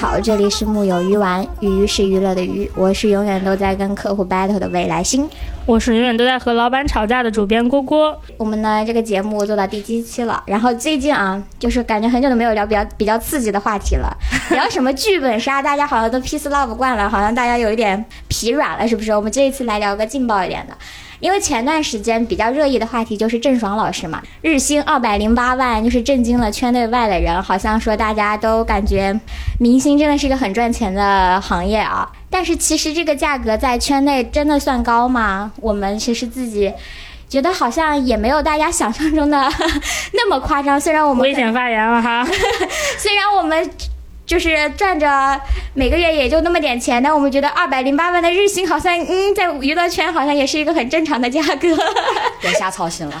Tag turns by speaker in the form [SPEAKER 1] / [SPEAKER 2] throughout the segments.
[SPEAKER 1] 好，这里是木有鱼丸，鱼是娱乐的鱼，我是永远都在跟客户 battle 的未来星。
[SPEAKER 2] 我是永远都在和老板吵架的主编郭郭。
[SPEAKER 1] 我们呢这个节目做到第七期了，然后最近啊，就是感觉很久都没有聊比较比较刺激的话题了，聊什么剧本杀，大家好像都 peace love 惯了，好像大家有一点疲软了，是不是？我们这一次来聊个劲爆一点的。因为前段时间比较热议的话题就是郑爽老师嘛，日薪二百零八万，就是震惊了圈内外的人，好像说大家都感觉明星真的是一个很赚钱的行业啊。但是其实这个价格在圈内真的算高吗？我们其实自己觉得好像也没有大家想象中的 那么夸张。虽然我们
[SPEAKER 2] 危险发言 了哈，
[SPEAKER 1] 虽然我们就是赚着每个月也就那么点钱，但我们觉得二百零八万的日薪好像，嗯，在娱乐圈好像也是一个很正常的价格。
[SPEAKER 3] 别瞎操心了。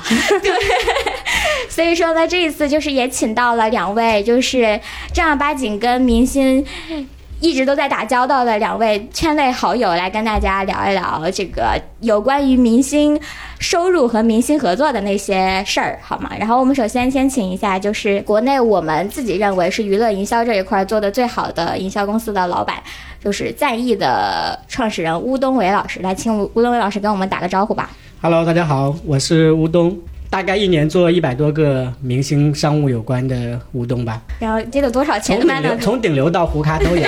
[SPEAKER 1] 所以说呢，这一次就是也请到了两位，就是正儿八经跟明星一直都在打交道的两位圈内好友，来跟大家聊一聊这个有关于明星收入和明星合作的那些事儿，好吗？然后我们首先先请一下，就是国内我们自己认为是娱乐营销这一块做的最好的营销公司的老板，就是赞意的创始人乌东伟老师，来请乌东伟老师跟我们打个招呼吧。
[SPEAKER 4] Hello，大家好，我是吴东，大概一年做一百多个明星商务有关的吴东吧，
[SPEAKER 1] 然后这得多少钱
[SPEAKER 4] 从
[SPEAKER 1] 的
[SPEAKER 4] 顶
[SPEAKER 1] 班呢
[SPEAKER 4] 流？从顶流到胡咖都有。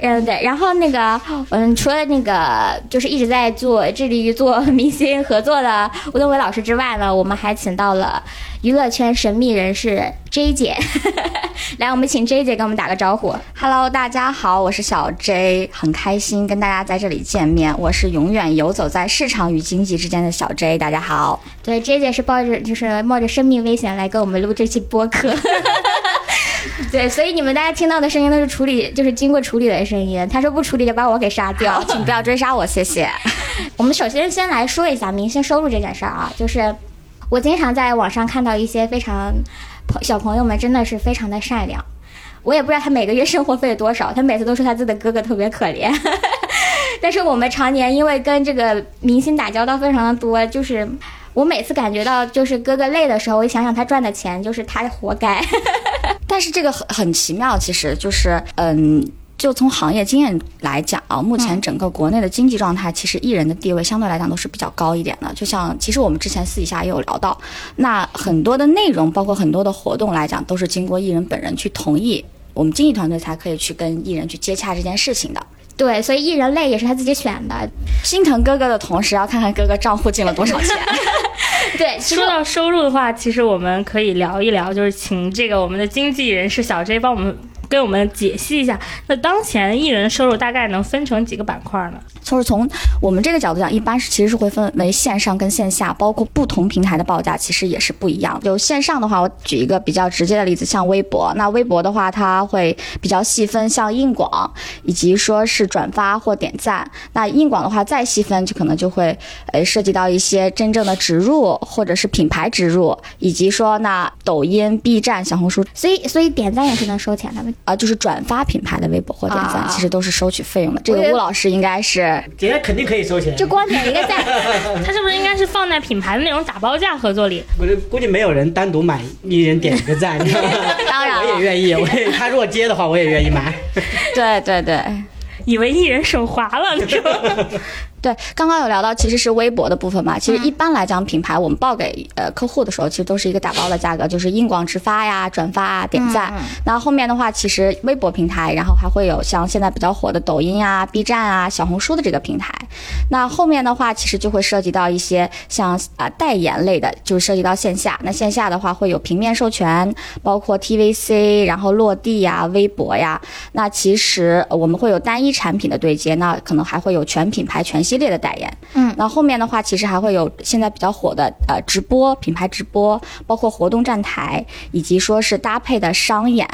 [SPEAKER 1] 嗯，对。然后那个，嗯，除了那个就是一直在做致力于做 明星合作的吴东伟老师之外呢，我们还请到了娱乐圈神秘人士 J 姐。 来，我们请 J 姐跟我们打个招呼。
[SPEAKER 3] Hello，大家好，我是小 J，很开心跟大家在这里见面。我是永远游走在市场与经济之间的小 J，大家好。
[SPEAKER 1] 对，J 姐是抱着就是冒着生命危险来跟我们录这期播 客。 对，所以你们大家听到的声音都是处理，就是经过处理的声音。他说不处理就把我给杀掉。
[SPEAKER 3] 请不要追杀我，谢谢。
[SPEAKER 1] 我们首先先来说一下明星收入这件事儿啊，就是我经常在网上看到一些非常朋小朋友们真的是非常的善良，我也不知道他每个月生活费多少，他每次都说他自己的哥哥特别可怜。 但是我们常年因为跟这个明星打交道非常的多，就是我每次感觉到就是哥哥累的时候，我一想想他赚的钱，就是他活该。
[SPEAKER 3] 但是这个很很奇妙，其实就是嗯。就从行业经验来讲啊，目前整个国内的经济状态，其实艺人的地位相对来讲都是比较高一点的。就像其实我们之前私底下也有聊到，那很多的内容，包括很多的活动来讲，都是经过艺人本人去同意，我们经纪团队才可以去跟艺人去接洽这件事情的。
[SPEAKER 1] 对，所以艺人累也是他自己选的。
[SPEAKER 3] 心疼哥哥的同时，要看看哥哥账户进了多少钱。
[SPEAKER 1] 对，其实
[SPEAKER 2] 说到收入的话，其实我们可以聊一聊，就是请这个我们的经纪人是小 J 帮我们给我们解析一下，那当前艺人收入大概能分成几个板块呢？
[SPEAKER 3] 就是从我们这个角度讲，一般是其实是会分为线上跟线下，包括不同平台的报价其实也是不一样。有线上的话，我举一个比较直接的例子，像微博。那微博的话，它会比较细分，像硬广以及说是转发或点赞。那硬广的话，再细分就可能就会呃涉及到一些真正的植入或者是品牌植入，以及说那抖音、B 站、小红书
[SPEAKER 1] 所以所以点赞也是能收钱的吗？
[SPEAKER 3] 啊、就是转发品牌的微博或点赞，
[SPEAKER 1] 啊
[SPEAKER 3] 其实都是收取费用的。这
[SPEAKER 1] 我以
[SPEAKER 3] 个
[SPEAKER 1] 为
[SPEAKER 3] 吴老师应该是
[SPEAKER 4] 姐姐肯定可以收钱，
[SPEAKER 1] 就光点一个赞，
[SPEAKER 2] 它是不是应该是放在品牌的那种打包价合作里？
[SPEAKER 4] 估计估计没有人单独买一人点一个赞。
[SPEAKER 3] 当然
[SPEAKER 4] 我也
[SPEAKER 3] 了，
[SPEAKER 4] 愿意，我也他如果接的话，我也愿意买。
[SPEAKER 3] 对对对。
[SPEAKER 2] 以为艺人手滑了那种。
[SPEAKER 3] 对，刚刚有聊到其实是微博的部分嘛，其实一般来讲，品牌我们报给呃客户的时候，其实都是一个打包的价格，就是硬广直发呀、转发啊、点赞。那、后面的话，其实微博平台，然后还会有像现在比较火的抖音啊、B 站啊、小红书的这个平台。那后面的话，其实就会涉及到一些像啊、呃代言类的，就是涉及到线下。那线下的话，会有平面授权，包括 TVC，然后落地呀、微博呀，那其实呃我们会有单一产品的对接，那可能还会有全品牌、全系列的代言。
[SPEAKER 1] 嗯，
[SPEAKER 3] 那后面的话，其实还会有现在比较火的呃直播、品牌直播，包括活动站台，以及说是搭配的商演。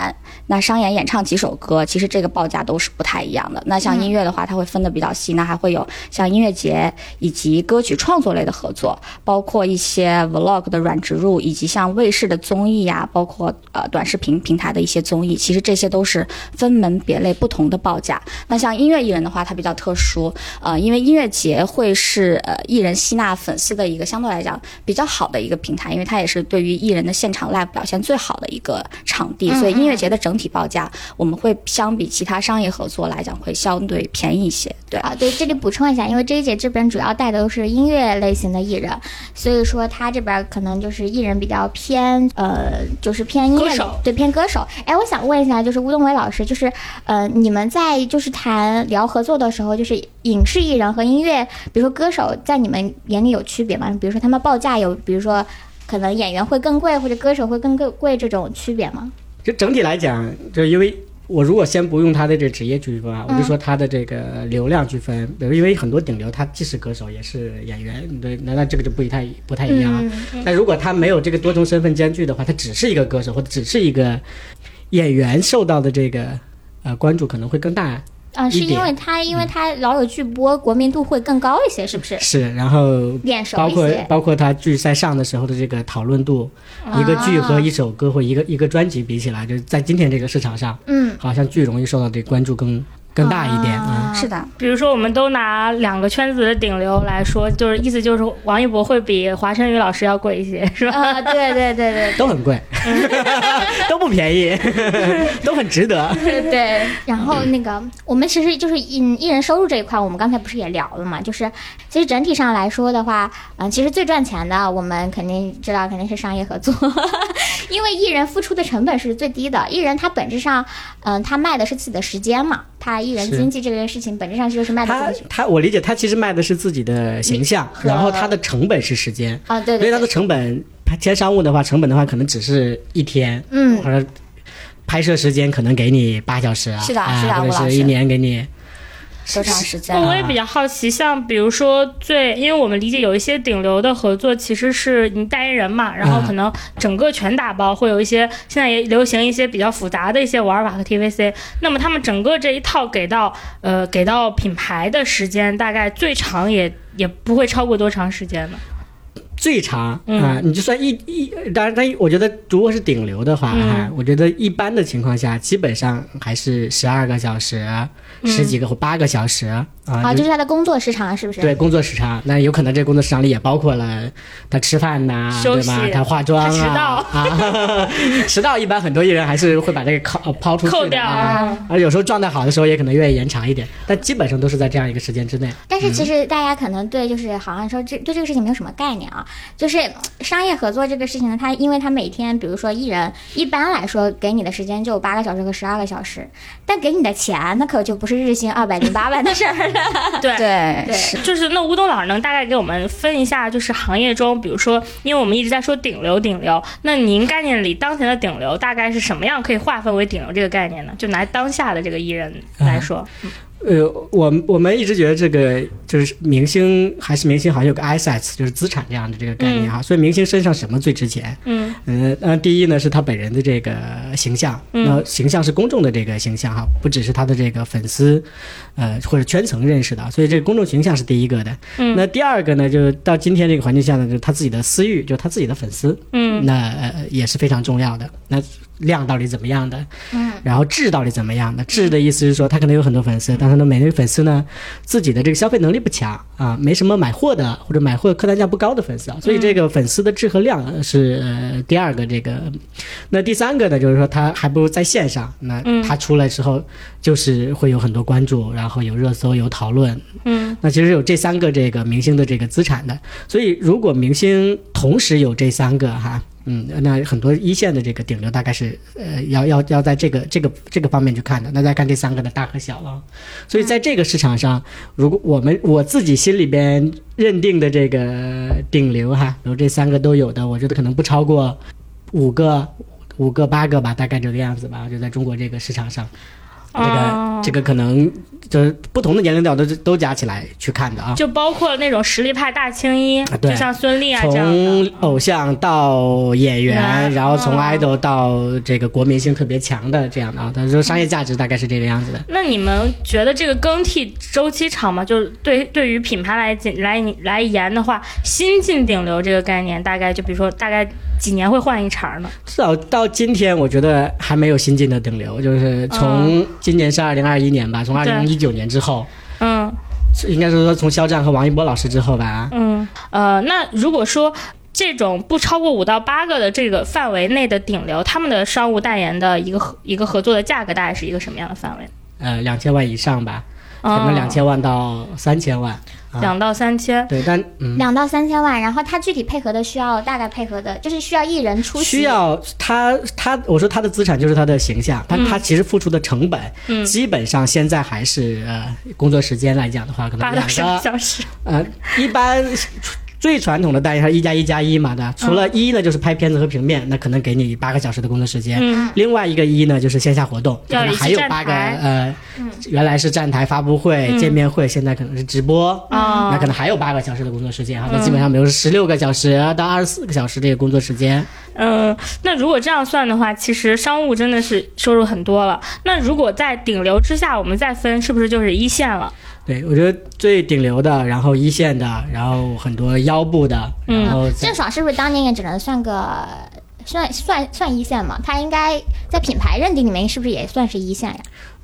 [SPEAKER 3] 那商演演唱几首歌，其实这个报价都是不太一样的。那像音乐的话，它会分的比较细，那还会有像音乐节以及歌曲创作类的合作，包括一些 vlog 的软植入，以及像卫视的综艺呀、包括呃短视频平台的一些综艺，其实这些都是分门别类不同的报价。那像音乐艺人的话，它比较特殊，呃，因为音乐乐节会是呃艺人吸纳粉丝的一个相对来讲比较好的一个平台，因为它也是对于艺人的现场 live 表现最好的一个场地，所以音乐节的整体报价我们会相比其他商业合作来讲会相对便宜一些。对，
[SPEAKER 1] 啊，对，这里补充一下，因为这一届这边主要带的都是音乐类型的艺人，所以说他这边可能就是艺人比较偏，呃，就是偏音乐，
[SPEAKER 2] 歌手
[SPEAKER 1] 对，偏歌手。哎，我想问一下，就是吴东伟老师，就是呃，你们在就是谈聊合作的时候，就是影视艺人和音乐，比如说歌手，在你们眼里有区别吗？比如说他们报价有，比如说可能演员会更贵，或者歌手会更贵贵这种区别吗？
[SPEAKER 4] 就整体来讲，就因为我如果先不用他的这个职业区分啊，我就说他的这个流量区分，比如因为很多顶流他既是歌手也是演员，对，那那这个就不一太不太一
[SPEAKER 1] 嗯
[SPEAKER 4] 样啊。
[SPEAKER 2] 嗯
[SPEAKER 4] 那如果他没有这个多重身份兼具的话，他只是一个歌呃手或者只是一个演员，受到的这个呃关注可能会更大。
[SPEAKER 1] 啊、是
[SPEAKER 4] 一
[SPEAKER 1] 因
[SPEAKER 4] 点嗯
[SPEAKER 1] 为他因为他老有剧播，国民度会更高一些，是不是？
[SPEAKER 4] 是，然后
[SPEAKER 1] 练熟
[SPEAKER 4] 包
[SPEAKER 1] 一
[SPEAKER 4] 括
[SPEAKER 1] 些。
[SPEAKER 4] 包括他剧在上的时候的这个讨论度，一个剧和一首歌或一个一个专辑比起来，就是在今天这个市场上，
[SPEAKER 1] 嗯，
[SPEAKER 4] 好像剧容易受到这个关注更更大一点啊。
[SPEAKER 3] 是的，
[SPEAKER 2] 比如说，我们都拿两个圈子的顶流来说，就是意思就是王一博会比华晨宇老师要贵一些，是吧？
[SPEAKER 1] 啊，对对对 对
[SPEAKER 4] 都 很贵，都不便宜，都很值得。
[SPEAKER 1] 对对。然后那个，我们其实就是嗯，艺人收入这一块，我们刚才不是也聊了嘛？就是其实整体上来说的话，嗯、其实最赚钱的，我们肯定知道肯定是商业合作， 因为艺人付出的成本是最低的。艺人他本质上，嗯、他卖的是自己的时间嘛，他艺人
[SPEAKER 4] 是
[SPEAKER 1] 经济这个事情本质上就是卖的自
[SPEAKER 4] 他
[SPEAKER 1] 己的时
[SPEAKER 4] 他，我理解他其实卖的是自己的形象，
[SPEAKER 1] 和
[SPEAKER 4] 然后他的成本是时间，
[SPEAKER 1] 啊，对
[SPEAKER 4] 所
[SPEAKER 1] 对
[SPEAKER 4] 以他的
[SPEAKER 1] 对，
[SPEAKER 4] 成本他签商务的话，成本的话可能只是一天，
[SPEAKER 1] 嗯
[SPEAKER 4] 或者拍摄时间可能给你八小时啊，
[SPEAKER 3] 是的
[SPEAKER 4] 啊
[SPEAKER 3] 是的
[SPEAKER 4] 或
[SPEAKER 3] 吴老
[SPEAKER 4] 者
[SPEAKER 3] 师
[SPEAKER 4] 是一年给你
[SPEAKER 3] 多长时间
[SPEAKER 2] 那？我也比较好奇，像比如说最，因为我们理解有一些顶流的合作其实是你代言人嘛，然后可能整个全打包，会有一些现在也流行一些比较复杂的一些玩法和 TVC。那么他们整个这一套给到呃给到品牌的时间，大概最长也也不会超过多长时间呢？
[SPEAKER 4] 最长
[SPEAKER 2] 嗯
[SPEAKER 4] 啊，你就算一一，当然，但我觉得如果是顶流的话，
[SPEAKER 3] 嗯
[SPEAKER 4] 啊，我觉得一般的情况下，基本上还是十二个小时、
[SPEAKER 3] 嗯
[SPEAKER 4] 十几个或八个小时啊，
[SPEAKER 1] 啊，这是他的工作时长，是不是？
[SPEAKER 4] 对工作时长，那有可能这工作时长里也包括了他吃饭呐、
[SPEAKER 2] 休
[SPEAKER 4] 对
[SPEAKER 2] 息
[SPEAKER 4] 吧？他化妆啊，
[SPEAKER 2] 他迟到
[SPEAKER 4] 啊， 迟到一般很多艺人还是会把这个抛抛出去的
[SPEAKER 2] 扣掉
[SPEAKER 4] 啊，而有时候状态好的时候也可能愿意延长一点，但基本上都是在这样一个时间之内。
[SPEAKER 1] 但是其实大家可能对就是好像说这对这个事情没有什么概念啊，就是嗯商业合作这个事情呢，它因为它每天比如说艺人一般来说给你的时间就有八个小时和十二个小时，但给你的钱那可就不是日薪二百零八万的事儿了。
[SPEAKER 2] 对
[SPEAKER 3] 对，
[SPEAKER 1] 对
[SPEAKER 3] 是
[SPEAKER 2] 就是那吴东老师能大概给我们分一下，就是行业中，比如说，因为我们一直在说顶流，顶流，那您概念里当前的顶流大概是什么样可以划分为顶流这个概念呢？就拿当下的这个艺人
[SPEAKER 4] 嗯
[SPEAKER 2] 来说，
[SPEAKER 4] 呃，我们我们一直觉得这个就是明星还是明星，好像有个 assets，就是资产这样的这个概念哈、所以明星身上什么最值钱？
[SPEAKER 2] 嗯
[SPEAKER 4] 嗯，那第一呢是他本人的这个形象，
[SPEAKER 2] 嗯
[SPEAKER 4] 那形象是公众的这个形象哈，不只是他的这个粉丝，呃或者圈层认识的，所以这个公众形象是第一个的。
[SPEAKER 2] 嗯
[SPEAKER 4] 那第二个呢，就是到今天这个环境下呢，就是他自己的私欲，就是他自己的粉丝，
[SPEAKER 2] 嗯
[SPEAKER 4] 那呃也是非常重要的。那量到底怎么样的？嗯，然后质到底怎么样的？质的意思是说，他可能有很多粉丝，但他的每那个粉丝呢，自己的这个消费能力不强啊，没什么买货的或者买货客单价不高的粉丝啊，所以这个粉丝的质和量呃是、呃、第二个这个。那第三个呢，就是说他还不如在线上，那他出来之后就是会有很多关注，然后有热搜，有讨论，
[SPEAKER 2] 嗯
[SPEAKER 4] 那其实有这三个这个明星的这个资产的，所以如果明星同时有这三个哈，嗯，那很多一线的这个顶流大概是呃要要要在这个这个这个方面去看的，那再看这三个的大和小啊。所以在这个市场上，如果我们我自己心里边认定的这个顶流哈，比如这三个都有的，我觉得可能不超过五个。五个八个吧，大概这个样子吧。就在中国这个市场上，这个、
[SPEAKER 2] 哦
[SPEAKER 4] 这个可能就是不同的年龄段都都加起来去看的啊。
[SPEAKER 2] 就包括那种实力派大青衣，
[SPEAKER 4] 啊对
[SPEAKER 2] 就像孙俪啊这样
[SPEAKER 4] 从
[SPEAKER 2] 的。
[SPEAKER 4] 偶像到演
[SPEAKER 2] 啊
[SPEAKER 4] 员，然后从
[SPEAKER 2] 啊
[SPEAKER 4] idol 到这个国民性特别强的这样的啊，他说商业价值大概是这个样子的。
[SPEAKER 2] 那你们觉得这个更替周期长吗？就是对对于品牌来进来来言的话，新晋顶流这个概念大概就比如说大概几年会换一茬呢？
[SPEAKER 4] 至少到今天，我觉得还没有新进的顶流，就是从今年是二零二一年吧，从二
[SPEAKER 2] 对
[SPEAKER 4] 零一九年之后，
[SPEAKER 2] 嗯
[SPEAKER 4] 是应该是说从肖战和王一博老师之后吧，
[SPEAKER 2] 嗯，呃，那如果说这种不超过五到八个的这个范围内的顶流，他们的商务代言的一个合一个合作的价格大概是一个什么样的范围？
[SPEAKER 4] 呃，两千万以上吧，可
[SPEAKER 2] 哦
[SPEAKER 4] 能两千万到三千万。啊
[SPEAKER 2] 两到三千，
[SPEAKER 4] 对，但 嗯，
[SPEAKER 1] 两到三千万，然后他具体配合的需要大概配合的，就是需要艺人出席，
[SPEAKER 4] 需要他他我说他的资产就是他的形象，
[SPEAKER 2] 嗯
[SPEAKER 4] 但他其实付出的成本，基本上现在还是呃工作时间来讲的话，可能
[SPEAKER 2] 八
[SPEAKER 4] 两
[SPEAKER 2] 到十个
[SPEAKER 4] 个
[SPEAKER 2] 小时。
[SPEAKER 4] 呃一般。最传统的代言是一加一加一嘛
[SPEAKER 2] 嗯
[SPEAKER 4] 的，除了一呢就是拍片子和平面，那可能给你八个小时的工作时间；另外一个一呢就是线下活动，
[SPEAKER 2] 嗯要
[SPEAKER 4] 可能还
[SPEAKER 2] 一起
[SPEAKER 4] 有
[SPEAKER 2] 站
[SPEAKER 4] 八个
[SPEAKER 2] 台嗯
[SPEAKER 4] 呃，原来是站台发布会、见面会，现在可能是直播，
[SPEAKER 2] 哦嗯
[SPEAKER 4] 那可能还有八个小时的工作时间啊，那基本上比如十六个小时到二十四个小时这个工作时间，
[SPEAKER 2] 嗯，那如果这样算的话，其实商务真的是收入很多了。那如果在顶流之下，我们再分，是不是就是一线了？
[SPEAKER 4] 对，我觉得最顶流的，然后一线的，然后很多腰部的，
[SPEAKER 2] 嗯
[SPEAKER 4] 然后再
[SPEAKER 1] 郑爽是不是当年也只能算个算算算一线嘛？她应该在品牌认定里面是不是也算是一线呀？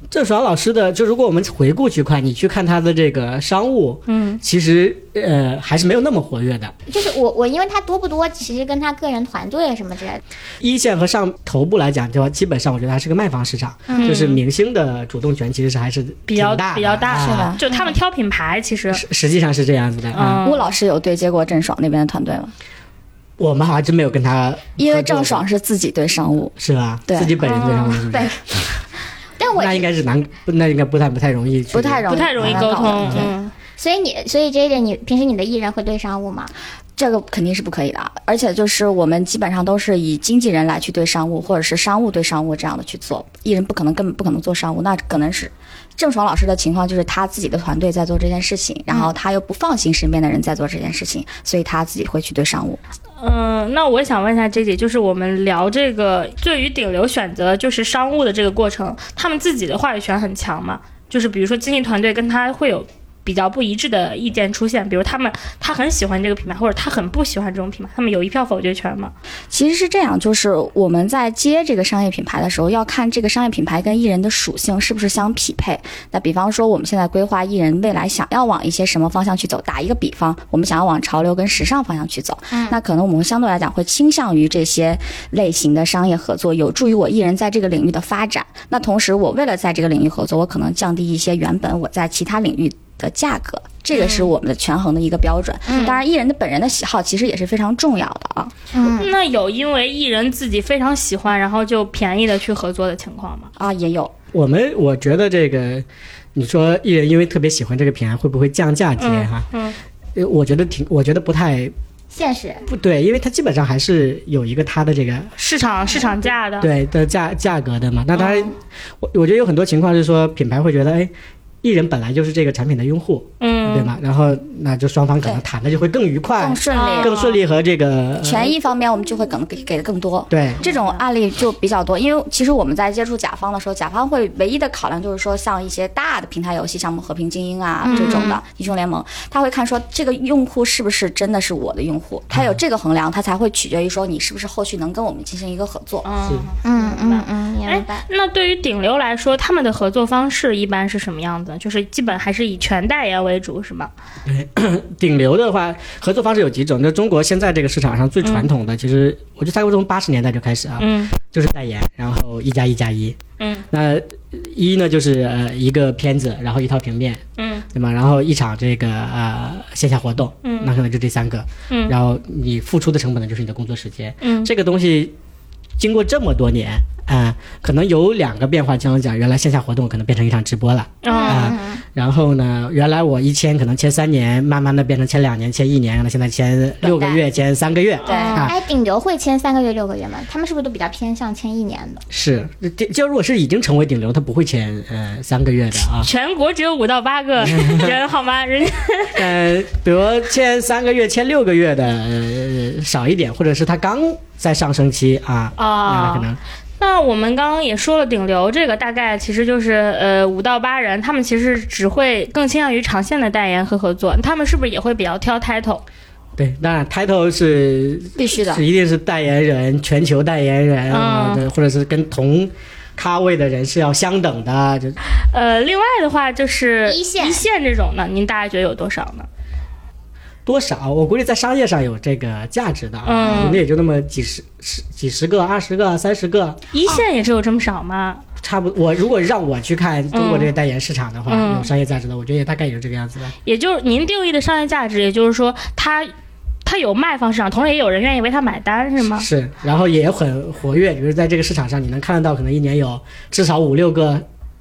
[SPEAKER 4] 郑爽老师的，就如果我们回顾去看，你去看她的这个商务，嗯，其实呃还是没有那么活跃的。
[SPEAKER 1] 就是我我因为她多不多，其实跟她个人团队什么之类的，
[SPEAKER 4] 一线和上头部来讲，就基本上我觉得还是个卖方市场，就是明星的主动权其实是还是
[SPEAKER 2] 嗯比较
[SPEAKER 4] 挺大的
[SPEAKER 2] 比较大，
[SPEAKER 4] 啊、
[SPEAKER 3] 吧
[SPEAKER 2] 就他们挑品牌，其实，
[SPEAKER 4] 实实际上是这样子的啊。
[SPEAKER 2] 嗯
[SPEAKER 3] 吴老师有对接过郑爽那边的团队吗？
[SPEAKER 4] 我们好像真没有跟她合作过，
[SPEAKER 3] 因为郑爽是自己对商务，
[SPEAKER 4] 是吧？
[SPEAKER 3] 对
[SPEAKER 4] 自己本人对上面是
[SPEAKER 2] 哦
[SPEAKER 4] 不是
[SPEAKER 1] 对但我
[SPEAKER 4] 那应该是难，不那应该不太不太容易去，
[SPEAKER 3] 不太容易
[SPEAKER 2] 不太容易沟
[SPEAKER 3] 搞的
[SPEAKER 2] 通。
[SPEAKER 3] 啊对
[SPEAKER 2] 嗯，
[SPEAKER 1] 所以你所以这一点你平时你的艺人会对商务吗？
[SPEAKER 3] 这个肯定是不可以的，啊而且就是我们基本上都是以经纪人来去对商务，或者是商务对商务这样的去做，艺人不可能根本不可能做商务，那可能是郑爽老师的情况就是他自己的团队在做这件事情，然
[SPEAKER 2] 嗯
[SPEAKER 3] 后他又不放心身边的人在做这件事情，所以他自己会去对商务。
[SPEAKER 2] 嗯，那我想问一下 J J，就是我们聊这个对于顶流选择就是商务的这个过程，他们自己的话语权很强嘛？就是比如说经纪团队跟他会有比较不一致的意见出现，比如他们他很喜欢这个品牌，或者他很不喜欢这种品牌，他们有一票否决权嘛？
[SPEAKER 3] 其实是这样，就是我们在接这个商业品牌的时候，要看这个商业品牌跟艺人的属性是不是相匹配。那比方说，我们现在规划艺人未来想要往一些什么方向去走，打一个比方，我们想要往潮流跟时尚方向去走，那可能我们相对来讲会倾向于这些类型的商业合作，有助于我艺人在这个领域的发展。那同时，我为了在这个领域合作，我可能降低一些原本我在其他领域。的价格，这个是我们的权衡的一个标准。当然，艺人的本人的喜好其实也是非常重要的啊。
[SPEAKER 1] 嗯，
[SPEAKER 2] 那有因为艺人自己非常喜欢，然后就便宜的去合作的情况吗？
[SPEAKER 3] 啊，也有，
[SPEAKER 4] 我们我觉得这个，你说艺人因为特别喜欢这个品牌，会不会降价贴哈？
[SPEAKER 2] 嗯
[SPEAKER 4] 呃我觉得挺，我觉得不太
[SPEAKER 1] 现实
[SPEAKER 4] 不对，因为它基本上还是有一个它的这个
[SPEAKER 2] 市场市场价的，
[SPEAKER 4] 对的价价格的嘛。那当然，我我觉得有很多情况是说品牌会觉得，哎，艺人本来就是这个产品的用户，
[SPEAKER 2] 嗯，
[SPEAKER 4] 对吗？然后那就双方可能谈的就会更愉快
[SPEAKER 3] 更、顺利。
[SPEAKER 2] 啊
[SPEAKER 4] 更顺利和这个
[SPEAKER 3] 权益方面，我们就会可能给给的更多。
[SPEAKER 4] 对
[SPEAKER 3] 这种案例就比较多，因为其实我们在接触甲方的时候，甲方会唯一的考量就是说，像一些大的平台游戏，像我们《和平精英》啊这种的《英雄联盟》，他会看说这个用户是不是真的是我的用户，他有这个衡量，他才会取决于说你是不是后续能跟我们进行一个合作。
[SPEAKER 2] 嗯。
[SPEAKER 1] 嗯嗯嗯，明白。
[SPEAKER 2] 那对于顶流来说，他们的合作方式一般是什么样子？就是基本还是以全代言为主，是吗？
[SPEAKER 4] 顶流的话，合作方式有几种？就中国现在这个市场上最传统的，其实我觉得它从八十年代就开始啊，
[SPEAKER 2] 嗯
[SPEAKER 4] 就是代言，然后一加一加一。
[SPEAKER 2] 嗯，
[SPEAKER 4] 那呃一呢就是呃一个片子，然后一套平面，
[SPEAKER 2] 嗯，
[SPEAKER 4] 对吗？然后一场这个呃线下活动，嗯，那可能就这三个，
[SPEAKER 2] 嗯，
[SPEAKER 4] 然后你付出的成本呢就是你的工作时间，
[SPEAKER 2] 嗯，
[SPEAKER 4] 这个东西经过这么多年啊、可能有两个变化，经常讲，原来线下活动可能变成一场直播了。
[SPEAKER 2] 嗯。
[SPEAKER 4] 啊、然后呢，原来我一签可能签三年，慢慢的变成签两年、签一年，可能现在签六个月、签三个月。
[SPEAKER 3] 对
[SPEAKER 4] 啊，
[SPEAKER 1] 哎，顶流会签三个月、六个月吗？他们是不是都比较偏向签一年的？
[SPEAKER 4] 是，就就如果是已经成为顶流，他不会签呃三个月的啊
[SPEAKER 2] 全国只有五到八个
[SPEAKER 4] 嗯
[SPEAKER 2] 人，好 吗？人家
[SPEAKER 4] 呃，比如签三个月、签六个月的、呃、少一点，或者是他刚在上升期啊，那
[SPEAKER 2] 啊
[SPEAKER 4] 可能
[SPEAKER 2] 那我们刚刚也说了，顶流这个大概其实就是呃五到八人，他们其实只会更倾向于长线的代言和合作，他们是不是也会比较挑 title？
[SPEAKER 4] 对，当然 title 是
[SPEAKER 3] 必须的
[SPEAKER 4] 是一定是代言人、全球代言人
[SPEAKER 2] 嗯
[SPEAKER 4] 啊，对或者是跟同。咖位的人是要相等的，就
[SPEAKER 2] 呃，另外的话就是
[SPEAKER 1] 一线哦
[SPEAKER 2] 一线这种呢，您大概觉得有多少呢？
[SPEAKER 4] 多少？我估计在商业上有这个价值的啊，
[SPEAKER 2] 嗯
[SPEAKER 4] 那也就那么几十、十几十个、二十个、三十个，
[SPEAKER 2] 一线也只有这么少吗？
[SPEAKER 4] 差不多。我如果让我去看中国这个代言市场的话，
[SPEAKER 2] 嗯
[SPEAKER 4] 有商业价值的，我觉得也大概也就这个样子吧。
[SPEAKER 2] 也就是您定义的商业价值，也就是说它它有卖方市场，同时也有人愿意为它买单，是吗？
[SPEAKER 4] 是，然后也很活跃，比如在这个市场上，你能看得到，可能一年有至少五六个、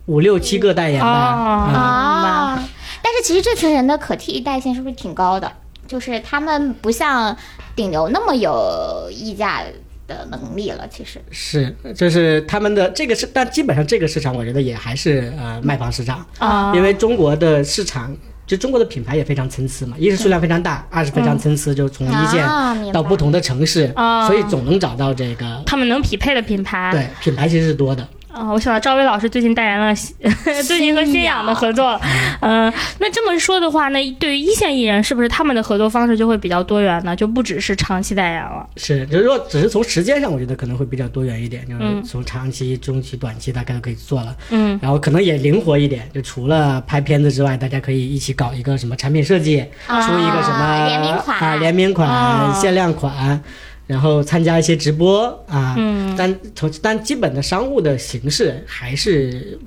[SPEAKER 4] 五六七个代言吧。
[SPEAKER 1] 嗯
[SPEAKER 2] 哦
[SPEAKER 4] 啊
[SPEAKER 2] 啊
[SPEAKER 1] 啊。但是其实这群人的可替代性是不是挺高的？就是他们不像顶流那么有议价的能力了，其实。
[SPEAKER 4] 是，就是他们的这个市，但基本上这个市场，我觉得也还是呃卖方市场，
[SPEAKER 1] 哦
[SPEAKER 2] 啊
[SPEAKER 4] 因为中国的市场。就中国的品牌也非常参差嘛，一是数量非常大，二是非常参差，就从一线
[SPEAKER 1] 嗯啊明白哦
[SPEAKER 4] 到不同的城市，
[SPEAKER 2] 啊
[SPEAKER 4] 所以总能找到这个
[SPEAKER 2] 他们能匹配的品牌。
[SPEAKER 4] 对品牌其实是多的。
[SPEAKER 2] 啊、我想到赵薇老师最近代言了， 最近和新氧的合作了。嗯、那这么说的话，那对于一线艺人，是不是他们的合作方式就会比较多元呢？就不只是长期代言了。
[SPEAKER 4] 是，就是说，只是从时间上，我觉得可能会比较多元一点，就是
[SPEAKER 2] 嗯
[SPEAKER 4] 从长期、中期、短期大概都可以做了。
[SPEAKER 2] 嗯，
[SPEAKER 4] 然后可能也灵活一点，就除了拍片子之外，大家可以一起搞一个什么产品设计，出一个什么
[SPEAKER 1] 联名款
[SPEAKER 4] 啊，联名款、
[SPEAKER 2] 啊
[SPEAKER 4] 限量款，然后参加一些直播啊。嗯，但从但基本的商务的形式还是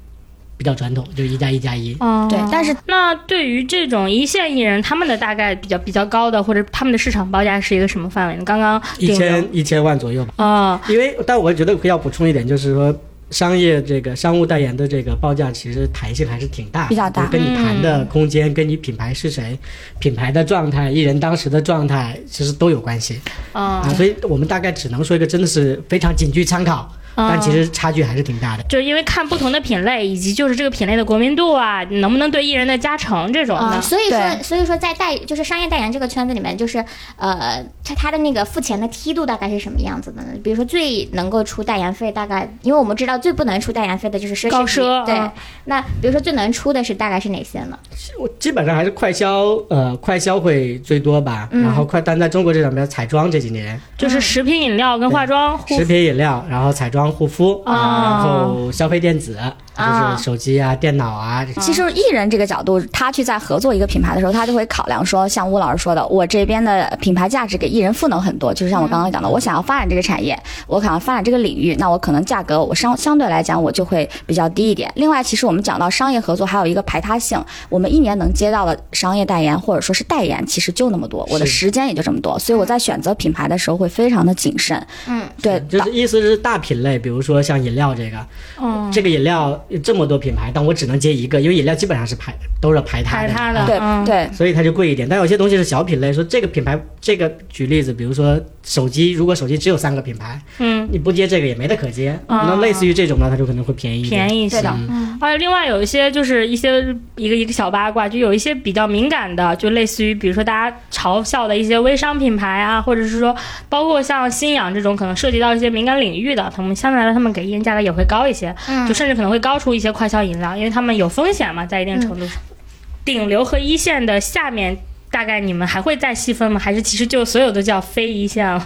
[SPEAKER 4] 比较传统，就是一加一加一。
[SPEAKER 2] 哦
[SPEAKER 3] 对但是
[SPEAKER 2] 那对于这种一线艺人，他们的大概比较比较高的，或者他们的市场报价是一个什么范围呢？刚刚
[SPEAKER 4] 一
[SPEAKER 2] 顶流
[SPEAKER 4] 千一千万左右吧。
[SPEAKER 2] 啊、
[SPEAKER 4] 因为，但我觉得要补充一点，就是说，商业这个商务代言的这个报价，其实弹性还是挺大的，
[SPEAKER 3] 比较大
[SPEAKER 4] 就跟你谈的空间、跟你品牌是谁、品牌的状态、艺人当时的状态，其实都有关系
[SPEAKER 2] 啊、
[SPEAKER 4] 啊。所以我们大概只能说一个真的是非常仅具参考，但其实差距还是挺大的。
[SPEAKER 2] 就是因为看不同的品类，以及就是这个品类的国民度啊，能不能对艺人的加成这种的。
[SPEAKER 1] 啊、
[SPEAKER 3] 嗯
[SPEAKER 1] 所以说，
[SPEAKER 3] 对
[SPEAKER 1] 所以说在代就是商业代言这个圈子里面，就是呃，它它的那个付钱的梯度大概是什么样子的呢？比如说最能够出代言费，大概因为我们知道最不能出代言费的就是奢侈
[SPEAKER 2] 高
[SPEAKER 1] 品
[SPEAKER 2] 奢
[SPEAKER 1] 对
[SPEAKER 2] 嗯。
[SPEAKER 1] 那比如说最能出的是大概是哪些呢？
[SPEAKER 4] 我基本上还是快消，呃，快消会最多吧。然后快，但在中国这两边，彩妆这几年，
[SPEAKER 2] 就是
[SPEAKER 3] 嗯
[SPEAKER 2] 食品饮料跟化妆、护
[SPEAKER 4] 食
[SPEAKER 2] 肤
[SPEAKER 4] 品饮料，然后彩妆护肤，啊，然后消费电子，
[SPEAKER 1] 啊
[SPEAKER 4] 就是手机啊、电脑啊这些。
[SPEAKER 3] 其实艺人这个角度，他去在合作一个品牌的时候，他就会考量说，像吴老师说的，我这边的品牌价值给艺人赋能很多。就是像我刚刚讲的，我想要发展这个产业，我想要发展这个领域，那我可能价格我相相对来讲我就会比较低一点。另外，其实我们讲到商业合作还有一个排他性，我们一年能接到的商业代言或者说是代言，其实就那么多，我的
[SPEAKER 4] 是
[SPEAKER 3] 时间也就这么多，所以我在选择品牌的时候会非常的谨慎。
[SPEAKER 1] 嗯，
[SPEAKER 3] 对，
[SPEAKER 4] 就是意思是大品类，比如说像饮料这个，
[SPEAKER 2] 嗯
[SPEAKER 4] 这个饮料有这么多品牌，但我只能接一个，因为饮料基本上是排都是排他
[SPEAKER 2] 排
[SPEAKER 4] 的，
[SPEAKER 2] 他
[SPEAKER 4] 啊
[SPEAKER 2] 的，
[SPEAKER 3] 对
[SPEAKER 2] 嗯、
[SPEAKER 3] 对，
[SPEAKER 4] 所以它就贵一点。但有些东西是小品类，说这个品牌，这个举例子，比如说手机，如果手机只有三个品牌，
[SPEAKER 2] 嗯，
[SPEAKER 4] 你不接这个也没得可接，
[SPEAKER 2] 啊
[SPEAKER 4] 那类似于这种呢，它就可能会便宜一点。
[SPEAKER 2] 便宜一些
[SPEAKER 3] 对。
[SPEAKER 4] 嗯
[SPEAKER 3] 的，
[SPEAKER 2] 还有另外有一些就是一些一个一个小八卦，就有一些比较敏感的，就类似于比如说大家嘲笑的一些微商品牌啊，或者是说包括像新氧这种可能涉及到一些敏感领域的，他们相对来说他们给艺人价格也会高一些，
[SPEAKER 1] 嗯
[SPEAKER 2] 就甚至可能会高出一些快消饮料，因为他们有风险嘛，在一定程度上。顶流和一线的下面。大概你们还会再细分吗？还是其实就所有都叫非一线了，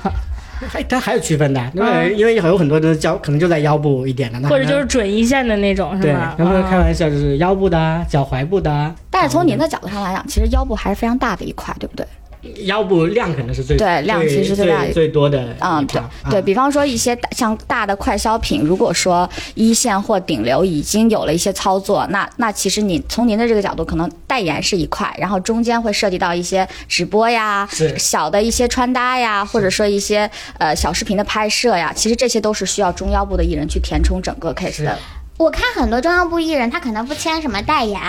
[SPEAKER 4] 还它还有区分的，因为
[SPEAKER 2] 嗯
[SPEAKER 4] 因为有很多都是脚可能就在腰部一点的，那
[SPEAKER 2] 或者就是
[SPEAKER 4] 是
[SPEAKER 2] 准一线的那种，
[SPEAKER 4] 对，
[SPEAKER 2] 是吗？
[SPEAKER 4] 然后
[SPEAKER 2] 嗯
[SPEAKER 4] 开玩笑就是腰部的啊、脚踝部的啊，
[SPEAKER 3] 但是从您的角度上来讲，其实腰部还是非常大的一块，对不对？
[SPEAKER 4] 腰部量可能是最
[SPEAKER 3] 对量其实
[SPEAKER 4] 最
[SPEAKER 3] 最大
[SPEAKER 4] 最最多的一
[SPEAKER 3] 嗯，对
[SPEAKER 4] 块
[SPEAKER 3] 对，
[SPEAKER 4] 啊
[SPEAKER 3] 比方说一些大像大的快消品，如果说一线或顶流已经有了一些操作，那那其实你从您的这个角度，可能代言是一块，然后中间会涉及到一些直播呀
[SPEAKER 4] 是，
[SPEAKER 3] 小的一些穿搭呀，或者说一些呃小视频的拍摄呀，其实这些都是需要中腰部的艺人去填充整个 case 的。
[SPEAKER 1] 我看很多中央部艺人，他可能不签什么代言，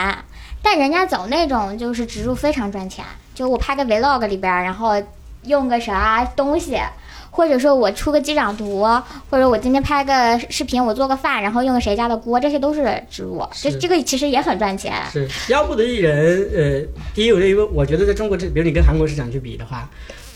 [SPEAKER 1] 但人家走那种就是植入非常赚钱。就我拍个 vlog 里边儿，然后用个啥东西，或者说我出个机长图，或者我今天拍个视频，我做个饭，然后用个谁家的锅，这些都是植入。这
[SPEAKER 4] 是
[SPEAKER 1] 这个其实也很赚钱。
[SPEAKER 4] 是腰部的艺人，呃，第一，我觉得，我觉得在中国这，比如你跟韩国市场去比的话，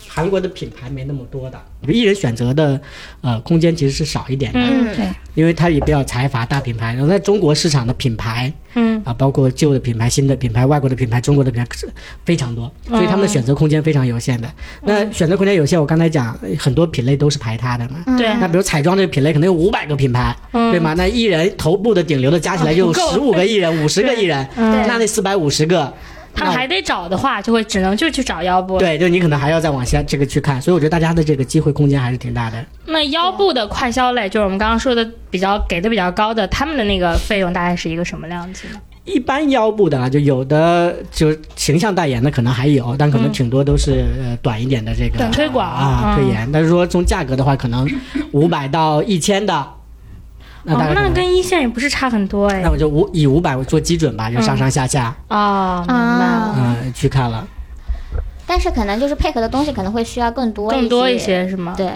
[SPEAKER 4] 韩国的品牌没那么多的，艺人选择的呃空间其实是少一点的，
[SPEAKER 2] 嗯
[SPEAKER 3] 对，
[SPEAKER 4] 因为它也比较财阀大品牌。然后在中国市场的品牌，
[SPEAKER 2] 嗯，
[SPEAKER 4] 啊，包括旧的品牌、新的品牌、外国的品牌、中国的品牌是非常多，所以他们的选择空间非常有限的。那选择空间有限，我刚才讲很多品类都是排他的嘛。
[SPEAKER 2] 对，
[SPEAKER 4] 那比如彩妆这个品类，可能有五百个品牌，对吗？那艺人头部的顶流的加起来就
[SPEAKER 2] 嗯哦不够
[SPEAKER 4] 十五个艺人、五十个艺人，
[SPEAKER 1] 对
[SPEAKER 4] 那那四百五十个，
[SPEAKER 2] 他还得找的话，就会只能就去找腰部。
[SPEAKER 4] 对，就你可能还要再往下这个去看，所以我觉得大家的这个机会空间还是挺大的。
[SPEAKER 2] 那腰部的快消类，就是我们刚刚说的比较给的比较高的，他们的那个费用大概是一个什么量级呢？
[SPEAKER 4] 一般腰部的啊，就有的就形象代言的可能还有，但可能挺多都是、呃短一点的这个
[SPEAKER 2] 嗯推广
[SPEAKER 4] 啊、推
[SPEAKER 2] 嗯
[SPEAKER 4] 延。但是说从价格的话，可能五百到一千的，那大
[SPEAKER 2] 哦
[SPEAKER 4] 概，可
[SPEAKER 2] 那
[SPEAKER 4] 能、
[SPEAKER 2] 跟一线也不是差很多哎
[SPEAKER 4] 那。我就五以五百做基准吧，就上上下下
[SPEAKER 2] 哦，明白了，
[SPEAKER 4] 嗯、呃去看了。
[SPEAKER 1] 但是可能就是配合的东西可能会需要更多
[SPEAKER 2] 更多一，些啊是吗？
[SPEAKER 1] 对，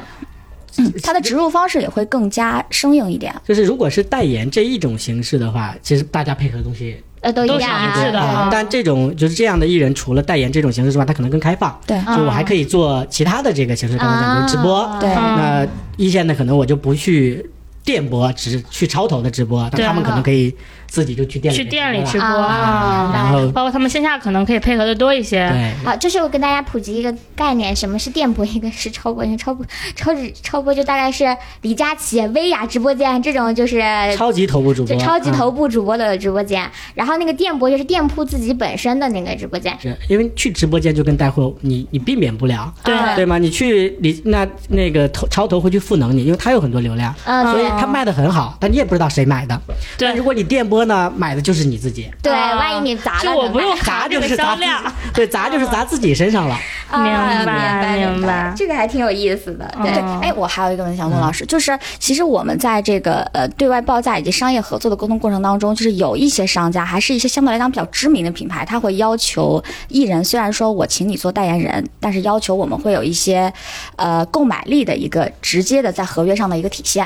[SPEAKER 3] 嗯它的植入方式也会更加生硬一点。
[SPEAKER 4] 就是如果是代言这一种形式的话，其实大家配合的东西
[SPEAKER 1] 呃，都
[SPEAKER 2] 都
[SPEAKER 1] 一
[SPEAKER 2] 是
[SPEAKER 1] 样啊，
[SPEAKER 2] 一致的
[SPEAKER 4] 啊
[SPEAKER 2] 啊
[SPEAKER 4] 但这种就是这样的艺人，除了代言这种形式之外，他可能更开放，
[SPEAKER 3] 对
[SPEAKER 4] 就
[SPEAKER 2] 嗯
[SPEAKER 4] 我还可以做其他的这个形式，刚才讲的直播，
[SPEAKER 3] 对
[SPEAKER 4] 那一线的可能我就不去电播，只去超投的直播，但
[SPEAKER 2] 对嗯
[SPEAKER 4] 他们可能可以自己就去店里
[SPEAKER 2] 去店里直
[SPEAKER 4] 吃，
[SPEAKER 2] 播
[SPEAKER 1] 啊
[SPEAKER 4] 然后
[SPEAKER 2] 包括他们线下可能可以配合的多一些。
[SPEAKER 4] 对。
[SPEAKER 1] 好，这是我跟大家普及一个概念，什么是电波，一个是超播，因为超播 超直超播就大概是李佳琦、薇娅直播间这种，就是
[SPEAKER 2] 哎
[SPEAKER 4] 超级头部主
[SPEAKER 1] 就
[SPEAKER 4] 播，
[SPEAKER 1] 超级
[SPEAKER 4] 嗯
[SPEAKER 1] 头部主播的直播
[SPEAKER 2] 嗯
[SPEAKER 1] 间。然后那个店播就是店铺自己本身的那个直播间，
[SPEAKER 4] 是因为去直播间就跟带货，你你避免不了，
[SPEAKER 2] 对
[SPEAKER 1] 嗯
[SPEAKER 4] 对吗？你去你那那个头超头会去赋能你，因为他有很多流量，
[SPEAKER 1] 嗯，
[SPEAKER 4] 所以
[SPEAKER 1] 对
[SPEAKER 4] 他卖的很好，但你也不知道谁买的。
[SPEAKER 2] 对
[SPEAKER 4] 但如果你电播呢，买的就是你 自己，
[SPEAKER 1] 对，
[SPEAKER 2] 啊
[SPEAKER 1] 万一你砸了
[SPEAKER 2] 就
[SPEAKER 1] 怎
[SPEAKER 2] 我
[SPEAKER 1] 么
[SPEAKER 2] 不
[SPEAKER 1] 办？
[SPEAKER 2] 用
[SPEAKER 4] 砸
[SPEAKER 2] 卡这
[SPEAKER 4] 就
[SPEAKER 2] 个
[SPEAKER 4] 是
[SPEAKER 2] 销
[SPEAKER 4] 砸 自
[SPEAKER 2] 量，
[SPEAKER 4] 己， 对，砸就是砸自己身上了。
[SPEAKER 1] 啊
[SPEAKER 2] 明白
[SPEAKER 1] 明
[SPEAKER 2] 明白
[SPEAKER 1] 这个还挺有意思的，对嗯
[SPEAKER 3] 对，哎，我还有一个问题想问老师，就是其实我们在这个呃对外报价以及商业合作的沟通过程当中，就是有一些商家，还是一些相对来讲比较知名的品牌，他会要求艺人，虽然说我请你做代言人，但是要求我们会有一些呃购买力的一个直接的在合约上的一个体现。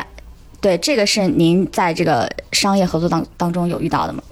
[SPEAKER 3] 对，这个是您在这个商业合作当当中有遇到的吗？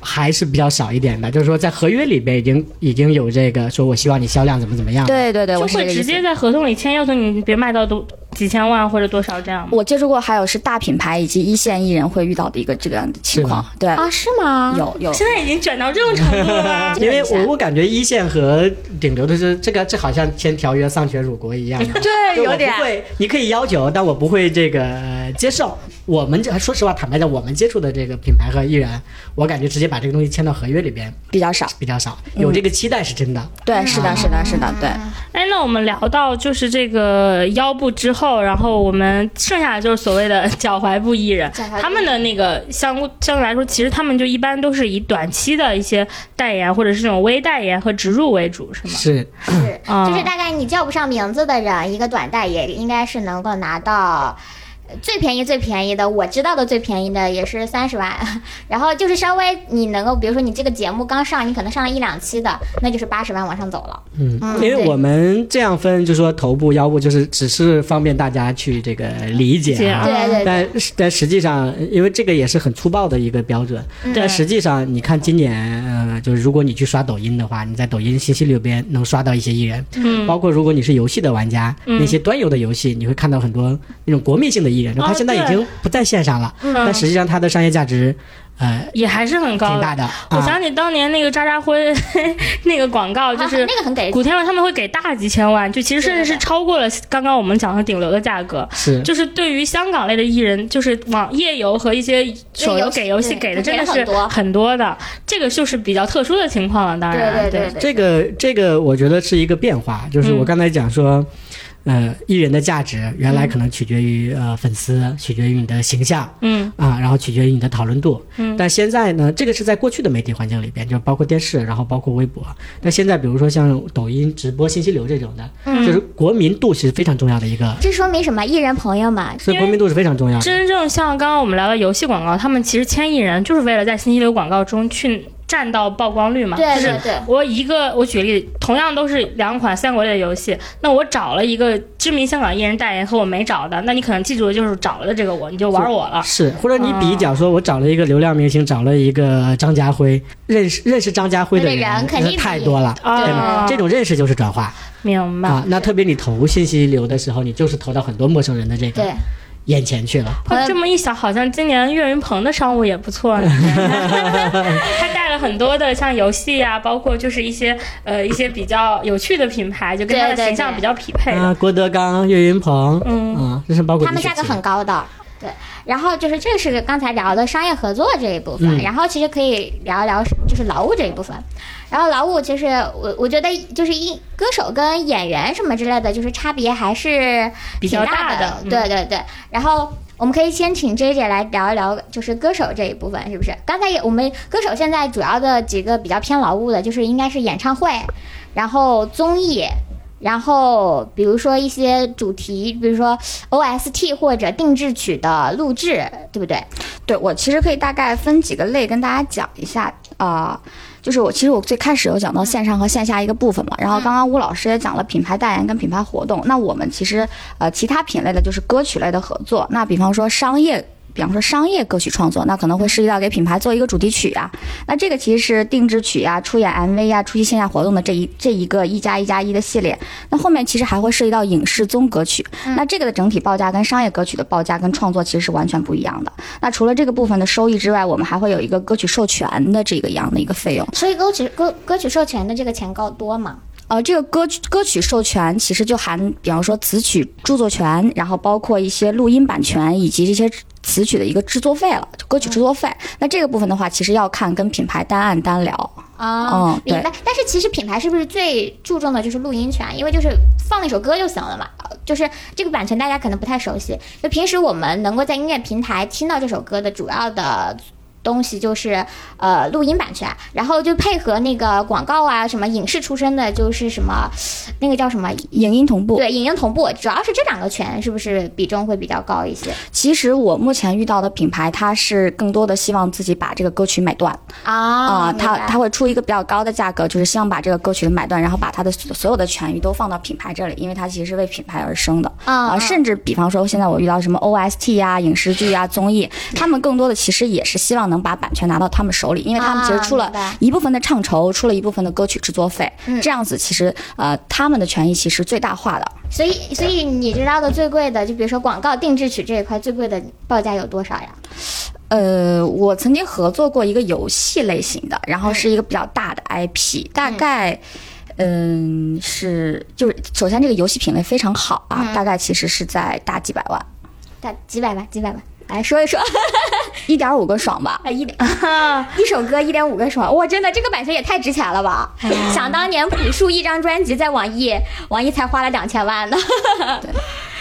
[SPEAKER 4] 还是比较少一点的，就是说在合约里边已经已经有这个，说我希望你销量怎么怎
[SPEAKER 1] 嗯
[SPEAKER 4] 么样。，
[SPEAKER 3] 对对对，
[SPEAKER 2] 就
[SPEAKER 3] 我是这
[SPEAKER 2] 会
[SPEAKER 3] 个
[SPEAKER 2] 直
[SPEAKER 3] 意思。
[SPEAKER 2] 接在合同里签，要求你别卖到多几千万或者多少这样吗？
[SPEAKER 3] 我接触过，还有是大品牌以及一线艺人会遇到的一个这个样的情况，对，
[SPEAKER 1] 啊，是吗？
[SPEAKER 3] 有有。
[SPEAKER 2] 现在已经卷到这种程度了吗
[SPEAKER 4] 因为我我感觉一线和顶流的这这个这好像签条约丧权辱国一样的。
[SPEAKER 1] 对
[SPEAKER 4] 就我不会，你可以要求，但我不会这个呃接受。我们这说实话，坦白讲，我们接触的这个品牌和艺人，我感觉直接把这个东西签到合约里边
[SPEAKER 3] 比较少，
[SPEAKER 4] 比较少，有这个期待是真的。
[SPEAKER 3] 对，是的，是的，是的，对。
[SPEAKER 2] 哎，那我们聊到就是这个腰部之后，然后我们剩下的就是所谓的脚踝部艺人
[SPEAKER 1] 脚踝部，
[SPEAKER 2] 他们的那个相相对来说，其实他们就一般都是以短期的一些代言或者是这种微代言和植入为主，是吗？
[SPEAKER 4] 是，
[SPEAKER 1] 是，
[SPEAKER 2] 啊
[SPEAKER 1] 就是大概你叫不上名字的人，一个短贷也应该是能够拿到。呃最便宜最便宜的，我知道的最便宜的也是三十万， 然后就是稍微你能够，比如说你这个节目刚上，你可能上了一两期的，那就是八十万往上走了。
[SPEAKER 4] 嗯，
[SPEAKER 1] 嗯
[SPEAKER 4] 因为
[SPEAKER 1] 对
[SPEAKER 4] 我们这样分，就说头部、腰部，就是只是方便大家去这个理解
[SPEAKER 2] 解
[SPEAKER 4] 啊。
[SPEAKER 1] 对对对，
[SPEAKER 4] 但但实际上，因为这个也是很粗暴的一个标准。
[SPEAKER 2] 嗯
[SPEAKER 4] 但实际上，你看今年，呃，就是如果你去刷抖音的话，你在抖音信息里边能刷到一些艺人，嗯，包括如果你是游戏的玩家，
[SPEAKER 2] 嗯
[SPEAKER 4] 那些端游的游戏，你会看到很多那种国民性的艺人，
[SPEAKER 2] 哦
[SPEAKER 4] 他现在已
[SPEAKER 2] 对
[SPEAKER 4] 经不在线上了，但实际上他的商业价值，呃，
[SPEAKER 2] 也还是很高
[SPEAKER 4] 挺
[SPEAKER 2] 的。
[SPEAKER 4] 大的。
[SPEAKER 2] 我
[SPEAKER 4] 啊
[SPEAKER 2] 想起当年那个渣渣辉 那个广告，就
[SPEAKER 1] 啊
[SPEAKER 2] 是
[SPEAKER 1] 那个很给
[SPEAKER 2] 古天乐他们会给大几千万，就其实甚至
[SPEAKER 1] 对对
[SPEAKER 2] 是
[SPEAKER 1] 对
[SPEAKER 2] 超过了刚刚我们讲的顶流的价格。
[SPEAKER 4] 是
[SPEAKER 2] 就是对于香港类的艺人，就是网页游和一些手游给游戏
[SPEAKER 1] 对
[SPEAKER 2] 给的真的
[SPEAKER 1] 给嗯
[SPEAKER 2] 是
[SPEAKER 1] 很多
[SPEAKER 2] 很多的，这个就是比较特殊的情况了。当然，
[SPEAKER 1] 对对对
[SPEAKER 4] 啊
[SPEAKER 1] 嗯
[SPEAKER 4] 这个这个，我觉得是一个变化，就是我刚才讲说，呃，艺人的价值原
[SPEAKER 1] 嗯
[SPEAKER 4] 来可能取决于呃粉丝，取决于你的形象，
[SPEAKER 2] 嗯
[SPEAKER 4] 啊，然后取决于你的讨论度，嗯，但现在呢，这个是在过去的媒体环境里边，就包括电视，然后包括微博，但现在比如说像抖音直播、信息流这种的，
[SPEAKER 1] 嗯
[SPEAKER 4] 就是国民度是非常重要的一个，
[SPEAKER 1] 这说明什么？艺人朋友们，
[SPEAKER 4] 所以国民度是非常重要的。
[SPEAKER 2] 真正像刚刚我们聊的游戏广告，他们其实签艺人就是为了在信息流广告中去占到曝光率嘛，
[SPEAKER 1] 对
[SPEAKER 2] 就是
[SPEAKER 1] 对对
[SPEAKER 2] 我一个，我举例，同样都是两款三国类的游戏，那我找了一个知名香港艺人代言，和我没找的，那你可能记住的就是找了的这个我，你就玩我了。
[SPEAKER 4] 啊是，或者你
[SPEAKER 1] 啊
[SPEAKER 4] 比较说，我找了一个流量明星，找了一个张家辉，认识认识张家辉的
[SPEAKER 1] 那个人肯定
[SPEAKER 4] 呃太多了，
[SPEAKER 2] 啊
[SPEAKER 4] 对吗？嗯这种认识就是转化，
[SPEAKER 2] 明白。
[SPEAKER 4] 啊，那特别你投信息流的时候，你就是投到很多陌生人的这个
[SPEAKER 1] 对，
[SPEAKER 4] 眼前去了。
[SPEAKER 2] 哦这么一想，好像今年岳云鹏的商务也不错 呢。他带了很多的像游戏啊，包括就是一些呃一些比较有趣的品牌，就跟他的
[SPEAKER 1] 对对
[SPEAKER 2] 形象
[SPEAKER 1] 对
[SPEAKER 2] 比较匹配的。
[SPEAKER 4] 啊，郭德纲、岳云鹏，
[SPEAKER 2] 嗯
[SPEAKER 4] 啊，这是包括
[SPEAKER 1] 他们
[SPEAKER 4] 李雪
[SPEAKER 1] 价格
[SPEAKER 4] 琴
[SPEAKER 1] 很高的。对，然后就是这是刚才聊的商业合作这一部分，
[SPEAKER 4] 嗯
[SPEAKER 1] 然后其实可以聊一聊就是劳务这一部分。然后劳务其实我我觉得就是一歌手跟演员什么之类的，就是差别还是
[SPEAKER 2] 比
[SPEAKER 1] 挺
[SPEAKER 2] 较
[SPEAKER 1] 大
[SPEAKER 2] 大的嗯
[SPEAKER 1] 对对对，然后。我们可以先请 J J 来聊一聊，就是歌手这一部分，是不是？刚才也我们歌手现在主要的几个比较偏劳务的，就是应该是演唱会，然后综艺，然后比如说一些主题，比如说 OST 或者定制曲的录制，对不对？
[SPEAKER 3] 对我其实可以大概分几个类跟大家讲一下啊、呃就是我其实我最开始有讲到线上和线下一个部分嘛，然后刚刚吴老师也讲了品牌代言跟品牌活动，那我们其实呃其他品类的就是歌曲类的合作，那比方说商业。比方说商业歌曲创作，那可能会涉及到给品牌做一个主题曲啊，那这个其实是定制曲啊、出演 MV 啊、出席线下活动的这一这一个一加一加一的系列。那后面其实还会涉及到影视综合曲，那这个的整体报价跟商业歌曲的报价跟创作其实是完全不一样的。那除了这个部分的收益之外，我们还会有一个歌曲授权的这个样的一个费用。
[SPEAKER 1] 所以歌曲歌歌曲授权的这个钱高多嘛？
[SPEAKER 3] 呃，这个歌曲歌曲授权其实就含，比方说词曲著作权，然后包括一些录音版权以及这些词曲的一个制作费了，就歌曲制作费。那这个部分的话，其实要看跟品牌单按单聊。
[SPEAKER 1] 啊、
[SPEAKER 3] 嗯对
[SPEAKER 1] 明白。但是其实品牌是不是最注重的就是录音权？因为就是放一首歌就行了嘛。呃就是这个版权大家可能不太熟悉，就平时我们能够在音乐平台听到这首歌的主要的。东西就是呃录音版权，然后就配合那个广告啊，什么影视出身的，就是什么那个叫什么
[SPEAKER 3] 影音同步，
[SPEAKER 1] 对，影音同步，主要是这两个权是不是比重会比较高一些
[SPEAKER 3] 其实我目前遇到的品牌，它是更多的希望自己把这个歌曲买断啊、
[SPEAKER 1] 啊
[SPEAKER 3] 它它会出一个比较高的价格，就是希望把这个歌曲的买断，然后把它的所所有的权益都放到品牌这里，因为它其实是为品牌而生的。
[SPEAKER 1] 啊
[SPEAKER 3] 啊，甚至比方说，现在我遇到什么 OST 呀、影视剧呀、综
[SPEAKER 1] 嗯
[SPEAKER 3] 艺，他们更多的其实也是希望能把版权拿到他们手里，因为他们其实出
[SPEAKER 1] 啊
[SPEAKER 3] 了
[SPEAKER 1] 明白嗯
[SPEAKER 3] 一部分的唱酬，出了一部分的歌曲制作费，这样子其实呃他们的权益其实最大化的。
[SPEAKER 1] 所以所以你知道的最贵的，就比如说广告定制曲这一块最贵的报价有多少呀？
[SPEAKER 3] 呃，我曾经合作过一个游戏类型的，然
[SPEAKER 2] 嗯
[SPEAKER 3] 后是一个比较大的 IP，、大概。嗯，是就是，首先这个游戏品类非常好啊，
[SPEAKER 2] 嗯
[SPEAKER 3] 大概其实是在大几百万，
[SPEAKER 1] 大几百万，几百万，来说一 说，
[SPEAKER 3] 一点五个爽吧。
[SPEAKER 1] 啊一点一首歌一点五个爽，哇，真的这个版权也太值钱了吧！
[SPEAKER 3] 哎
[SPEAKER 1] 想当年朴树一张专辑在网易，网易才花了两千万呢，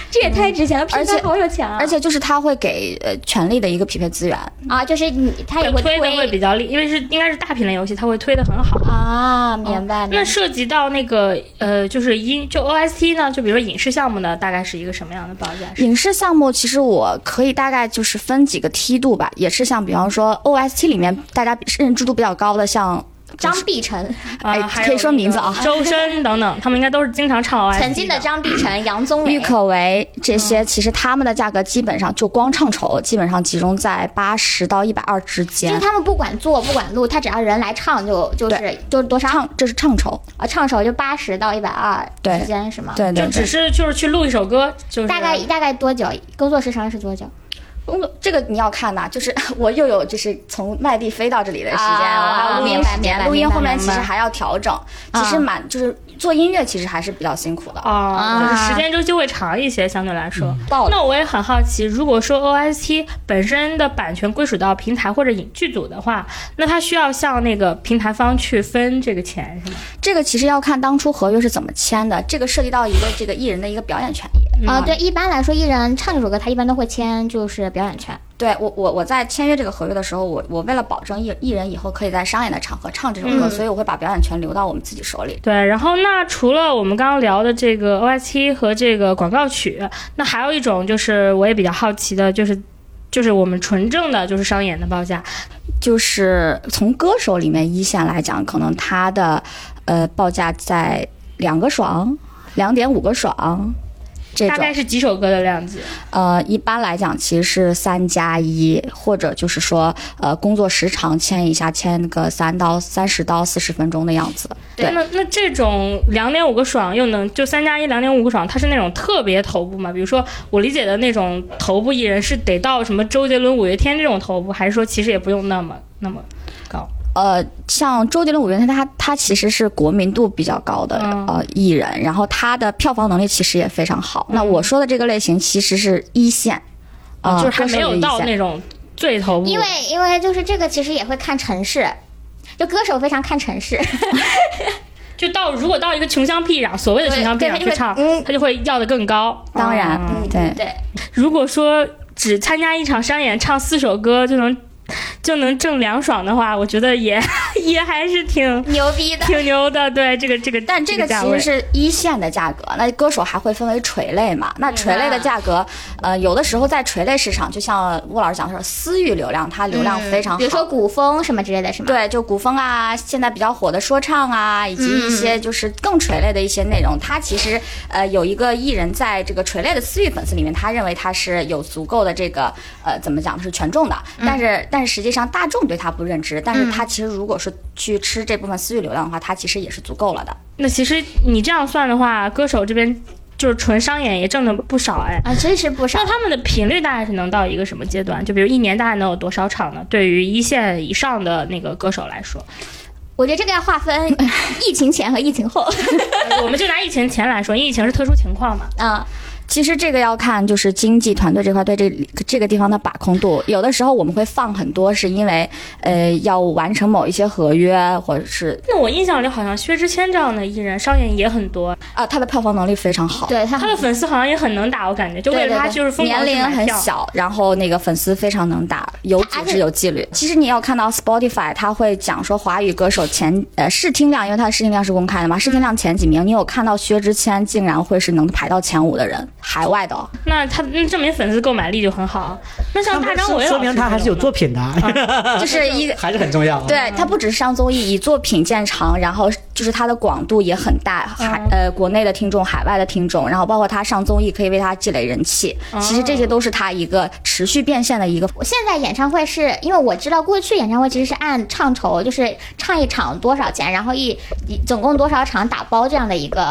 [SPEAKER 1] 这也太值钱了，平
[SPEAKER 3] 而
[SPEAKER 1] 台
[SPEAKER 3] 且
[SPEAKER 1] 好有钱啊！
[SPEAKER 3] 而且就是他会给呃权力的一个匹配资源，
[SPEAKER 1] 啊，就是你他也会
[SPEAKER 2] 推嗯的会比较厉，因为是应该是大品类游戏，它会推的很好。
[SPEAKER 1] 啊，明白明白
[SPEAKER 2] 那涉及到那个呃，就是音就 OST 呢，就比如说影视项目呢，大概是一个什么样的报价？是
[SPEAKER 3] 影视项目其实我可以大概就是分几个梯度吧，也是像比方说 OST 里面大家认知度比较高的，像
[SPEAKER 1] 张碧晨。
[SPEAKER 3] 哎
[SPEAKER 2] 啊，还
[SPEAKER 3] 可以
[SPEAKER 2] 有
[SPEAKER 3] 说
[SPEAKER 2] 那
[SPEAKER 3] 名字
[SPEAKER 2] 个
[SPEAKER 3] 啊
[SPEAKER 2] 周深等等，他们应该都是经常唱 OST
[SPEAKER 1] 曾经的张碧晨、杨宗纬
[SPEAKER 3] 郁，可唯这些，其实他们的价格基本上就光唱酬，基本上集中在八十到一百二之
[SPEAKER 1] 就是
[SPEAKER 3] 间。
[SPEAKER 1] 他们不管做不管录，他只要人来唱就就是
[SPEAKER 3] 对
[SPEAKER 1] 就是多少
[SPEAKER 3] 唱这是唱酬，
[SPEAKER 1] 啊，唱首就八十到一百二
[SPEAKER 3] 对
[SPEAKER 1] 之间是吗？，
[SPEAKER 3] 对对
[SPEAKER 2] 就只
[SPEAKER 3] 对。
[SPEAKER 2] 是就是去录一首歌，就是
[SPEAKER 1] 大概大概多久？工作时长是多久？
[SPEAKER 3] 工作这个你要看呐、就是 我又有就是从外地飞到这里的时间，
[SPEAKER 1] 啊
[SPEAKER 3] 我还有录
[SPEAKER 1] 明
[SPEAKER 3] 音
[SPEAKER 1] 白
[SPEAKER 3] 时
[SPEAKER 1] 明白
[SPEAKER 3] 间，录音
[SPEAKER 1] 明白
[SPEAKER 3] 后面其实
[SPEAKER 1] 明白
[SPEAKER 3] 还要调整，其实蛮就是做音乐其实还是比较辛苦的。
[SPEAKER 2] 啊，嗯
[SPEAKER 1] 啊
[SPEAKER 2] 就是时间周期会长一些，相对来说。
[SPEAKER 3] 爆
[SPEAKER 2] 那我也很好奇，如果说 OST 本身的版权归属到平台或者影剧组的话，那它需要向那个平台方去分这个钱是吗？
[SPEAKER 3] 这个其实要看当初合约是怎么签的，这个涉及到一个这个艺人的一个表演权益。
[SPEAKER 1] 啊，对，一般来说，艺人唱这首歌，他一般都会签就是表演权。
[SPEAKER 3] 对我，我我在签约这个合约的时候，我我为了保证艺艺人以后可以在商演的场合唱这首
[SPEAKER 2] 嗯
[SPEAKER 3] 歌，所以我会把表演权留到我们自己手里。
[SPEAKER 2] 对，然后那除了我们刚刚聊的这个 OST 和这个广告曲，那还有一种就是我也比较好奇的，就是就是我们纯正的就是商演的报价，
[SPEAKER 3] 就是从歌手里面一线来讲，可能他的呃报价在两个爽。两点五个爽，这
[SPEAKER 2] 大
[SPEAKER 3] 种
[SPEAKER 2] 概是几首歌的量级？
[SPEAKER 3] 呃，一般来讲其实是三加一，或者就是说呃工作时长签一下，签个三到三十到四十分钟的样子。对
[SPEAKER 2] 那那这种两点五个爽又能就三加一两点五个爽，它是那种特别头部吗？比如说我理解的那种头部艺人是得到什么周杰伦、五月天这种头部，还是说其实也不用那么那么高？
[SPEAKER 3] 呃，像周杰伦、五月天，他他其实是国民度比较高的、
[SPEAKER 2] 嗯
[SPEAKER 3] 呃艺人，然后他的票房能力其实也非常好。那我说的这个类型其实是一线，呃、
[SPEAKER 2] 哦就是还
[SPEAKER 3] 歌手
[SPEAKER 2] 没有
[SPEAKER 3] 的一
[SPEAKER 2] 到
[SPEAKER 3] 线
[SPEAKER 2] 那种最头部
[SPEAKER 3] 嗯
[SPEAKER 2] 的。
[SPEAKER 1] 因为因为就是这个其实也会看城市，就歌手非常看城市，
[SPEAKER 2] 就到如果到一个穷乡僻壤，所谓的穷乡僻壤
[SPEAKER 1] 对
[SPEAKER 2] 去唱，
[SPEAKER 1] 对嗯
[SPEAKER 2] 他就会要的更高。
[SPEAKER 3] 当然
[SPEAKER 2] 嗯
[SPEAKER 1] 嗯
[SPEAKER 3] 对
[SPEAKER 1] 对，
[SPEAKER 2] 如果说只参加一场商演，唱四首歌就能就能挣凉爽的话，我觉得也 也还是挺
[SPEAKER 1] 牛逼的。
[SPEAKER 2] 挺牛的。对这个这个，
[SPEAKER 3] 但这
[SPEAKER 2] 个
[SPEAKER 3] 个
[SPEAKER 2] 价
[SPEAKER 3] 其
[SPEAKER 2] 位
[SPEAKER 3] 实是一线的价格，那歌手还会分为垂类嘛？那垂类的价格，呃，有的时候在垂类市场，就像吴老师讲的是私域流量，它流量
[SPEAKER 2] 嗯
[SPEAKER 3] 非常好。
[SPEAKER 1] 比如说古风什么之类的，是吗？
[SPEAKER 3] 对，就古风啊，现在比较火的说唱啊，以及一些就是更垂类的一些内容，它其实呃有一个艺人在这个垂类的私域粉丝里面，他认为他是有足够的这个呃怎么讲是权重的，但是、但是实际上大众对他不认知，但是他其实如果是去吃这部分私域流量的话，他其实也是足够了的。
[SPEAKER 2] 那其实你这样算的话，歌手这边就是纯商演也挣的不少哎。
[SPEAKER 1] 啊，真是不少
[SPEAKER 2] 那。他们的频率大概是能到一个什么阶段？就比如一年大概能有多少场呢？对于一线以上的那个歌手来说，
[SPEAKER 1] 我觉得这个要划 分疫情前和疫情后。
[SPEAKER 2] 呃我们就拿疫情前来说，因为疫情是特殊情况嘛。
[SPEAKER 1] 嗯，
[SPEAKER 3] 其实这个要看就是经济团队这块对这这个地方的把控度。有的时候我们会放很多，是因为呃要完成某一些合约，或者是
[SPEAKER 2] 那我印象里好像薛之谦这样的艺人商演也很多，
[SPEAKER 3] 啊、他的票房能力非常好。
[SPEAKER 1] 对他
[SPEAKER 2] 他的粉丝好像也很能打，我感觉就为
[SPEAKER 3] 对
[SPEAKER 2] 了
[SPEAKER 3] 对
[SPEAKER 2] 他
[SPEAKER 3] 对
[SPEAKER 2] 就是疯狂
[SPEAKER 3] 年
[SPEAKER 2] 去
[SPEAKER 3] 龄
[SPEAKER 2] 买
[SPEAKER 3] 很
[SPEAKER 2] 票。
[SPEAKER 3] 小，然后那个粉丝非常能打，有
[SPEAKER 1] 他
[SPEAKER 3] 组
[SPEAKER 1] 而且
[SPEAKER 3] 织有纪律。其实你也有看到 Spotify，他会讲说华语歌手前呃试听量，因为他的试听量是公开的嘛，试听量前几名，你有看到薛之谦竟然会是能排到前五的人，海外的、哦。
[SPEAKER 2] 那他那证明粉丝购买力就很好。那像大张伟老师
[SPEAKER 4] 说明他还是有
[SPEAKER 2] 这种
[SPEAKER 4] 作品的，
[SPEAKER 2] 嗯
[SPEAKER 3] 就是 一
[SPEAKER 4] 还是很重要。，啊
[SPEAKER 3] 对，它不只是上综艺，以作品见长，然后就是它的广度也很大，海
[SPEAKER 2] 嗯
[SPEAKER 3] 呃国内的听众、海外的听众，然后包括他上综艺可以为他积累人气，
[SPEAKER 2] 嗯
[SPEAKER 3] 其实这些都是他一个持续变现的一个。
[SPEAKER 1] 我现在演唱会是因为我知道过去演唱会其实是按唱酬，就是唱一场多少钱，然后一一总共多少场打包这样的一个。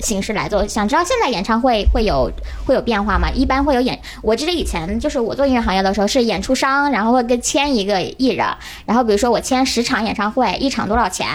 [SPEAKER 1] 形式来做，想知道现在演唱会会有会有变化吗？一般会有演，我记得以前就是我做音乐行业的时候是演出商，然后会跟签一个艺人，然后比如说我签十场演唱会，一场多少钱？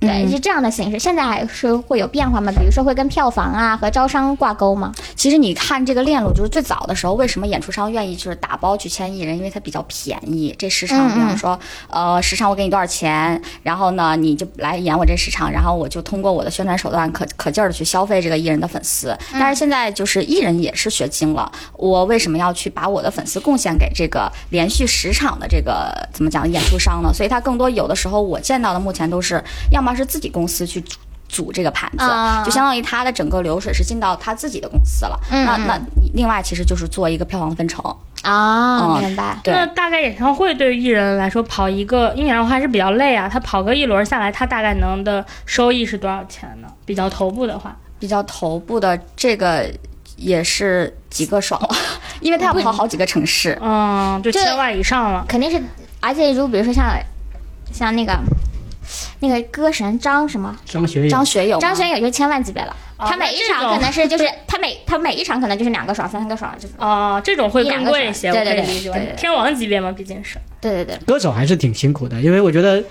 [SPEAKER 1] 对，是这样的形式。现在还是会有变化吗？比如说会跟票房啊和招商挂钩吗？
[SPEAKER 3] 其实你看这个链路，就是最早的时候，为什么演出商愿意就是打包去签艺人，因为它比较便宜。这十场，比方说，呃，十场我给你多少钱，然后呢你就来演我这十场，然后我就通过我的宣传手段可可劲儿的去消费这个艺人的粉丝。但是现在就是艺人也是学精了，我为什么要去把我的粉丝贡献给这个连续十场的这个怎么讲演出商呢？所以他更多有的时候我见到的目前都是，要么是自己公司去组。组这个盘子，
[SPEAKER 1] 啊
[SPEAKER 3] 就相当于他的整个流水是进到他自己的公司了。
[SPEAKER 1] 嗯
[SPEAKER 3] 那
[SPEAKER 1] 嗯
[SPEAKER 3] 那你另外其实就是做一个票房分成。
[SPEAKER 1] 啊，
[SPEAKER 3] 嗯
[SPEAKER 1] 明白。
[SPEAKER 3] 对
[SPEAKER 2] 那大概演唱会对于艺人来说，跑一个因为演唱会还是比较累啊。他跑个一轮下来，他大概能的收益是多少钱呢？比较头部的话，
[SPEAKER 3] 比较头部的这个也是几个爽了，因为他要跑好几个城市。
[SPEAKER 2] 嗯，就
[SPEAKER 1] 这
[SPEAKER 2] 千万以上了。
[SPEAKER 1] 肯定是，而且如果比如说像像那个那个歌神张什么
[SPEAKER 4] 张学友，
[SPEAKER 3] 张学友吗，
[SPEAKER 1] 张学友，就是千万级别了。
[SPEAKER 2] 哦
[SPEAKER 1] 他每一场可能是 就是他每他每一场可能就是两个爽三个爽这种。
[SPEAKER 2] 哦，这种会更贵一些，
[SPEAKER 1] 一
[SPEAKER 2] 我
[SPEAKER 1] 两个
[SPEAKER 2] 可
[SPEAKER 1] 小时
[SPEAKER 2] 以理解
[SPEAKER 1] 对对对。
[SPEAKER 2] 天王级别嘛，毕 竟是。
[SPEAKER 1] 对对对，
[SPEAKER 4] 歌手还是挺辛苦的，因为我觉得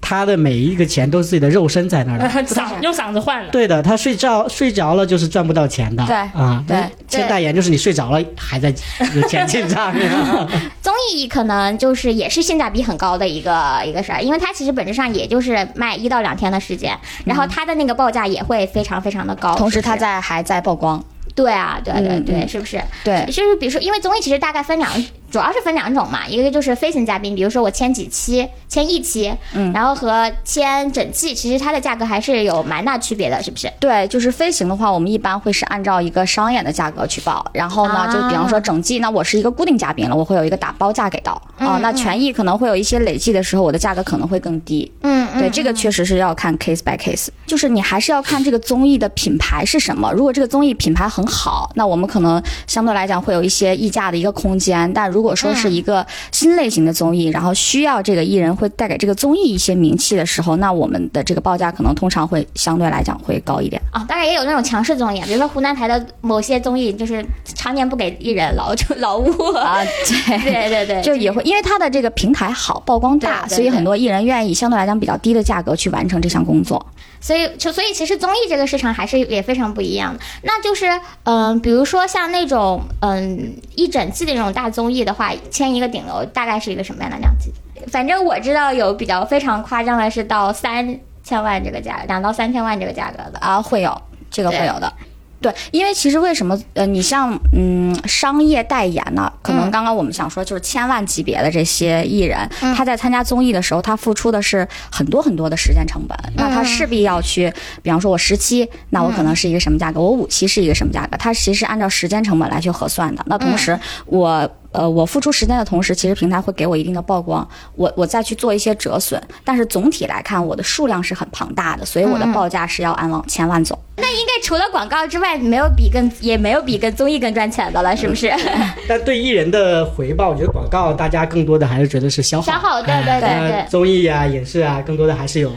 [SPEAKER 4] 他的每一个钱都是自己的肉身在那儿的。
[SPEAKER 2] 嗓用嗓子换的。
[SPEAKER 4] 对的，他睡着睡着了就是赚不到钱的。
[SPEAKER 3] 对
[SPEAKER 4] 啊，
[SPEAKER 3] 对，
[SPEAKER 4] 签代言就是你睡着了还在有钱进账啊呀。
[SPEAKER 1] 综艺可能就是也是性价比很高的一个一个事儿，因为它其实本质上也就是卖一到两天的时间，然后它的那个报价也会非常非常的高。
[SPEAKER 3] 嗯同时
[SPEAKER 1] 是不是
[SPEAKER 3] 他在还在曝光。
[SPEAKER 1] 对啊，对对对，
[SPEAKER 3] 嗯
[SPEAKER 1] 是不是？
[SPEAKER 3] 对
[SPEAKER 1] 就是比如说，因为综艺其实大概分两主要是分两种嘛，一个就是飞行嘉宾，比如说我签几期，签一期，嗯，然后和签整季，其实它的价格还是有蛮大区别的，是不是？
[SPEAKER 3] 对，就是飞行的话，我们一般会是按照一个商演的价格去报，然后呢，
[SPEAKER 1] 啊
[SPEAKER 3] 就比方说整季，那我是一个固定嘉宾了，我会有一个打包价给到啊、那权益可能会有一些累计的时候，我的价格可能会更低。
[SPEAKER 1] 嗯
[SPEAKER 3] 对，这个确实是要看 case by case，就是你还是要看这个综艺的品牌是什么。如果这个综艺品牌很好，那我们可能相对来讲会有一些溢价的一个空间。但如果说是
[SPEAKER 1] 嗯
[SPEAKER 3] 一个新类型的综艺，然后需要这个艺人会带给这个综艺一些名气的时候，那我们的这个报价可能通常会相对来讲会高一点。
[SPEAKER 1] 哦，当然也有那种强势综艺，比如说湖南台的某些综艺，就是常年不给艺人 劳劳务啊，对 对对对，
[SPEAKER 3] 就也会因为它的这个平台好，曝光大，
[SPEAKER 1] 对对
[SPEAKER 3] 所以很多艺人愿意相对来讲比较低的价格去完成这项工作。
[SPEAKER 1] 所以，就所以其实综艺这个市场还是也非常不一样的。那就是，嗯、比如说像那种，嗯、一整季的那种大综艺的话，签一个顶流大概是一个什么样的量级？反正我知道有比较非常夸张的是到三千万这个价，两到三千万这个价格的。
[SPEAKER 3] 啊，会有这个会
[SPEAKER 1] 对
[SPEAKER 3] 有的。对，因为其实为什么呃，你像嗯商业代言呢？可能刚刚我们想说，就是千万级别的这些艺人，他在参加综艺的时候，他付出的是很多很多的时间成本，那他势必要去，比方说我十期，那我可能是一个什么价格，我五期是一个什么价格，他其实是按照时间成本来去核算的。那同时我。呃，我付出时间的同时，其实平台会给我一定的曝光，我我再去做一些折损，但是总体来看，我的数量是很庞大的，所以我的报价是要按往千万走。
[SPEAKER 1] 应该除了广告之外，没有比更也没有比跟综艺更赚钱的了，是不是？
[SPEAKER 4] 但对艺人的回报，我觉得广告大家更多的还是觉得是消耗，
[SPEAKER 1] 消耗对对
[SPEAKER 4] 哎
[SPEAKER 1] 对
[SPEAKER 4] 那
[SPEAKER 1] 对
[SPEAKER 4] 综艺啊、影视啊，更多的还是有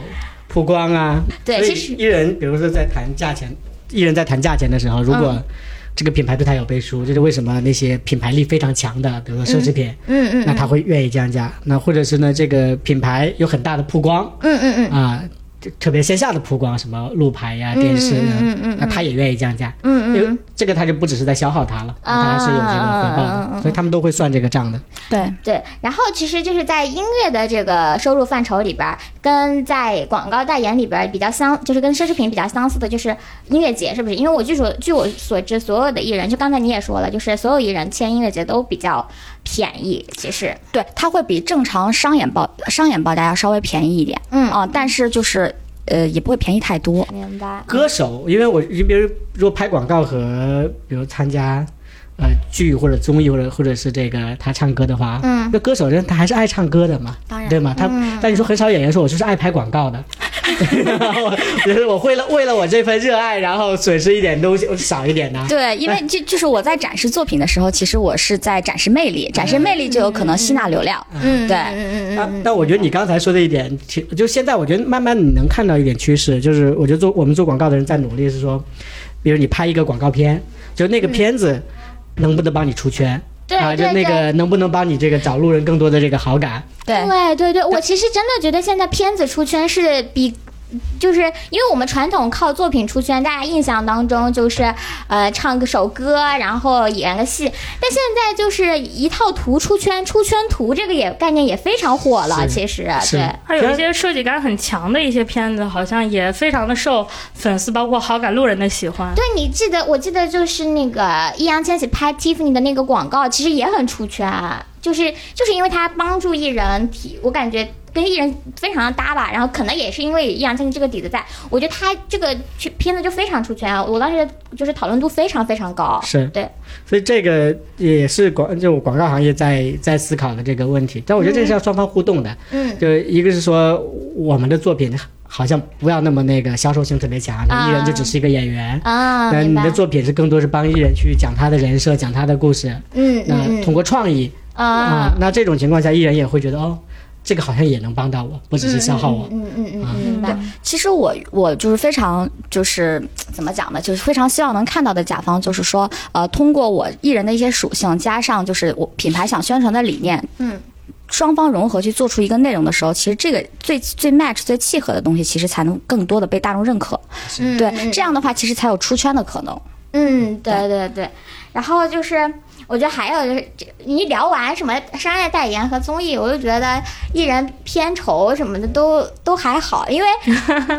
[SPEAKER 4] 曝光啊。
[SPEAKER 1] 对
[SPEAKER 4] 所以
[SPEAKER 1] 其实
[SPEAKER 4] 艺人，比如说在谈价钱，艺人在谈价钱的时候，如
[SPEAKER 1] 嗯
[SPEAKER 4] 果这个品牌对他有背书，这是为什么那些品牌力非常强的，比如说奢侈品，
[SPEAKER 1] 嗯嗯
[SPEAKER 4] 那他会愿意降价。那或者是呢，这个品牌有很大的曝光，
[SPEAKER 1] 嗯嗯嗯，
[SPEAKER 4] 啊、就特别线下的曝光，什么路牌呀、电视呀，
[SPEAKER 1] 嗯嗯嗯
[SPEAKER 4] 那他也愿意降价，
[SPEAKER 1] 嗯嗯嗯
[SPEAKER 4] 因为这个他就不只是在消耗他了，
[SPEAKER 1] 啊
[SPEAKER 4] 他还是有这个回报的，
[SPEAKER 1] 嗯嗯嗯
[SPEAKER 4] 所以他们都会算这个账的。
[SPEAKER 3] 对，
[SPEAKER 1] 对。然后其实就是在音乐的这个收入范畴里边儿，跟在广告代言里边儿比较相，就是跟奢侈品比较相似的，就是音乐节，是不是？因为我据说，据我所知，所有的艺人，就刚才你也说了，就是所有艺人签音乐节都比较便宜，其实，
[SPEAKER 3] 对，它会比正常商演报商演报价要稍微便宜一点，
[SPEAKER 1] 嗯哦
[SPEAKER 3] 啊、但是就是呃也不会便宜太多。
[SPEAKER 1] 明白？
[SPEAKER 4] 歌手，因为我你比如如果拍广告和比如参加。呃，剧或者综艺或者或者是这个他唱歌的话，嗯，那歌手人他还是爱唱歌的嘛，
[SPEAKER 3] 当然
[SPEAKER 4] 对吗？他、
[SPEAKER 1] 嗯
[SPEAKER 4] 但你说很少演员说我就是爱拍广告的， 我就是我为了为了我这份热爱，然后损失一点东西，我少一点的、
[SPEAKER 3] 对，因为就就是我在展示作品的时候，其实我是在展示魅力，展示魅力就有可能吸纳流量。
[SPEAKER 1] 嗯，
[SPEAKER 3] 对
[SPEAKER 1] 嗯嗯嗯
[SPEAKER 4] 啊，但我觉得你刚才说的一点，其就现在我觉得慢慢你能看到一点趋势，就是我觉得做我们做广告的人在努力是说，比如你拍一个广告片，就那个片子能不能帮你出圈，
[SPEAKER 1] 嗯对
[SPEAKER 4] 啊，就
[SPEAKER 1] 对
[SPEAKER 4] 那
[SPEAKER 1] 对
[SPEAKER 4] 个能不能帮你这个找路人更多的这个好感，
[SPEAKER 3] 对
[SPEAKER 1] 对对对，我其实真的觉得现在片子出圈是比。就是因为我们传统靠作品出圈，大家印象当中就是，呃，唱个首歌，然后演个戏。但现在就是一套图出圈，出圈图这个也概念也非常火了。
[SPEAKER 4] 是
[SPEAKER 1] 其实，
[SPEAKER 4] 是
[SPEAKER 1] 对，
[SPEAKER 2] 还有一些设计感很强的一些片子，好像也非常的受粉丝包括好感路人的喜欢。
[SPEAKER 1] 对，你记得，我记得就是那个易烊千玺拍 Tiffany 的那个广告，其实也很出圈，啊就是就是因为他帮助艺人提，我感觉跟艺人非常的搭吧，然后可能也是因为易烊千玺这个底子在，我觉得他这个去片子就非常出圈啊，我当时就是讨论度非常非常高，
[SPEAKER 4] 是嗯
[SPEAKER 1] 对，
[SPEAKER 4] 所以这个也是广就广告行业在在思考的这个问题。但我觉得这是要双方互动的，
[SPEAKER 1] 嗯，
[SPEAKER 4] 就一个是说我们的作品好像不要那么那个销售性特别强，
[SPEAKER 1] 啊
[SPEAKER 4] 艺人就只是一个演员。
[SPEAKER 1] 啊，
[SPEAKER 4] 那
[SPEAKER 1] 明
[SPEAKER 4] 你
[SPEAKER 1] 白
[SPEAKER 4] 的，作品是更多是帮艺人去讲他的人设，讲他的故事，
[SPEAKER 1] 嗯
[SPEAKER 4] 那
[SPEAKER 1] 嗯
[SPEAKER 4] 通过创意
[SPEAKER 1] 嗯
[SPEAKER 4] 啊
[SPEAKER 1] 啊，，
[SPEAKER 4] 那这种情况下，艺人也会觉得哦，这个好像也能帮到我，不只是消耗我。
[SPEAKER 1] 嗯嗯嗯
[SPEAKER 4] 啊
[SPEAKER 1] 嗯，明白，
[SPEAKER 3] 其实我我就是非常就是怎么讲呢，就是非常希望能看到的甲方就是说，呃，通过我艺人的一些属性，加上就是我品牌想宣传的理念，
[SPEAKER 1] 嗯。
[SPEAKER 3] 双方融合去做出一个内容的时候，其实这个最最 match 最契合的东西，其实才能更多的被大众认可。
[SPEAKER 1] 嗯
[SPEAKER 3] 对，
[SPEAKER 1] 嗯
[SPEAKER 3] 这样的话其实才有出圈的可能。
[SPEAKER 1] 嗯，对对对。然后就是，我觉得还有就是，这你聊完什么商业代言和综艺，我就觉得艺人片酬什么的都都还好，因为 因为对着他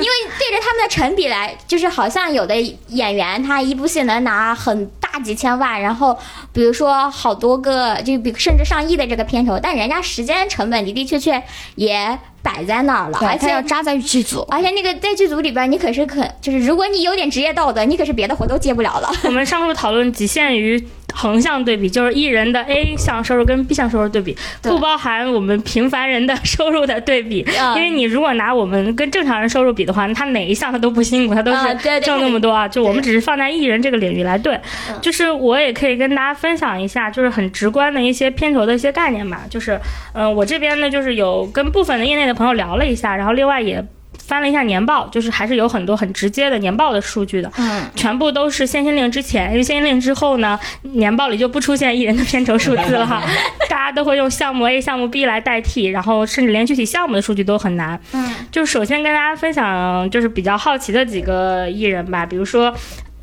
[SPEAKER 1] 们的成比来，就是好像有的演员他一部戏能拿很大大几千万，然后比如说好多个，就比甚至上亿的这个片酬，但人家时间成本的的确确也摆在那儿了，而
[SPEAKER 3] 对，他
[SPEAKER 1] 且
[SPEAKER 3] 要扎在啊剧组。
[SPEAKER 1] 而且那个在剧组里边，你可是可就是，如果你有点职业道德，你可是别的活都接不了了。
[SPEAKER 2] 我们上述讨论仅限于横向对比，就是艺人的 A 项收入跟 B 项收入对比，
[SPEAKER 1] 对
[SPEAKER 2] 不包含我们平凡人的 收入的对比。
[SPEAKER 1] 嗯
[SPEAKER 2] 因为你如果拿我们跟正常人收入比的话，那他哪一项他都不辛苦，他都
[SPEAKER 1] 啊对
[SPEAKER 2] 是
[SPEAKER 1] 对嗯
[SPEAKER 2] 挣那么多啊。就我们只是放在艺人这个领域来对，就是我也可以跟大家分享一下，就是很直观的一些片酬的一些概念吧。就是，嗯、我这边呢就是有跟部分的业内的朋友聊了一下，然后另外也。翻了一下年报，就是还是有很多很直接的年报的数据的。
[SPEAKER 1] 嗯，
[SPEAKER 2] 全部都是限薪令之前，因为限薪令之后呢，年报里就不出现艺人的片酬数字了 哈，大家都会用项目 A、项目 B 来代替，然后甚至连具体项目的数据都很难。
[SPEAKER 1] 嗯，
[SPEAKER 2] 就首先跟大家分享，就是比较好奇的几个艺人吧，比如说。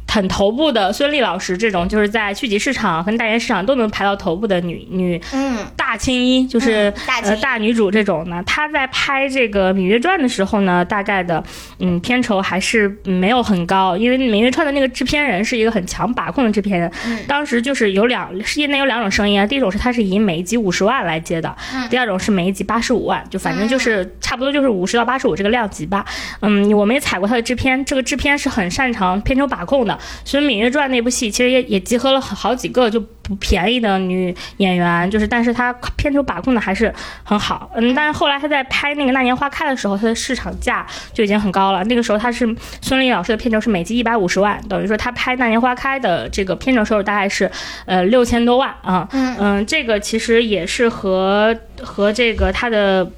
[SPEAKER 2] 很头部的孙俪老师这种，就是在续集市场跟代言市场都能排到头部的女女
[SPEAKER 1] 嗯，
[SPEAKER 2] 大青衣，就是、
[SPEAKER 1] 嗯大青衣
[SPEAKER 2] 呃、大女主这种呢，她在拍这个《芈月传》的时候呢，大概的嗯片酬还是没有很高，因为《芈月传》的那个制片人是一个很强把控的制片人，
[SPEAKER 1] 嗯
[SPEAKER 2] 当时就是有两业内有两种声音啊，第一种是他是以每一集五十万来接的，
[SPEAKER 1] 嗯
[SPEAKER 2] 第二种是每一集八十五万，就反正就是差不多就是五十到八十五这个量级吧。嗯，我们也采过他的制片，这个制片是很擅长片酬把控的，所以《芈月传》那部戏其实也也集合了好几个就不便宜的女演员，就是但是她片酬把控的还是很好。嗯，但是后来她在拍那个《那年花开》的时候，她的市场价就已经很高了。那个时候她是孙俪老师的片酬是每集一百五十万，等于说她拍《那年花开》的这个片酬收入大概是呃六千多万啊。嗯这个其实也是和和这个她的。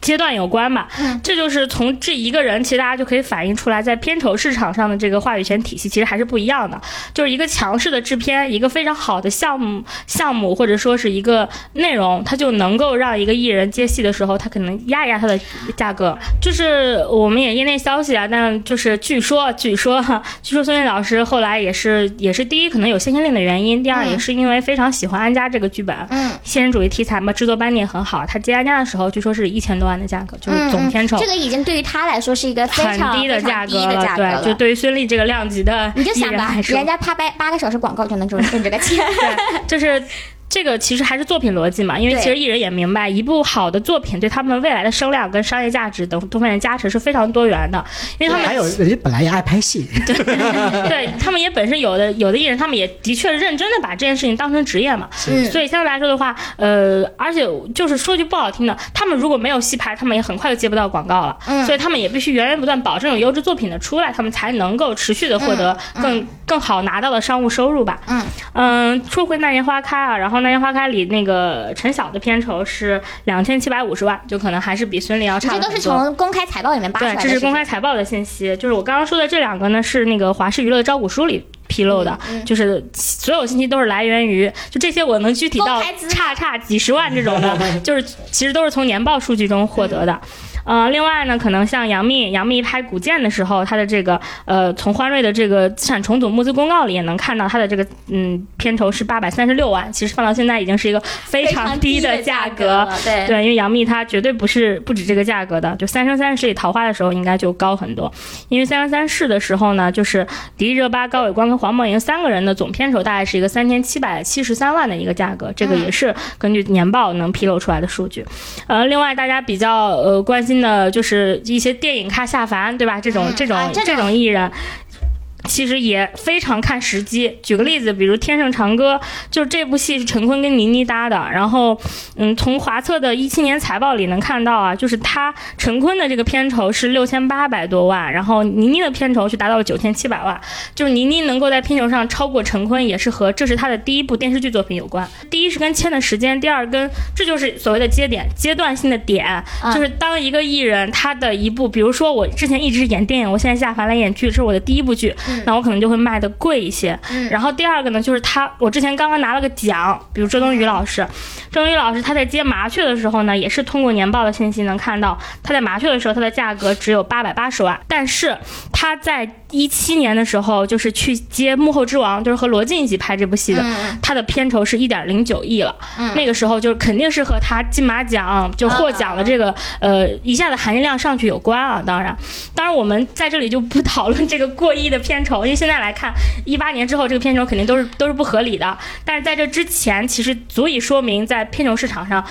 [SPEAKER 2] 阶段有关吧，这就是从这一个人，其实大家就可以反映出来，在片酬市场上的这个话语权体系其实还是不一样的。就是一个强势的制片，一个非常好的项目项目，或者说是一个内容，它就能够让一个艺人接戏的时候，他可能压一压他的价格。就是我们也业内消息啊，但就是据说，据说，哈，据说孙俪老师后来也是也是第一，可能有限薪令的原因；第二，也是因为非常喜欢安家这个剧本，
[SPEAKER 1] 嗯，
[SPEAKER 2] 现实主义题材嘛，制作班底也很好。他接安家的时候，据说是一千多万的价格，就是总片酬。
[SPEAKER 1] 嗯这个已经对于他来说是一个非
[SPEAKER 2] 很
[SPEAKER 1] 常
[SPEAKER 2] 低的
[SPEAKER 1] 非常
[SPEAKER 2] 价格
[SPEAKER 1] 低的价格
[SPEAKER 2] 对，就对于孙俪这个量级的
[SPEAKER 1] 你就
[SPEAKER 2] 艺
[SPEAKER 1] 想
[SPEAKER 2] 人
[SPEAKER 1] 吧，
[SPEAKER 2] 来说，
[SPEAKER 1] 人家拍八八个小时广告就能挣挣这个 钱。
[SPEAKER 2] 就是这个其实还是作品逻辑嘛，因为
[SPEAKER 1] 对
[SPEAKER 2] 其实艺人也明白，一部好的作品对他们未来的声量跟商业价值等多方面加持是非常多元的，因为他们
[SPEAKER 4] 还有人家本来也爱拍戏，
[SPEAKER 2] 对他们也本身有的有的艺人，他们也的确认真的把这件事情当成职业嘛，
[SPEAKER 1] 嗯
[SPEAKER 2] 所以相对来说的话，呃，而且就是说句不好听的，他们如果没有戏拍，他们也很快就接不到广告了，
[SPEAKER 1] 嗯
[SPEAKER 2] 所以他们也必须源源不断保证有优质作品的出来，他们才能够持续的获得更、更好拿到的商务收入吧。
[SPEAKER 1] 嗯
[SPEAKER 2] 嗯，说回《那年花开》啊，然后《那年花开》里那个陈晓的片酬是两千七百五十万，就可能还是比孙俪要差
[SPEAKER 1] 这
[SPEAKER 2] 得
[SPEAKER 1] 都
[SPEAKER 2] 很
[SPEAKER 1] 是
[SPEAKER 2] 多。
[SPEAKER 1] 从公开财报里面扒出
[SPEAKER 2] 对
[SPEAKER 1] 来，的。
[SPEAKER 2] 这是公开财报的信息，就是我刚刚说的这两个呢，是那个华视娱乐的招股书里披露的，
[SPEAKER 1] 嗯
[SPEAKER 2] 就是所有信息都是来源于，就这些我能具体到
[SPEAKER 1] 公开资料
[SPEAKER 2] 差差几十万这 种的，就是其实都是从年报数据中获得的。
[SPEAKER 1] 嗯
[SPEAKER 2] 呃，另外呢，可能像杨幂，杨幂拍《古剑》的时候，她的这个呃，从欢瑞的这个资产重组募资公告里也能看到，她的这个嗯片酬是八百三十六万，其实放到现在已经是一个非
[SPEAKER 1] 非
[SPEAKER 2] 常
[SPEAKER 1] 常
[SPEAKER 2] 低
[SPEAKER 1] 的
[SPEAKER 2] 价
[SPEAKER 1] 格了，对，
[SPEAKER 2] 对，因为杨幂她绝对不是不止这个价格的，就《三生三世》里桃花的时候应该就高很多，因为《三生三世》的时候呢，就是迪丽热巴、高伟光跟黄梦莹三个人的总片酬大概是一个三千七百七十三万的一个价格，这个也是根据年报能披露出来的数据。呃，另外大家比较呃关心的就是一些电影咖下凡，对吧？这种、
[SPEAKER 1] 嗯
[SPEAKER 2] 这种、
[SPEAKER 1] 啊这种
[SPEAKER 2] 种艺人。其实也非常看时机。举个例子，比如《天盛长歌》，就是这部戏是陈坤跟倪妮搭的。然后，嗯，从华策的一七年财报里能看到啊，就是他陈坤的这个片酬是六千八百多万，然后倪妮的片酬是达到了九千七百万。就是倪妮能够在片酬上超过陈坤，也是和这是她的第一部电视剧作品有关。第一是跟签的时间，第二跟这就是所谓的节点阶段性的点，就是当一个艺人他的一部，比如说我之前一直演电影，我现在下凡来演剧，这是我的第一部剧，那我可能就会卖的贵一些。然后第二个呢，就是他我之前刚刚拿了个奖，比如周冬雨老师，周冬雨老师她在接麻雀的时候呢，也是通过年报的信息能看到，她在麻雀的时候她的价格只有八百八十万，但是。他在一七年的时候，就是去接《幕后之王》，就是和罗晋一起拍这部戏的，他的片酬是一点零九亿了。那个时候就是肯定是和他金马奖就获奖的这个、呃一下子含金量上去有关啊。当然，当然我们在这里就不讨论这个过亿的片酬，因为现在来看，一八年之后这个片酬肯定都是都是不合理的。但是在这之前，其实足以说明在片酬市场上，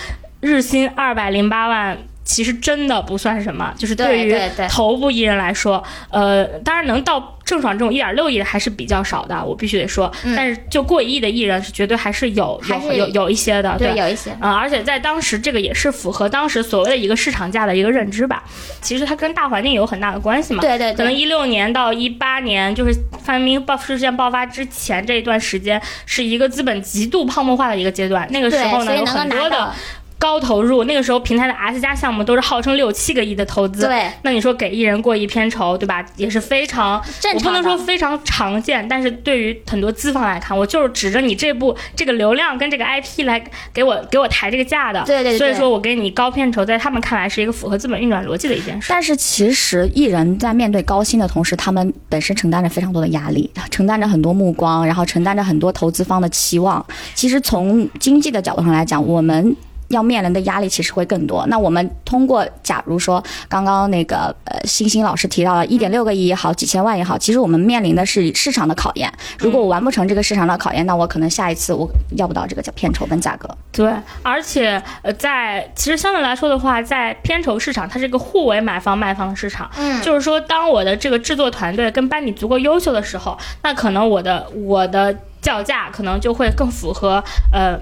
[SPEAKER 2] 日薪二百零八万。其实真的不算什么，就是
[SPEAKER 1] 对
[SPEAKER 2] 于
[SPEAKER 1] 对对
[SPEAKER 2] 头部艺人来说，呃，当然能到郑爽这种一点六亿的还是比较少的，我必须得说。但是就过亿的艺人是绝对还是有
[SPEAKER 1] 嗯还
[SPEAKER 2] 有
[SPEAKER 1] 是
[SPEAKER 2] 有有一些的，
[SPEAKER 1] 对，
[SPEAKER 2] 对。
[SPEAKER 1] 有一些，
[SPEAKER 2] 啊、而且在当时，这个也是符合当时所谓的一个市场价的一个认知吧。其实它跟大环境有很大的关系嘛。
[SPEAKER 1] 对对
[SPEAKER 2] 可能
[SPEAKER 1] 对，
[SPEAKER 2] 一六年到一八年，就是范冰冰爆事件爆发之前这一段时间，是一个资本极度泡沫化的一个阶段。那个时
[SPEAKER 1] 对，
[SPEAKER 2] 候
[SPEAKER 1] 所
[SPEAKER 2] 呢，
[SPEAKER 1] 以
[SPEAKER 2] 有
[SPEAKER 1] 能够
[SPEAKER 2] 很
[SPEAKER 1] 拿
[SPEAKER 2] 多的
[SPEAKER 1] 到，
[SPEAKER 2] 高投入，那个时候平台的 S 加项目都是号称六七个亿的投资。
[SPEAKER 1] 对，
[SPEAKER 2] 那你说给艺人过亿片酬，对吧？也是非常，
[SPEAKER 1] 正
[SPEAKER 2] 我不
[SPEAKER 1] 常
[SPEAKER 2] 能
[SPEAKER 1] 的
[SPEAKER 2] 说非常常见，但是对于很多资方来看，我就是指着你这部这个流量跟这个 IP 来给我给我抬这个价的。
[SPEAKER 1] 对对对
[SPEAKER 2] 所以说我给你高片酬，在他们看来是一个符合资本运转逻辑的一件事。
[SPEAKER 3] 但是其实艺人在面对高薪的同时，他们本身承担着非常多的压力，承担着很多目光，然后承担着很多投资方的期望。其实从经济的角度上来讲，我们。要面临的压力其实会更多。那我们通过，假如说刚刚那个呃，星星老师提到了一点六个亿也好，几千万也好，其实我们面临的是市场的考验。如果我完不成这个市场的考验，那我可能下一次我要不到这个片酬跟价格。
[SPEAKER 2] 对，而且呃，在其实相对来说的话，在片酬市场，它是一个互为买方卖方的市场。
[SPEAKER 1] 嗯
[SPEAKER 2] 就是说，当我的这个制作团队跟班底足够优秀的时候，那可能我的我的叫价可能就会更符合呃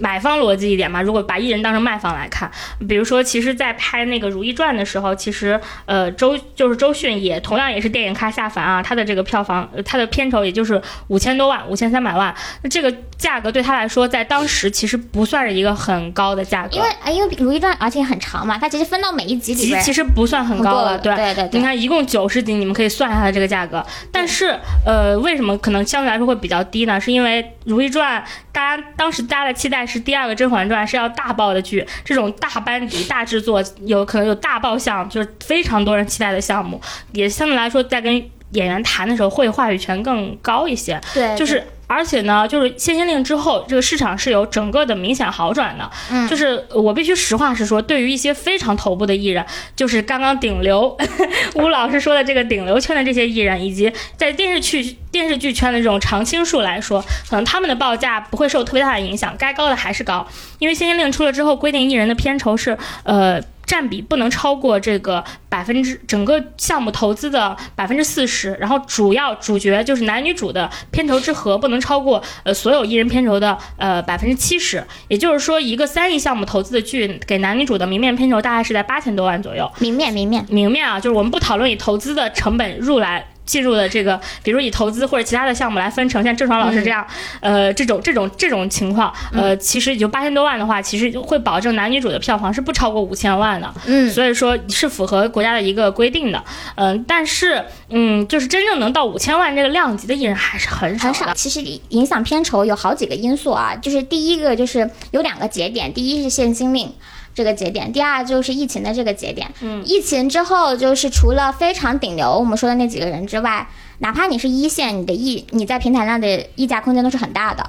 [SPEAKER 2] 买方逻辑一点嘛。如果把艺人当成卖方来看，比如说，其实，在拍那个《如懿传》的时候，其实呃周就是周迅也同样也是电影咖下凡啊，她的这个票房，呃她的片酬也就是五千多万，五千三百万，那这个价格对她来说，在当时其实不算是一个很高的价格，
[SPEAKER 1] 因为啊，因为《如懿传》而且很长嘛，它其实分到每一集里
[SPEAKER 2] 其
[SPEAKER 1] 边，
[SPEAKER 2] 其实不算很
[SPEAKER 1] 很
[SPEAKER 2] 高
[SPEAKER 1] 过
[SPEAKER 2] 了，对。
[SPEAKER 1] 对对
[SPEAKER 2] 你
[SPEAKER 1] 对，
[SPEAKER 2] 看，一共九十集，你们可以算一下它这个价格。但是，呃，为什么可能相对来说会比较低呢？是因为《如懿传》，大家当时大家的期待是第二个《甄嬛传》是要大爆的剧，这种大班底、大制作，有可能有大爆项，就是非常多人期待的项目，也相对来说在跟演员谈的时候会话语权更高一些。
[SPEAKER 1] 对，
[SPEAKER 2] 就是。而且呢，就是《限薪令》之后，这个市场是有整个的明显好转的。
[SPEAKER 1] 嗯
[SPEAKER 2] 就是我必须实话实说，对于一些非常头部的艺人，就是刚刚顶流 吴老师说的这个顶流圈的这些艺人，以及在电视剧电视剧圈的这种常青树来说，可能他们的报价不会受特别大的影响，该高的还是高。因为《限薪令》出了之后，规定艺人的片酬是呃。占比不能超过这个百分之整个项目投资的百分之四十，然后主要主角就是男女主的片酬之和不能超过呃所有艺人片酬的呃百分之七十，也就是说一个三亿项目投资的剧给男女主的明面片酬大概是在八千多万左右。
[SPEAKER 1] 明面明面，
[SPEAKER 2] 明面啊，就是我们不讨论以投资的成本入来。进入的这个，比如以投资或者其他的项目来分成，像郑爽老师这样，呃，这种这种这种情况，呃，其实也就八千多万的话，其实会保证男女主的票房是不超过五千万的。
[SPEAKER 1] 嗯，
[SPEAKER 2] 所以说是符合国家的一个规定的。嗯、但是嗯，就是真正能到五千万这个量级的艺人还是很
[SPEAKER 1] 很
[SPEAKER 2] 少的。
[SPEAKER 1] 少。其实影响片酬有好几个因素啊，就是第一个就是有两个节点，第一是限薪令。这个节点，第二就是疫情的这个节点。嗯，疫情之后，就是除了非常顶流我们说的那几个人之外，哪怕你是一线，你的溢你在平台上的溢价空间都是很大的，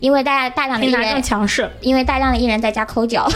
[SPEAKER 1] 因为大家大量的艺
[SPEAKER 2] 平台更
[SPEAKER 1] 人，
[SPEAKER 2] 强势，
[SPEAKER 1] 因为大量的艺人在家抠脚，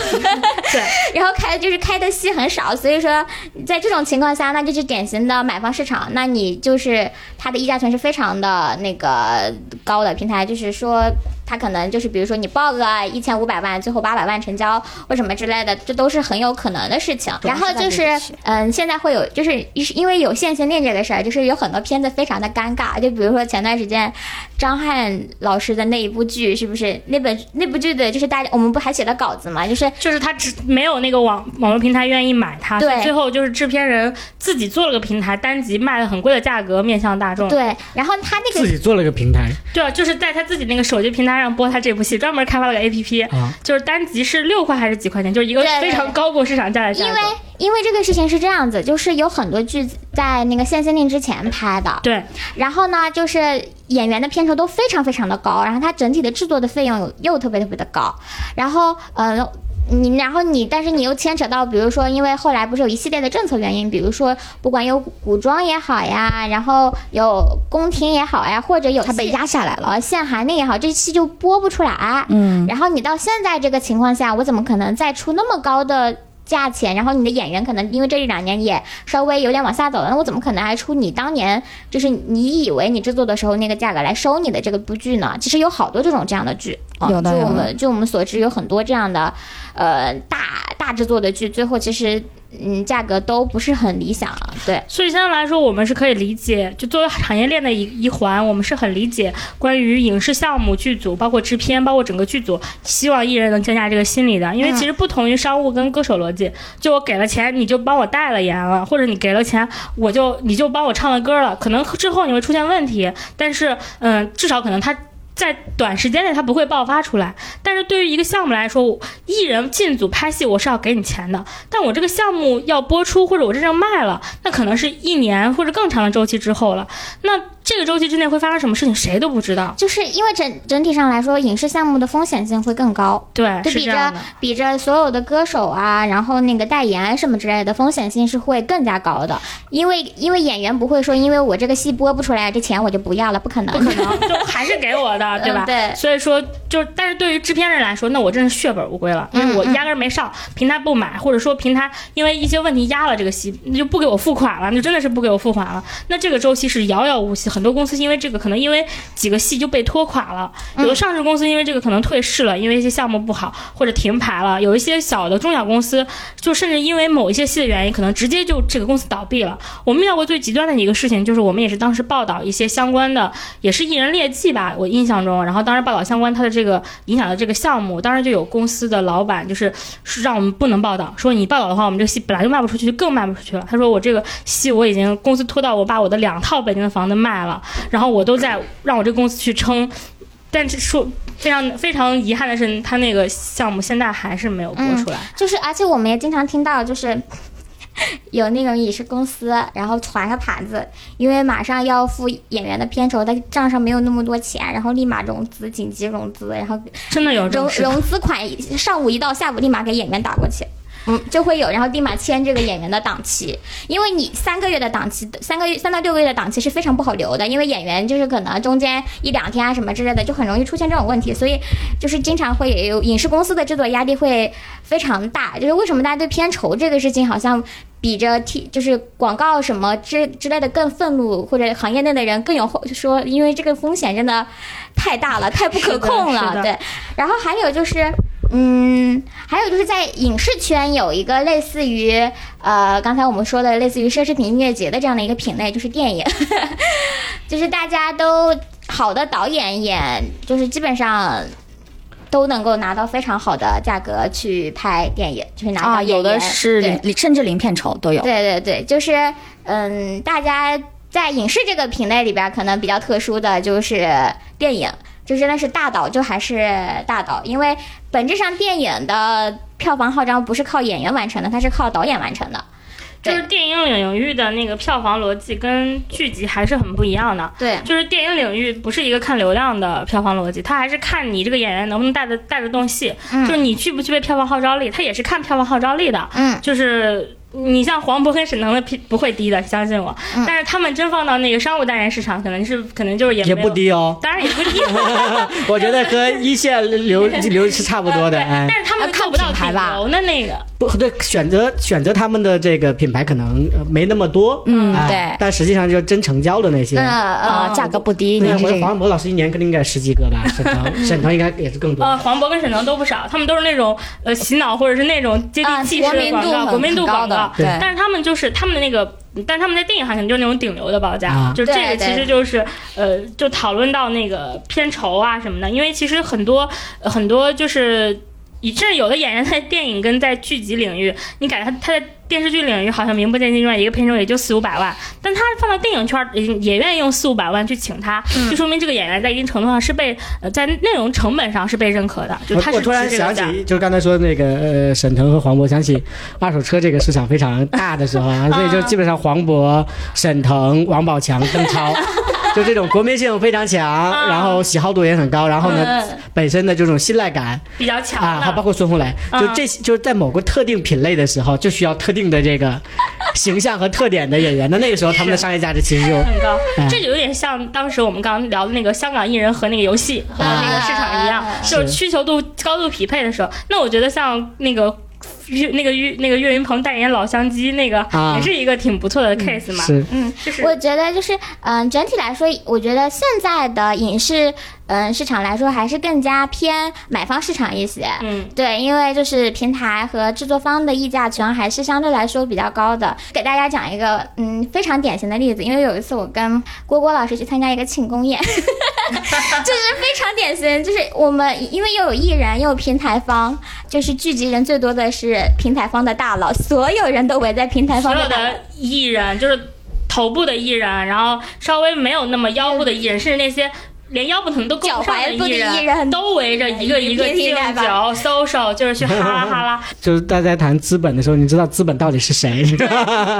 [SPEAKER 2] 对，
[SPEAKER 1] 然后开就是开的戏很少，所以说在这种情况下，那就是典型的买方市场，那你就是它的议价权是非常的那个高的。平台就是说，它可能就是比如说你报个一千五百万，最后八百万成交或什么之类的，这都是很有可能的事情。然后就是
[SPEAKER 3] 对不起
[SPEAKER 1] 嗯，现在会有就是因为有限薪令这个事儿，就是有很多片子非常的尴尬，就比如说前段时间张翰老师的那一部剧，是不是那本那部剧的就是大家我们不还写了稿子嘛，就是
[SPEAKER 2] 就是他只没有那个网网络平台愿意买它，
[SPEAKER 1] 对
[SPEAKER 2] 所以最后就是制片人自己做了个平台，单集卖了很贵的价格面向
[SPEAKER 3] 嗯
[SPEAKER 2] 大众。
[SPEAKER 1] 对，然后他那
[SPEAKER 4] 自
[SPEAKER 1] 个
[SPEAKER 4] 己做了个平台
[SPEAKER 2] 对啊，就是在他自己那个手机平台上播他这部戏，专门开发了个 APP，、
[SPEAKER 4] 啊，
[SPEAKER 2] 就是单集是六块还是几块钱，就是一个
[SPEAKER 1] 对对
[SPEAKER 2] 非常高过市场价的价格。
[SPEAKER 1] 因为因为这个事情是这样子，就是有很多剧在那个限薪令之前拍的，
[SPEAKER 2] 对，
[SPEAKER 1] 然后呢，就是演员的片酬都非常非常的高，然后它整体的制作的费用又特别特别的高，然后呃。你然后你，但是你又牵扯到，比如说，因为后来不是有一系列的政策原因，比如说，不管有古装也好呀，然后有宫廷也好呀，或者有
[SPEAKER 3] 它被
[SPEAKER 1] 限
[SPEAKER 3] 压下来了。
[SPEAKER 1] 呃限韩令也好，这期就播不出来。
[SPEAKER 3] 嗯，
[SPEAKER 1] 然后你到现在这个情况下，我怎么可能再出那么高的价钱？然后你的演员可能因为这一两年也稍微有点往下走了，那我怎么可能还出你当年就是你以为你制作的时候那个价格来收你的这个部剧呢？其实有好多这种这样的剧，啊
[SPEAKER 3] 有的
[SPEAKER 1] 就
[SPEAKER 3] 有
[SPEAKER 1] 我
[SPEAKER 3] 的
[SPEAKER 1] 们就我们所知有很多这样的，呃，大大制作的剧，最后其实嗯价格都不是很理想，对。
[SPEAKER 2] 所以相对来说，我们是可以理解，就作为产业链的一一环，我们是很理解关于影视项目剧组，包括制片，包括整个剧组，希望艺人能降下这个心理的。因为其实不同于商务跟歌手逻辑，就我给了钱，你就帮我代了言了，或者你给了钱，我就你就帮我唱了歌了。可能之后你会出现问题，但是嗯、至少可能他。在短时间内，它不会爆发出来。但是对于一个项目来说，我艺人进组拍戏，我是要给你钱的。但我这个项目要播出，或者我真正卖了，那可能是一年或者更长的周期之后了。那这个周期之内会发生什么事情，谁都不知道。
[SPEAKER 1] 就是因为整整体上来说，影视项目的风险性会更高，
[SPEAKER 2] 对，
[SPEAKER 1] 对
[SPEAKER 2] 是
[SPEAKER 1] 比
[SPEAKER 2] 这样
[SPEAKER 1] 着
[SPEAKER 2] 的。
[SPEAKER 1] 比着所有的歌手啊，然后那个代言啊什么之类的，风险性是会更加高的，因为因为演员不会说，因为我这个戏播不出来，这钱我就不要了，不可能，
[SPEAKER 2] 不可能，就还 是给 我的，对吧？
[SPEAKER 1] 嗯对
[SPEAKER 2] 所以说，就是，但是对于制片人来说，那我真是血本无归了，因为我压根儿没上，平台不买，或者说平台因为一些问题压了这个戏，那就不给我付款了，那就真的是不给我付款了。那这个周期是遥遥无期，很多公司因为这个可能因为几个戏就被拖垮了，有的上市公司因为这个可能退市了，因为一些项目不好或者停牌了，有一些小的中小公司就甚至因为某一些戏的原因，可能直接就这个公司倒闭了。我们遇到过最极端的一个事情，就是我们也是当时报道一些相关的，也是艺人劣迹吧，我印象中，然后当时报道相关他的这个影响的这个项目，当时就有公司的老板就是是让我们不能报道，说你报道的话，我们这个戏本来就卖不出去，就更卖不出去了。他说我这个戏我已经公司拖到我把我的两套北京的房子卖了，然后我都在让我这公司去撑，但是说非常非常遗憾的是，他那个项目现在还是没有播出来。
[SPEAKER 1] 就是而且我们也经常听到就是。 有那种影视公司，然后传个盘子，因为马上要付演员的片酬，但账上没有那么多钱，然后立马融资，紧急融资，然后
[SPEAKER 2] 真的有这
[SPEAKER 1] 融
[SPEAKER 2] 种事情。
[SPEAKER 1] 融资款上午一到，下午立马给演员打过去。嗯，就会有，然后立马签这个演员的档期，因为你三个月的档期，三个月三到六个月的档期是非常不好留的，因为演员就是可能中间一两天啊什么之类的，就很容易出现这种问题，所以就是经常会有影视公司的制作压力会非常大，就是为什么大家对片酬这个事情好像比着 T 就是广告什么之之类的更愤怒，或者行业内的人更有后说，因为这个风险真的太大了，太不可
[SPEAKER 2] 是的
[SPEAKER 1] 控
[SPEAKER 2] 是
[SPEAKER 1] 了，
[SPEAKER 2] 的
[SPEAKER 1] 对。然后还有就是，嗯，还有就是在影视圈有一个类似于呃刚才我们说的类似于奢侈品音乐节的这样的一个品类，就是电影， 就是大家都好的导演演，就是基本上。都能够拿到非常好的价格去拍电影，就是拿到
[SPEAKER 3] 啊，
[SPEAKER 1] 演员、
[SPEAKER 3] 有的是
[SPEAKER 1] 对
[SPEAKER 3] 零零甚至零片酬都有。
[SPEAKER 1] 对对对，就是嗯，大家在影视这个品类里边，可能比较特殊的就是电影，就真的是大导，就还是大导，因为本质上电影的票房号召不是靠演员完成的，它是靠导演完成的。
[SPEAKER 2] 就是电影领域的那个票房逻辑跟剧集还是很不一样的。
[SPEAKER 1] 对，
[SPEAKER 2] 就是电影领域不是一个看流量的票房逻辑，它还是看你这个演员能不能带得带得动戏，
[SPEAKER 3] 嗯
[SPEAKER 2] 就是你具不具备票房号召力，它也是看票房号召力的。
[SPEAKER 1] 嗯，
[SPEAKER 2] 就是你像黄渤跟沈腾的片不会低的，相信我。
[SPEAKER 3] 嗯
[SPEAKER 2] 但是他们真放到那个商务代言市场，可能是可能就是也
[SPEAKER 4] 也
[SPEAKER 2] 没有
[SPEAKER 4] 不，低哦。
[SPEAKER 2] 当然也不低。
[SPEAKER 4] 我觉得和一线流流是 差不多
[SPEAKER 2] 对
[SPEAKER 4] 的，哎
[SPEAKER 2] 但。是他们
[SPEAKER 3] 啊看
[SPEAKER 2] 做不到
[SPEAKER 3] 品牌吧
[SPEAKER 2] 顶流的那个，
[SPEAKER 4] 不对，选择选择他们的这个品牌可能呃没那么多，
[SPEAKER 3] 嗯
[SPEAKER 4] 哎
[SPEAKER 3] 对
[SPEAKER 4] 但实际上就真成交的那些。
[SPEAKER 1] 呃呃，
[SPEAKER 2] 嗯
[SPEAKER 3] 啊，价格不低，
[SPEAKER 4] 对
[SPEAKER 3] 您
[SPEAKER 4] 啊，
[SPEAKER 3] 是
[SPEAKER 4] 我
[SPEAKER 3] 这个。
[SPEAKER 4] 黄渤老师一年肯定应该十几个吧，沈腾，沈腾应该也是更多。
[SPEAKER 2] 呃，黄渤跟沈腾都不少，他们都是那种呃洗脑或者是那种接地气
[SPEAKER 3] 啊
[SPEAKER 2] 式的广告，
[SPEAKER 3] 国
[SPEAKER 2] 国
[SPEAKER 3] 民
[SPEAKER 2] 民度
[SPEAKER 3] 度很
[SPEAKER 2] 广告
[SPEAKER 3] 很高的。对
[SPEAKER 2] 但是他们就是他们的那个，但是他们在电影上可能就是那种顶流的报价，
[SPEAKER 4] 啊
[SPEAKER 2] 就是这个
[SPEAKER 1] 对对
[SPEAKER 2] 其实就是呃，就讨论到那个片酬啊什么的，因为其实很多、呃很多就是。以至有的演员在电影跟在剧集领域，你感觉他他在电视剧领域好像名不见经传，一个片酬也就四五百万，但他放到电影圈儿也也愿意用四五百万去请他，
[SPEAKER 4] 嗯
[SPEAKER 2] 就说明这个演员在一定程度上是被呃在内容成本上是被认可的，就
[SPEAKER 4] 我
[SPEAKER 2] 他
[SPEAKER 4] 我
[SPEAKER 2] 是
[SPEAKER 4] 突然
[SPEAKER 2] 值这
[SPEAKER 4] 想
[SPEAKER 2] 个价。
[SPEAKER 4] 起，就是刚才说那个呃，沈腾和黄渤，想起二手车这个市场非 常大的时候啊，所以就基本上黄渤、沈腾、王宝强、邓超就这种国民性非常强，然后喜好度也很高，然后呢
[SPEAKER 2] 嗯
[SPEAKER 4] 本身的这种信赖感
[SPEAKER 2] 比较强
[SPEAKER 4] 啊，还包
[SPEAKER 2] 的。
[SPEAKER 4] 括孙红雷，就
[SPEAKER 2] 嗯
[SPEAKER 4] 这就是在某个特定品类的时候，就需要特定的这个形象和特点的演员。那那个时候他们的商业价值其实就
[SPEAKER 2] 很高
[SPEAKER 4] 嗯，
[SPEAKER 2] 这有点像当时我们刚刚聊的那个香港艺人和那个游戏和那个市场一样
[SPEAKER 1] 啊，
[SPEAKER 2] 就是需求度高度匹配的时候。那我觉得像那个岳那个岳那个岳云鹏代言老乡鸡那个，
[SPEAKER 4] 啊
[SPEAKER 2] 也是一个挺不错的 case 嘛。
[SPEAKER 4] 是
[SPEAKER 1] 嗯，
[SPEAKER 2] 就是
[SPEAKER 1] 我觉得就是，嗯、整体来说，我觉得现在的影视，嗯、市场来说还是更加偏买方市场一些。
[SPEAKER 2] 嗯，
[SPEAKER 1] 对，因为就是平台和制作方的议价权还是相对来说比较高的。给大家讲一个，嗯，非常典型的例子，因为有一次我跟郭郭老师去参加一个庆功宴， 就是非常典型，就是我们因为又有艺人又有平台方，就是聚集人最多的是平台方的大佬，所有人都围在平台
[SPEAKER 2] 所
[SPEAKER 1] 方
[SPEAKER 2] 有
[SPEAKER 1] 大佬
[SPEAKER 2] 的艺人就是头部的艺人，然后稍微没有那么腰部的艺人，甚至那些。连腰部可能都够不上
[SPEAKER 1] 脚踝部的艺
[SPEAKER 2] 艺
[SPEAKER 1] 人哎
[SPEAKER 2] 都围着一个一个
[SPEAKER 1] 一个一
[SPEAKER 2] 敬
[SPEAKER 1] 个来
[SPEAKER 2] 酒、
[SPEAKER 1] 吧
[SPEAKER 2] social，就是去哈啦哈啦，
[SPEAKER 4] 就是大家谈资本的时候，你知道资本到底是谁，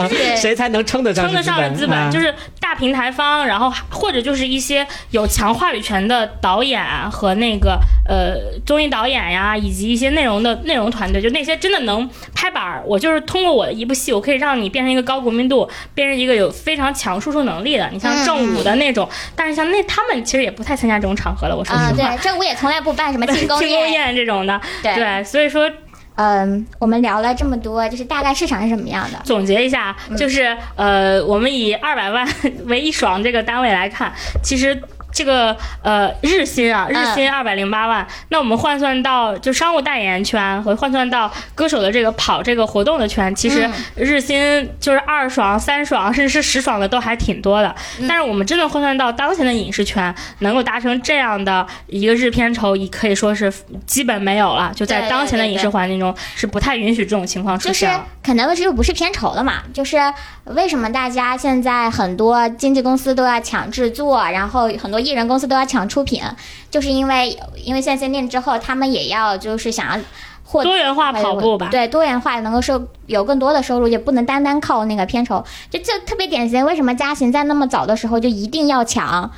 [SPEAKER 1] 对
[SPEAKER 4] 谁才能称得上
[SPEAKER 2] 称得
[SPEAKER 4] 是
[SPEAKER 2] 上的资
[SPEAKER 4] 啊
[SPEAKER 2] 本就是大平台方，然后或者就是一些有强话语权的导演和那个呃综艺导演呀，以及一些内容的内容团队，就那些真的能拍板儿。我就是通过我的一部戏，我可以让你变成一个高国民度，变成一个有非常强输出能力的。你
[SPEAKER 1] 嗯
[SPEAKER 2] 像正午的那种，但是像那他们其实也不太参加这种场合了。我说
[SPEAKER 1] 啊、
[SPEAKER 2] 实话，
[SPEAKER 1] 对，这我也从来不办什么庆功
[SPEAKER 2] 庆功
[SPEAKER 1] 宴。
[SPEAKER 2] 宴这种的，
[SPEAKER 1] 对
[SPEAKER 2] 对，所以说
[SPEAKER 1] 嗯，我们聊了这么多，就是大概市场是什么样的？
[SPEAKER 2] 总结一下，啊就是呃，我们以二百万 为一爽这个单位来看，其实。这个呃日薪啊，日
[SPEAKER 1] 嗯
[SPEAKER 2] 薪二百零八万、那我们换算到就商务代言圈和换算到歌手的这个跑这个活动的圈，其实
[SPEAKER 1] 嗯
[SPEAKER 2] 日薪就是二爽、三爽，甚至是十爽的都还挺多的。
[SPEAKER 1] 嗯
[SPEAKER 2] 但是我们真的换算到当前的影视圈，能够达成这样的一个日片酬，也可以说是基本没有了。就在
[SPEAKER 1] 对
[SPEAKER 2] 当前的
[SPEAKER 1] 对
[SPEAKER 2] 影视
[SPEAKER 1] 对
[SPEAKER 2] 环境中，是不太允许这种情况出
[SPEAKER 1] 就是
[SPEAKER 2] 现了。
[SPEAKER 1] 可能这就不是片酬了嘛，就是为什么大家现在很多经纪公司都要抢制作，然后很多艺人公司都要抢出品，就是因为因为现在限定之后，他们也要就是想要获
[SPEAKER 2] 多元化跑步吧。
[SPEAKER 1] 对，多元化能够收有更多的收入，也不能单单靠那个片酬。就这特别典型，为什么嘉行在那么早的时候就一定要抢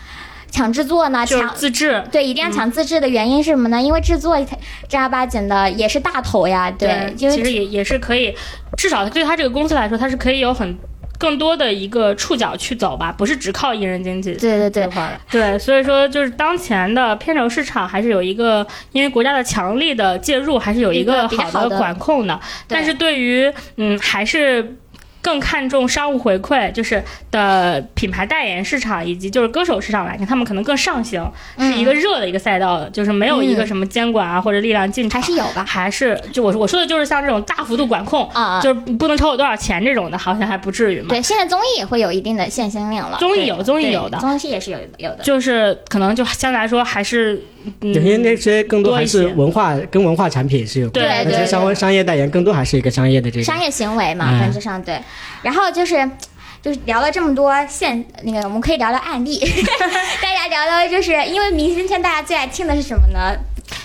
[SPEAKER 1] 抢制作呢？
[SPEAKER 2] 就是嗯
[SPEAKER 1] 抢
[SPEAKER 2] 自制。
[SPEAKER 1] 对，一定要抢自制的原因是什么呢？因为制作才正儿八经的也是大头呀，对，因
[SPEAKER 2] 其实
[SPEAKER 1] 为
[SPEAKER 2] 也也是可以，至少对他这个公司来说，他是可以有很更多的一个触角去走吧，不是只靠艺人经济。
[SPEAKER 1] 对对对
[SPEAKER 2] 这，块儿的对，所以说就是当前的片酬市场还是有一个，因为国家的强力的介入，还是有一
[SPEAKER 1] 一个
[SPEAKER 2] 个
[SPEAKER 1] 比较
[SPEAKER 2] 好
[SPEAKER 1] 好的
[SPEAKER 2] 的管控的。
[SPEAKER 1] 对
[SPEAKER 2] 但是对于嗯，还是更看重商务回馈，就是的品牌代言市场以及就是歌手市场来看，他们可能更上行，是
[SPEAKER 1] 嗯
[SPEAKER 2] 一个热的一个赛道的，就是没有一个什么监管啊、或者力量进场
[SPEAKER 1] 还。是有吧。
[SPEAKER 2] 还是就我我说的就是像这种大幅度管控，
[SPEAKER 1] 啊
[SPEAKER 2] 就是不能超我多少钱这种的，好像还不至于嘛。
[SPEAKER 1] 对，现在综艺也会有一定的限薪令了，
[SPEAKER 2] 嗯综艺
[SPEAKER 1] 对
[SPEAKER 2] 有综艺
[SPEAKER 1] 对
[SPEAKER 2] 有的
[SPEAKER 1] 综艺也是有有的。
[SPEAKER 2] 就是可能就相对来说还是，嗯，
[SPEAKER 4] 因为那些更多还
[SPEAKER 2] 多
[SPEAKER 4] 是
[SPEAKER 2] 一些
[SPEAKER 4] 文化跟文化产品是有关
[SPEAKER 2] 对
[SPEAKER 4] 的，
[SPEAKER 2] 对
[SPEAKER 4] 那些商
[SPEAKER 1] 对
[SPEAKER 4] 商业代言更多还是一个商业的这个
[SPEAKER 1] 商业行为嘛，
[SPEAKER 4] 嗯
[SPEAKER 1] 本质上对。然后就是。就是聊了这么多现那个，我们可以聊聊案 例。大家聊聊，就是因为明星圈大家最爱听的是什么呢？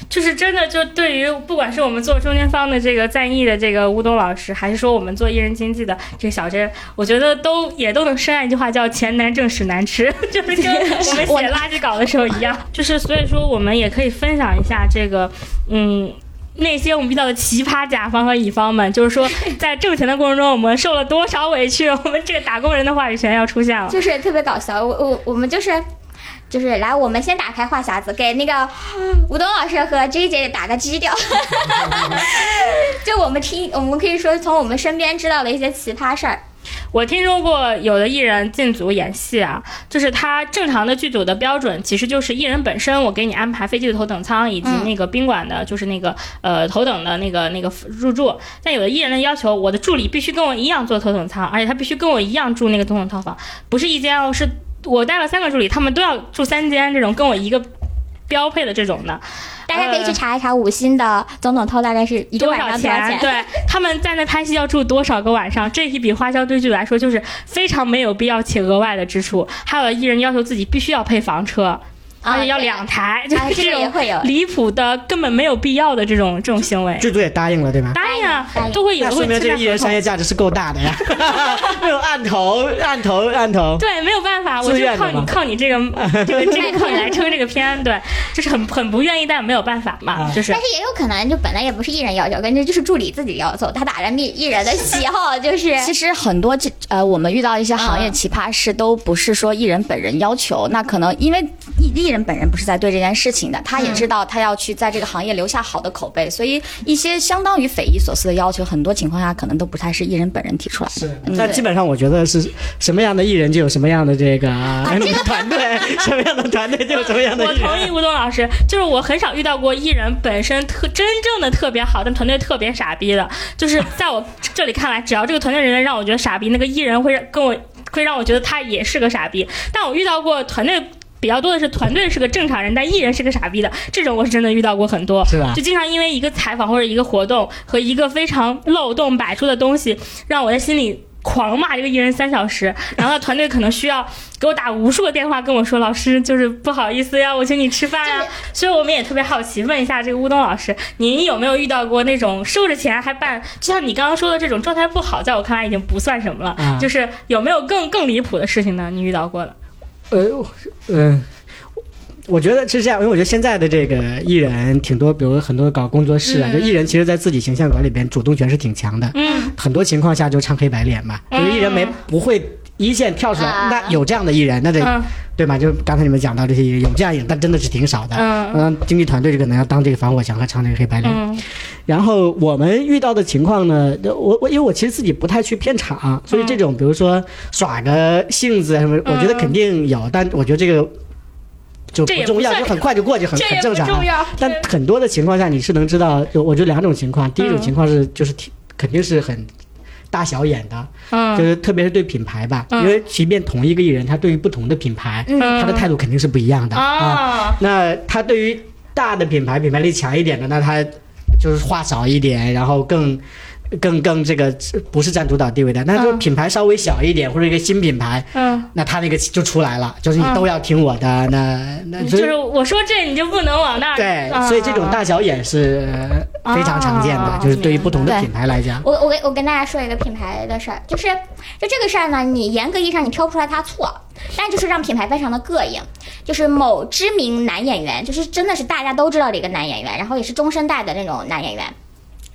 [SPEAKER 2] 就是真的就对于不管是我们做中间方的这个赞艺的这个吴东老师，还是说我们做艺人经济的这个小珍，我觉得都也都能深谙一句话叫“钱难挣屎难吃”，就是跟我们写垃圾稿的时候一样。就是所以说，我们也可以分享一下这个，嗯。那些我们遇到的奇葩甲方和乙方们，就是说，在挣钱的过程中，我们受了多少委屈，我们这个打工人的话语权要出现了。
[SPEAKER 1] 就是特别搞笑。我我我们就是就是来，我们先打开话匣子，给那个吴东老师和 J 姐打个 G 调。 就我们听，我们可以说从我们身边知道的一些奇葩事儿。
[SPEAKER 2] 我听说过有的艺人进组演戏啊，就是他正常的剧组的标准，其实就是艺人本身，我给你安排飞机的头等舱以及那个宾馆的，就是那个呃头等的那个那个入住。但有的艺人的要求，我的助理必须跟我一样坐头等舱，而且他必须跟我一样住那个头等套房，不是一间哦，是我带了三个助理，他们都要住三间这种跟我一个标配的这种的。
[SPEAKER 1] 大家可以去
[SPEAKER 2] 呃
[SPEAKER 1] 查一查五星的总统套大概是一个
[SPEAKER 2] 多
[SPEAKER 1] 晚
[SPEAKER 2] 少
[SPEAKER 1] 上多少钱？
[SPEAKER 2] 对 他们在那拍戏要住多少个晚上，这一笔花销对剧组来说就是非常没有必要且额外的支出。还有艺人要求自己必须要配房车，而且要两台，就
[SPEAKER 1] 啊
[SPEAKER 2] 是
[SPEAKER 1] 这个也会有哎
[SPEAKER 2] 离谱的、根本没有必要的这种这种行为。
[SPEAKER 4] 剧组也答应了，对吧？
[SPEAKER 2] 答应啊
[SPEAKER 1] 答应，
[SPEAKER 2] 都会有
[SPEAKER 4] 那
[SPEAKER 2] 的
[SPEAKER 4] 说
[SPEAKER 2] 会
[SPEAKER 4] 明
[SPEAKER 2] 参
[SPEAKER 4] 这
[SPEAKER 2] 加
[SPEAKER 4] 个艺人
[SPEAKER 2] 合
[SPEAKER 4] 商
[SPEAKER 2] 同。
[SPEAKER 4] 业价值是够 大的呀，那种按头、按头、按头。
[SPEAKER 2] 对，没有办法，我
[SPEAKER 4] 自
[SPEAKER 2] 就
[SPEAKER 4] 愿的
[SPEAKER 2] 靠
[SPEAKER 4] 嘛
[SPEAKER 2] 你，靠你 这个，这个，这个靠你来撑这个片，对，就是很很不愿意，但没有办法嘛，
[SPEAKER 4] 啊
[SPEAKER 2] 就是
[SPEAKER 1] 但。是也有可能，就本来也不是艺人要求，感觉就是助理自己要求，他打着艺艺人的旗号，就是
[SPEAKER 3] 其实很多这呃，我们遇到一些行
[SPEAKER 2] 嗯
[SPEAKER 3] 业奇葩事，都不是说艺人本人要求，那可能因为艺艺人本人不是在对这件事情的，
[SPEAKER 2] 嗯
[SPEAKER 3] 他也知道他要去在这个行业留下好的口碑，所以一些相当于匪夷所思的要求，很多情况下可能都不太是艺人本人提出来的。
[SPEAKER 4] 是，那基本上我觉得是什么样的艺人就有什么样的这个啊 团队，什么样的团队就有什么样的
[SPEAKER 2] 啊我
[SPEAKER 4] 艺
[SPEAKER 2] 同意
[SPEAKER 4] 人。
[SPEAKER 2] 吴东老师，就是我很少遇到过艺人本身特真正的特别好，但团队特别傻逼的。就是在我这里看来，只要这个团队人员让我觉得傻逼，那个艺人会让跟我会让我觉得他也是个傻逼。但我遇到过团队。比较多的是团队是个正常人，但艺人是个傻逼的，这种我是真的遇到过很多，
[SPEAKER 4] 是吧
[SPEAKER 2] 就经常因为一个采访或者一个活动和一个非常漏洞百出的东西，让我在心里狂骂这个艺人三小时，然后他团队可能需要给我打无数个电话跟我说，老师就是不好意思呀，我请你吃饭呀。所以我们也特别好奇，问一下这个乌冬老师，您有没有遇到过那种收着钱还办，就像你刚刚说的这种状态不好，在我看来已经不算什么了，
[SPEAKER 4] 啊
[SPEAKER 2] 就是有没有更更离谱的事情呢？你遇到过的？
[SPEAKER 4] 呃，嗯、我觉得是这样，因为我觉得现在的这个艺人挺多，比如很多搞工作室啊，就艺人其实，在自己形象管理里边主动权是挺强的。
[SPEAKER 2] 嗯，
[SPEAKER 4] 很多情况下就唱黑白脸嘛，有
[SPEAKER 2] 嗯
[SPEAKER 4] 艺人没不会一线跳出来，
[SPEAKER 1] 啊
[SPEAKER 4] 那有这样的艺人，那得、
[SPEAKER 2] 嗯
[SPEAKER 4] 对吧？就刚才你们讲到这些艺人有这样艺人，但真的是挺少的。
[SPEAKER 2] 嗯
[SPEAKER 4] 经纪团队就可能要当这个防火墙和唱这个黑白脸。
[SPEAKER 2] 嗯
[SPEAKER 4] 然后我们遇到的情况呢，我我因为我其实自己不太去片场，所以这种比如说耍个性子啊什么，我觉得肯定有，但我觉得这个就
[SPEAKER 2] 这
[SPEAKER 4] 不
[SPEAKER 2] 也
[SPEAKER 4] 重
[SPEAKER 2] 不
[SPEAKER 4] 要，
[SPEAKER 2] 算
[SPEAKER 4] 就很快就过去，很
[SPEAKER 2] 这
[SPEAKER 4] 很
[SPEAKER 2] 也
[SPEAKER 4] 正
[SPEAKER 2] 不
[SPEAKER 4] 常啊
[SPEAKER 2] 重。要。
[SPEAKER 4] 但很多的情况下，你是能知道，有我觉得两种情况，第一种
[SPEAKER 2] 嗯
[SPEAKER 4] 情况是就是挺肯定是很大小眼的，就
[SPEAKER 2] 嗯
[SPEAKER 4] 是特别是对品牌吧，
[SPEAKER 2] 嗯
[SPEAKER 4] 因为即便同一个艺人，他对于不同的品牌，
[SPEAKER 2] 嗯
[SPEAKER 4] 他的态度肯定是不一样的啊。
[SPEAKER 2] 啊，
[SPEAKER 4] 那他对于大的品牌，品牌力强一点的，那他就是话少一点，然后更。更更这个不是占主导地位的，那就品牌稍微小一点、或者一个新品牌，
[SPEAKER 2] 嗯，
[SPEAKER 4] 那他那个就出来了，就是你
[SPEAKER 2] 嗯
[SPEAKER 4] 都要听我的，那那
[SPEAKER 2] 就
[SPEAKER 4] 呃所以
[SPEAKER 2] 是我说这你就不能往那儿
[SPEAKER 4] 对，
[SPEAKER 2] 啊
[SPEAKER 4] 所以这种大小眼是呃非常常见的
[SPEAKER 2] 啊，
[SPEAKER 4] 就是对于不同的
[SPEAKER 1] 明白
[SPEAKER 4] 品牌来讲，
[SPEAKER 1] 我我跟我跟大家说一个品牌的事儿，就是就这个事儿呢，你严格意义上你挑不出来他错，但就是让品牌非常的膈应。就是某知名男演员，就是真的是大家都知道的一个男演员，然后也是中生代的那种男演员，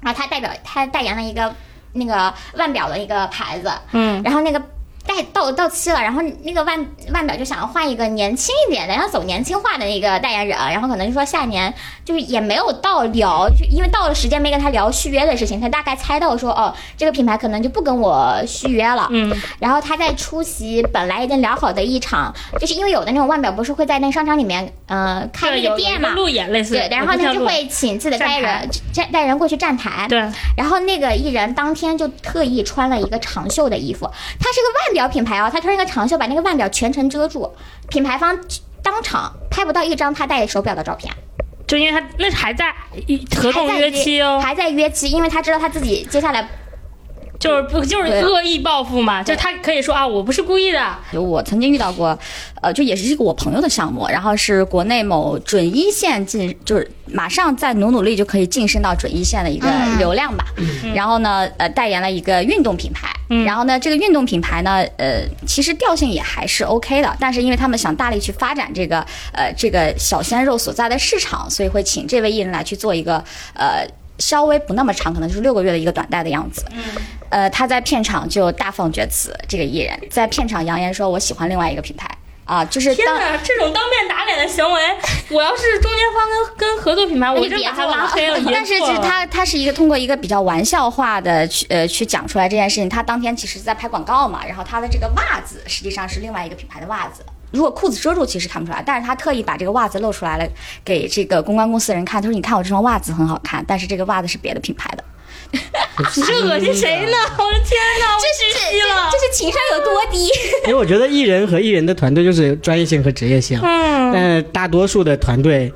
[SPEAKER 1] 然后他代表他代言了一个那个腕表的一个牌子，
[SPEAKER 2] 嗯
[SPEAKER 1] 然后那个。代到到期了，然后那个腕腕表就想要换一个年轻一点的，要走年轻化的那个代言人，啊然后可能就说下年就是也没有到聊，就因为到了时间没跟他聊续约的事情，他大概猜到说哦，这个品牌可能就不跟我续约了。
[SPEAKER 2] 嗯
[SPEAKER 1] 然后他在出席本来已经聊好的一场，就是因为有的那种腕表不是会在那个商场里面，呃，开
[SPEAKER 2] 对
[SPEAKER 1] 那
[SPEAKER 2] 有
[SPEAKER 1] 个
[SPEAKER 2] 有一
[SPEAKER 1] 店
[SPEAKER 2] 个
[SPEAKER 1] 嘛，
[SPEAKER 2] 路演类似的，
[SPEAKER 1] 对，然后
[SPEAKER 2] 有
[SPEAKER 1] 他
[SPEAKER 2] 一条
[SPEAKER 1] 就
[SPEAKER 2] 路
[SPEAKER 1] 会请自己的代言人站代言人过去站台，
[SPEAKER 2] 对，
[SPEAKER 1] 然后那个艺人当天就特意穿了一个长袖的衣服，他是个腕表品牌哦，他穿一个长袖把那个腕表全程遮住，品牌方当场拍不到一张他戴手表的照片，
[SPEAKER 2] 就因为他那还在一合同
[SPEAKER 1] 还在
[SPEAKER 2] 约期哦，啊
[SPEAKER 1] 还在约期，因为他知道他自己接下来
[SPEAKER 2] 就是不就是
[SPEAKER 1] 对
[SPEAKER 2] 恶意报复嘛，就
[SPEAKER 1] 对
[SPEAKER 2] 是他可以说啊，我不是故意的，
[SPEAKER 3] 有我曾经遇到过，呃，就也是一个我朋友的项目，然后是国内某准一线进，就是马上再努努力就可以晋升到准一线的一个流量吧。然后呢，呃，代言了一个运动品牌。然后呢，这个运动品牌呢，呃，其实调性也还是 OK 的，但是因为他们想大力去发展这个呃这个小鲜肉所在的市场，所以会请这位艺人来去做一个呃稍微不那么长，可能就是六个月的一个短带的样子。
[SPEAKER 2] 嗯
[SPEAKER 3] 呃，他在片场就大放厥词，这个艺人在片场扬言说我喜欢另外一个品牌啊，就是
[SPEAKER 2] 天
[SPEAKER 3] 当。
[SPEAKER 2] 哪，这种当面打脸的 行为，我要是中间方跟跟合作品牌，我
[SPEAKER 1] 你
[SPEAKER 2] 真
[SPEAKER 1] 别
[SPEAKER 2] 把他
[SPEAKER 1] 做
[SPEAKER 2] 拉
[SPEAKER 1] 了
[SPEAKER 2] 黑了。别
[SPEAKER 3] 但是
[SPEAKER 2] 做
[SPEAKER 3] 其实
[SPEAKER 2] 了
[SPEAKER 3] 他他是一个通过一个比较玩笑化的去呃去讲出来这件事情，他当天其实是在拍广告嘛，然后他的这个袜子实际上是另外一个品牌的袜子。如果裤子遮住，其实看不出来，但是他特意把这个袜子露出来了，给这个公关公司人看。他说：“你看我这双袜子很好看，但是这个袜子是别的品牌的。”
[SPEAKER 2] 你这恶心谁呢？我的天哪，我
[SPEAKER 1] 这
[SPEAKER 2] 窒
[SPEAKER 1] 是
[SPEAKER 2] 息了
[SPEAKER 1] 嗯这。是情商有多低？
[SPEAKER 4] 因为我觉得艺人和艺人的团队就是专业性和职业性，
[SPEAKER 2] 嗯
[SPEAKER 4] 但大多数的团队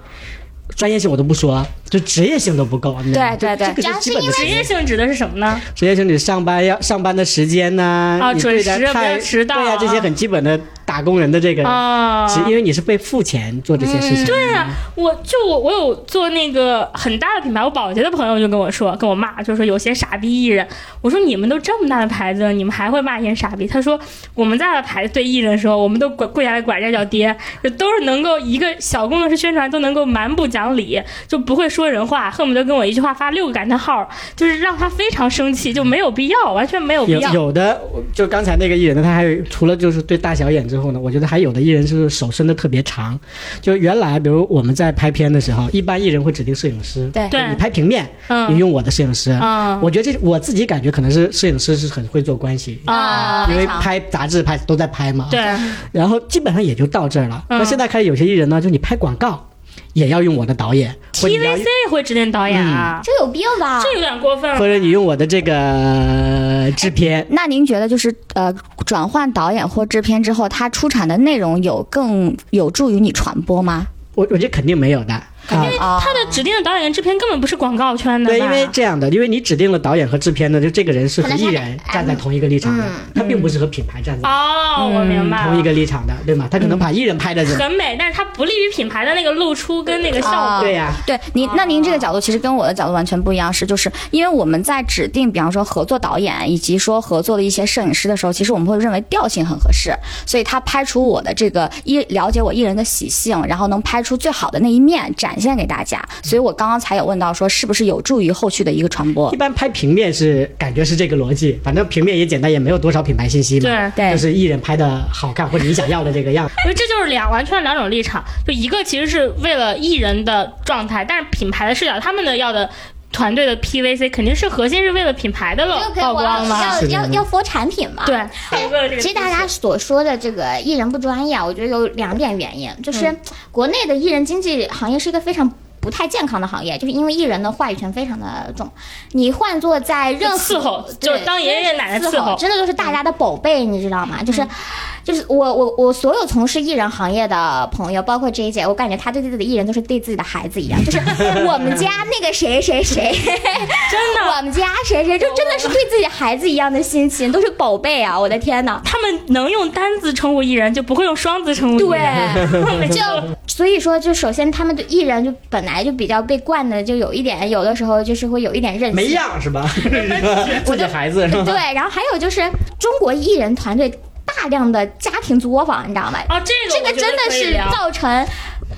[SPEAKER 4] 专业性我都不说，就职业性都不够。你知道吗
[SPEAKER 1] 对对对
[SPEAKER 4] 这这个
[SPEAKER 1] 主要
[SPEAKER 4] 是基
[SPEAKER 1] 是
[SPEAKER 4] 本的
[SPEAKER 1] 因为
[SPEAKER 4] 职
[SPEAKER 2] 职
[SPEAKER 4] 业
[SPEAKER 2] 业性指的是什么呢？
[SPEAKER 4] 职业性，你上班要上班的时间呐、
[SPEAKER 2] 啊
[SPEAKER 4] 你
[SPEAKER 2] 准
[SPEAKER 4] 对待
[SPEAKER 2] 时不要
[SPEAKER 4] 太
[SPEAKER 2] 迟到
[SPEAKER 4] 对呀、
[SPEAKER 2] 啊
[SPEAKER 4] 这些很基本的打工人的这个，
[SPEAKER 2] 啊，
[SPEAKER 4] 是因为你是被付钱做这些事情。
[SPEAKER 2] 对啊，我就我我有做那个很大的品牌，我保洁的朋友就跟我说，跟我骂，就说有些傻逼艺人。我说你们都这么大的牌子了，你们还会骂一些傻逼？他说我们在排队艺人的时候，我们都跪跪下来管人家叫爹，就都是能够一个小工作室宣传都能够蛮不讲理，就不会说人话，恨不得跟我一句话发六个感叹号，就是让他非常生气，就没有必要，完全 没有必
[SPEAKER 4] 有
[SPEAKER 2] 要。
[SPEAKER 4] 有的，就刚才那个艺人呢，他还有除了就是对大小眼之后呢，我觉得还有的艺人就是手伸的特别长。就原来比如我们在拍片的时候，一般艺人会指定摄影师，
[SPEAKER 1] 对
[SPEAKER 2] 对
[SPEAKER 4] 你拍平面，你
[SPEAKER 2] 嗯
[SPEAKER 4] 用我的摄影师。
[SPEAKER 2] 嗯
[SPEAKER 4] 我觉得这我自己感觉可能是摄影师是很会做关系，
[SPEAKER 2] 啊，
[SPEAKER 4] 因为
[SPEAKER 1] 非常
[SPEAKER 4] 拍杂志拍都在拍嘛。
[SPEAKER 2] 对。
[SPEAKER 4] 然后基本上也就到这儿了。
[SPEAKER 2] 嗯
[SPEAKER 4] 那现在开始有些艺人呢，就你拍广告也要用我的导演，或者你要
[SPEAKER 2] TVC 会指定导演啊，
[SPEAKER 4] 嗯
[SPEAKER 1] 这有病吧？
[SPEAKER 2] 这有点过分了。
[SPEAKER 4] 或者你用我的这个制片。
[SPEAKER 3] 那您觉得就是呃，转换导演或制片之后，他出产的内容有更有助于你传播吗？
[SPEAKER 4] 我我觉得肯定没有的。啊，
[SPEAKER 3] 啊
[SPEAKER 2] 他的指定的导演跟制片根本不是广告圈的吧，
[SPEAKER 4] 对，因为这样的，因为你指定了导演和制片呢，就这个人是和艺人站在同一个立场的，
[SPEAKER 1] 嗯
[SPEAKER 4] 他并不是和品牌站在
[SPEAKER 2] 哦，我明白
[SPEAKER 4] 嗯同一
[SPEAKER 2] 了，
[SPEAKER 4] 个立场的，对吗？他可能把艺人拍的人，
[SPEAKER 2] 很美，但是它不利于品牌的那个露出跟那个效
[SPEAKER 3] 啊
[SPEAKER 1] 嗯
[SPEAKER 2] 果。
[SPEAKER 4] 对呀、
[SPEAKER 3] 对您，那您这个角度其实跟我的角度完全不一样，是就是因为我们在指定，比方说合作导演以及说合作的一些摄影师的时候，其实我们会认为调性很合适，所以他拍出我的这个一了解我艺人的习性，然后能拍出最好的那一面展现给大家。所以我刚刚才有问到说，是不是有助于后续的一个传播
[SPEAKER 4] 一？般拍平面是感觉是这个逻辑，反正平面也简单，也没有多少品牌信息嘛。
[SPEAKER 2] 对
[SPEAKER 3] 对
[SPEAKER 4] 就是艺人拍的好看或者你想要的这 个样子。
[SPEAKER 2] 所以这就是两完全两种立场，就一个其实是为了艺人的状态，但是品牌的视角，他们的要的团队的 PVC 肯定是核心是为了品牌的
[SPEAKER 1] 就可以
[SPEAKER 2] 曝
[SPEAKER 1] 我哎要
[SPEAKER 2] 光嘛。
[SPEAKER 1] 要
[SPEAKER 4] 是的
[SPEAKER 1] 要要 for 产品嘛？
[SPEAKER 2] 对，讨论这个
[SPEAKER 1] 其实大家所说的这个艺人不专业啊，我觉得有两点原因，就是
[SPEAKER 2] 嗯
[SPEAKER 1] 国内的艺人经济行业是一个非常。不太健康的行业，就是因为艺人的话语权非常的重。你换做在任何
[SPEAKER 2] 伺候
[SPEAKER 1] 对
[SPEAKER 2] 就是当爷爷奶奶
[SPEAKER 1] 真的
[SPEAKER 2] 伺
[SPEAKER 1] 是
[SPEAKER 2] 候嗯
[SPEAKER 1] 真的就是大家的宝贝，你知道吗？就是，就是我我我所有从事艺人行业的朋友，包括 J J，我感觉他对自己的艺人都是对自己的孩子一样，就是 我们家那个谁谁谁，
[SPEAKER 2] 真的，
[SPEAKER 1] 我们家谁谁，就真的是对自己孩子一样的心情，都是宝贝啊！我的天呐。
[SPEAKER 2] 他们能用单字称呼艺人，就不会用双字称呼艺人。 哦
[SPEAKER 1] 对，就所以说，就首先他们对艺人就本来就比较被惯的，就有一点，有的时候就是会有一点任
[SPEAKER 4] 没
[SPEAKER 1] 性。
[SPEAKER 4] 样是吧？ 自己孩子是吧？
[SPEAKER 1] 对，然后还有就是中国艺人团队大量的家庭作坊，你知道吗？
[SPEAKER 2] 哦，这
[SPEAKER 1] 这
[SPEAKER 2] 个我
[SPEAKER 1] 个
[SPEAKER 2] 觉
[SPEAKER 1] 真
[SPEAKER 2] 得
[SPEAKER 1] 的
[SPEAKER 2] 可以
[SPEAKER 1] 是
[SPEAKER 2] 聊
[SPEAKER 1] 造成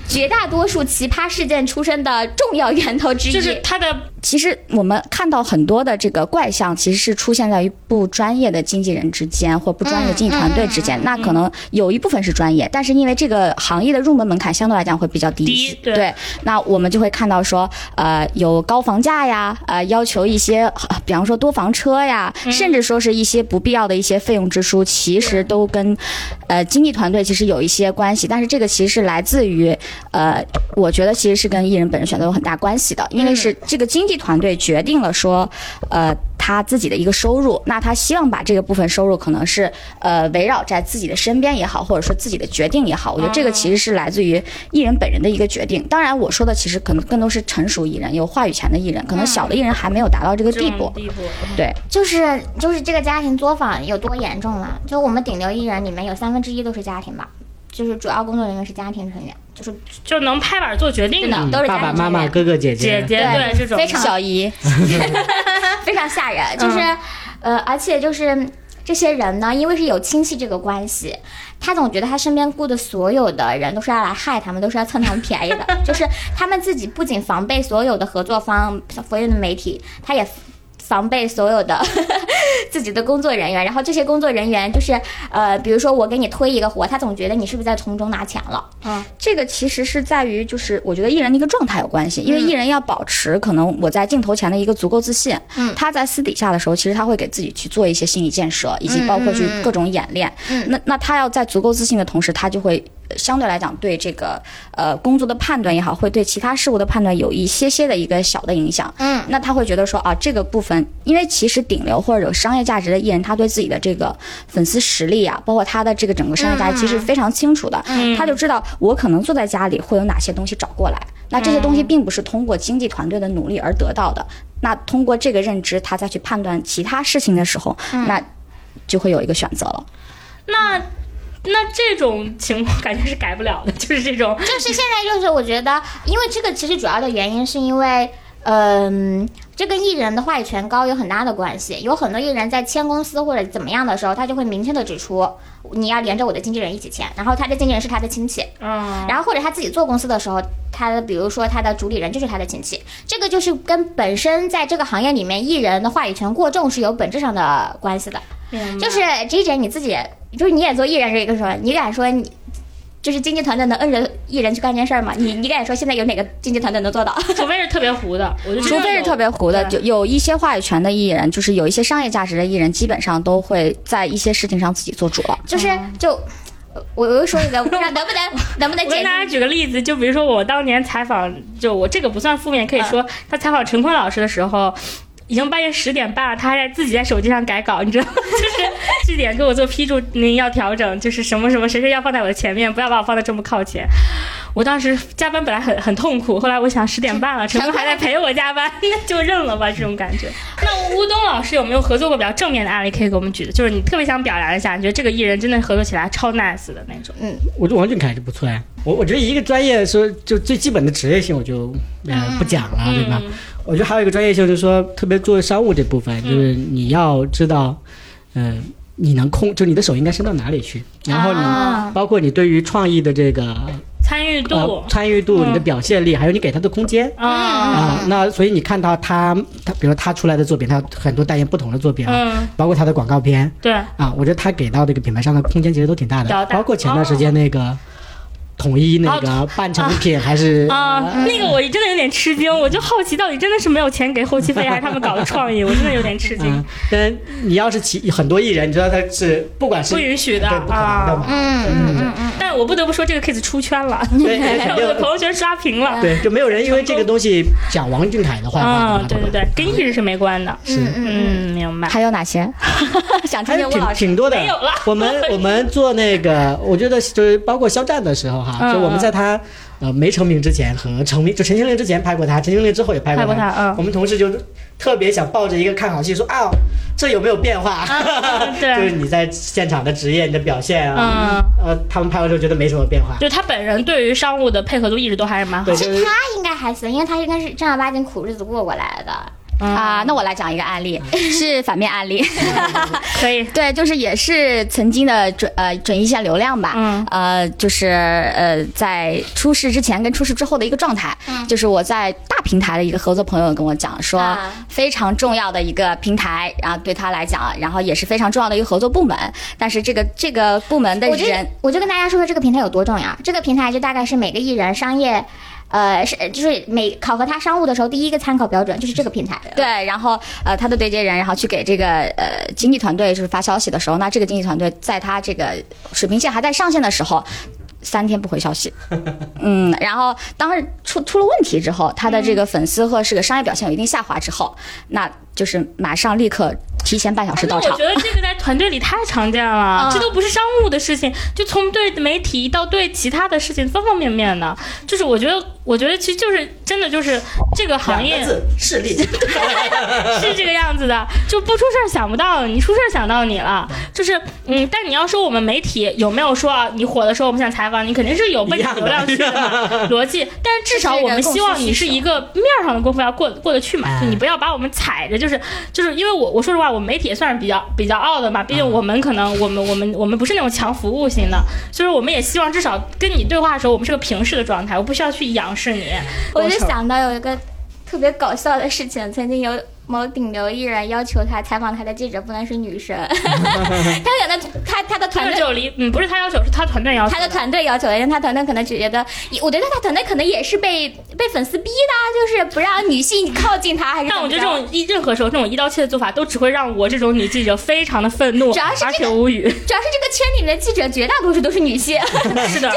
[SPEAKER 1] 绝大多数奇葩事件出身的重要源头之一。
[SPEAKER 2] 就是他的
[SPEAKER 3] 其实我们看到很多的这个怪象，其实是出现在于不专业的经纪人之间或不专业经纪团队之间。
[SPEAKER 2] 嗯
[SPEAKER 3] 那可能有一部分是专业，但是因为这个行业的入门门槛相对来讲会比较低一些
[SPEAKER 2] 低对
[SPEAKER 3] 那我们就会看到说，呃，有高房价呀，呃，要求一些，呃比方说多房车呀，
[SPEAKER 2] 嗯
[SPEAKER 3] 甚至说是一些不必要的一些费用支出，其实都跟，呃，经纪团队其实有一些关系，但是这个其实是来自于，呃，我觉得其实是跟艺人本人选择有很大关系的，因为是这个经纪团队决定了说，呃，他自己的一个收入，那他希望把这个部分收入可能是呃围绕在自己的身边也好，或者说自己的决定也好，我觉得这个其实是来自于艺人本人的一个决定。当然，我说的其实可能更多是成熟艺人、有话语权的艺人，可能小的艺人还没有达到这个
[SPEAKER 2] 这
[SPEAKER 3] 地
[SPEAKER 2] 种
[SPEAKER 3] 步。
[SPEAKER 2] 地步，
[SPEAKER 3] 对，
[SPEAKER 1] 就是就是这个家庭作坊有多严重了？就我们顶流艺人里面有三分之一都是家庭吧，就是主要工作人员是家庭成员，就是
[SPEAKER 2] 就能拍板做决定
[SPEAKER 1] 真的
[SPEAKER 2] 的
[SPEAKER 1] 都是家
[SPEAKER 4] 爸
[SPEAKER 1] 庭
[SPEAKER 4] 爸
[SPEAKER 1] 成
[SPEAKER 4] 妈妈、
[SPEAKER 1] 员
[SPEAKER 4] 哥哥姐
[SPEAKER 2] 姐姐，
[SPEAKER 1] 对
[SPEAKER 2] 对这种
[SPEAKER 1] 非常
[SPEAKER 3] 小姨，
[SPEAKER 1] 非常吓人，就是、呃，而且就是这些人呢，因为是有亲戚这个关系，他总觉得他身边雇的所有的人都是要来害他们，都是要蹭他们便宜的，就是他们自己不仅防备所有的合作方、所有的媒体，他也。防备所有的 自己的工作人员，然后这些工作人员就是，呃，比如说我给你推一个活，他总觉得你是不是在从中拿钱了？
[SPEAKER 3] 这个其实是在于，就是我觉得艺人的一个状态有关系，
[SPEAKER 1] 嗯
[SPEAKER 3] 因为艺人要保持可能我在镜头前的一个足够自信，
[SPEAKER 1] 嗯
[SPEAKER 3] 他在私底下的时候，其实他会给自己去做一些心理建设，以及包括去各种演练，
[SPEAKER 1] 嗯
[SPEAKER 3] 那那他要在足够自信的同时，他就会呃相对来讲对这个呃工作的判断也好，会对其他事物的判断有一些些的一个小的影响，
[SPEAKER 1] 嗯，
[SPEAKER 3] 那他会觉得说啊，这个部分，因为其实顶流或者有商业价值的艺人，他对自己的这个粉丝实力啊，包括他的这个整个商业价值，其实非常清楚的。他就知道我可能坐在家里会有哪些东西找过来，那这些东西并不是通过经济团队的努力而得到的。那通过这个认知，他再去判断其他事情的时候，那就会有一个选择了。
[SPEAKER 2] 那那这种情况感觉是改不了的，就是这种
[SPEAKER 1] 就是现在就是我觉得，因为这个其实主要的原因是因为，嗯、这跟艺人的话语权高有很大的关系。有很多艺人在签公司或者怎么样的时候，他就会明确的指出，你要连着我的经纪人一起签，然后他的经纪人是他的亲戚，
[SPEAKER 2] 嗯，
[SPEAKER 1] 然后或者他自己做公司的时候，他的比如说他的主理人就是他的亲戚，这个就是跟本身在这个行业里面艺人的话语权过重是有本质上的关系的。
[SPEAKER 2] 明白
[SPEAKER 1] 就是 J J 你自己，就是你也做艺人这个时候，你敢说你就是经纪团队能摁着艺人去干件事儿吗？你你敢说现在有哪个经纪团队能做到？
[SPEAKER 2] 除非是特别糊的，我就
[SPEAKER 3] 除非是特别糊的，
[SPEAKER 2] 嗯对
[SPEAKER 3] 就有一些话语权的艺人，就是有一些商业价值的艺人，基本上都会在一些事情上自己做主了。
[SPEAKER 1] 就是就我我又说一个，我不知道能不能能不能
[SPEAKER 2] 我给
[SPEAKER 1] 解
[SPEAKER 2] 大家
[SPEAKER 1] 释？
[SPEAKER 2] 举个例子，就比如说我当年采访，就我这个不算负面，可以说他采访陈坤老师的时候，已经半夜十点半了，他还在自己在手机上改稿，你知道吗， 就是据点给我做批注，您要调整，就是什么什么，谁谁要放在我的前面，不要把我放的这么靠前。我当时加班本来很很痛苦，后来我想十点半了，陈坤还在陪我加班， 那就认了吧，这种感觉。那乌冬老师有没有合作过比较正面的案例可以给我们举的？就是你特别想表扬一下，你觉得这个艺人真的合作起来超 nice 的那种。
[SPEAKER 4] 我觉得王俊凯就不错呀。我我觉得一个专业说就最基本的职业性，我就呃
[SPEAKER 2] 嗯
[SPEAKER 4] 不讲了，对吧？我觉得还有一个专业性，就是说特别做商务这部分，就是
[SPEAKER 2] 嗯
[SPEAKER 4] 你要知道，嗯、你能控，就你的手应该伸到哪里去，然后你、
[SPEAKER 2] 哦
[SPEAKER 1] 啊
[SPEAKER 4] 包括你对于创意的这个
[SPEAKER 2] 参与度，
[SPEAKER 4] 呃参与度、
[SPEAKER 2] 嗯
[SPEAKER 4] 你的表现力，还有你给他的空间。
[SPEAKER 2] 嗯
[SPEAKER 4] 啊、那所以你看到他，他比如他出来的作品，他有很多代言不同的作品啊，
[SPEAKER 2] 嗯，
[SPEAKER 4] 包括他的广告片，
[SPEAKER 2] 对，
[SPEAKER 4] 啊，我觉得他给到这个品牌商的空间其实都挺大
[SPEAKER 2] 比较
[SPEAKER 4] 的，
[SPEAKER 2] 大哦
[SPEAKER 4] 包括前段时间那个统一那个半成品还是
[SPEAKER 2] 啊、
[SPEAKER 4] 呃
[SPEAKER 2] 那个我真的有点吃惊，我就好奇到底真的是没有钱给后期费，还是他们搞的创意，我真的有点吃惊
[SPEAKER 4] 嗯，，但你要是起很多艺人，你知道他是不管是
[SPEAKER 2] 不允许的
[SPEAKER 4] 对不可能的
[SPEAKER 2] 啊。
[SPEAKER 4] 嘛，
[SPEAKER 1] 嗯嗯嗯嗯，
[SPEAKER 2] 但我不得不说，这个 case 出圈了，
[SPEAKER 4] 对肯
[SPEAKER 2] 我的
[SPEAKER 4] 定
[SPEAKER 2] 朋友圈刷屏了。
[SPEAKER 4] 对，就没有人因为这个东西讲王俊凯的坏话
[SPEAKER 2] 啊、
[SPEAKER 4] 的嘛，
[SPEAKER 2] 对对
[SPEAKER 4] 吧
[SPEAKER 2] 对，跟艺人是没关的。
[SPEAKER 4] 是。
[SPEAKER 2] 嗯，明 白。
[SPEAKER 3] 还有哪些？
[SPEAKER 1] 嗯
[SPEAKER 3] 想听
[SPEAKER 4] 还
[SPEAKER 3] 听
[SPEAKER 4] 有
[SPEAKER 3] 吴
[SPEAKER 4] 挺
[SPEAKER 3] 老师。
[SPEAKER 4] 挺多的
[SPEAKER 2] 没有了，
[SPEAKER 4] 我们我们做那个，我觉得就是包括肖战的时候哈，
[SPEAKER 2] 嗯
[SPEAKER 4] 就我们在他呃没成名之前和成名就陈情令之前拍过他，陈情令之后也拍
[SPEAKER 2] 拍
[SPEAKER 4] 过
[SPEAKER 2] 过他，嗯
[SPEAKER 4] 我们同事就特别想抱着一个看好戏说啊，这有没有变化？
[SPEAKER 2] 啊 对
[SPEAKER 4] 就是你在现场的职业、你的表现啊，
[SPEAKER 2] 嗯，
[SPEAKER 4] 呃，他们拍完之后觉得没什么变化。
[SPEAKER 2] 就他本人对于商务的配合度一直都还是蛮好
[SPEAKER 4] 对，
[SPEAKER 2] 的。
[SPEAKER 4] 就是
[SPEAKER 1] 他应该还行，因为他应该是正儿八经苦日子过过来的。
[SPEAKER 3] 啊，那我来讲一个案例，
[SPEAKER 1] 嗯
[SPEAKER 3] 是反面 案例。
[SPEAKER 2] 可以，
[SPEAKER 3] 对，就是也是曾经的准呃准一线流量吧，
[SPEAKER 2] 嗯
[SPEAKER 3] 呃，就是呃在出事之前跟出事之后的一个状态，
[SPEAKER 1] 嗯
[SPEAKER 3] 就是我在大平台的一个合作朋友跟我讲说，
[SPEAKER 1] 啊
[SPEAKER 3] 非常重要的一个平台，然后对他来讲，然后也是非常重要的一个合作部门，但是这个这个部门的
[SPEAKER 1] 我就
[SPEAKER 3] 人。
[SPEAKER 1] 我就跟大家说说这个平台有多重要。这个平台就大概是每个艺人商业，呃，是就是每考核他商务的时候第一个参考标准就是这个平台。
[SPEAKER 3] 对，然后呃，他的对接人，然后去给这个呃经纪团队就是发消息的时候，那这个经纪团队在他这个水平线还在上线的时候，三天不回 消息，嗯，然后当时出出了问题之后，他的这个粉丝和这个商业表现有一定下滑之后，那就是马上立刻提前半小时
[SPEAKER 2] 啊嗯那
[SPEAKER 3] 到
[SPEAKER 2] 我
[SPEAKER 3] 场
[SPEAKER 2] 觉。得这个在团队里太常见了，这都不是商务的事情，就从对媒体到对其他的事情方方面面的，就是我觉得，我觉得其实就是真的就是这个行
[SPEAKER 4] 两
[SPEAKER 2] 业
[SPEAKER 4] 个字势 力，
[SPEAKER 2] 是这个样子的，就不出事儿想不到你，出事儿想到你了，就是嗯，但你要说我们媒体有没有说啊，你火的时候我们想采访你，肯定是有奔着流量去的嘛，逻辑，但是至少我们希望你是一个面儿上的功夫要过过得去嘛，
[SPEAKER 4] 哎
[SPEAKER 2] 就你不要把我们踩着，就是就是因为我我说实话，我们媒体也算是比较比较傲的嘛，毕竟我们可能我们我们我们不是那种强服务型的，就是我们也希望至少跟你对话的时候，我们是个平视的状态，我不需要去仰视你，
[SPEAKER 1] 我就想到有一个特别搞笑的事情，曾经有某顶流艺人要求他采访他的记者不能是女生，他可能他他的团
[SPEAKER 2] 这
[SPEAKER 1] 队。
[SPEAKER 2] 就离嗯不是他要求，是他团队要求
[SPEAKER 1] 他的团队要求的，因为他团队可能只觉得，我觉得他团队可能也是被被粉丝逼的，啊就是不让女性靠近他，还是
[SPEAKER 2] 但我觉
[SPEAKER 1] 怎
[SPEAKER 2] 得
[SPEAKER 1] 么
[SPEAKER 2] 这
[SPEAKER 1] 着
[SPEAKER 2] 种一任何时候这种一刀切的做法，都只会让我这种女记者非常的愤怒，
[SPEAKER 1] 主要是
[SPEAKER 2] 而
[SPEAKER 1] 这
[SPEAKER 2] 且
[SPEAKER 1] 个
[SPEAKER 2] 无语。
[SPEAKER 1] 主要是这个圈里面的记者绝大多数都是女性，
[SPEAKER 2] 是的，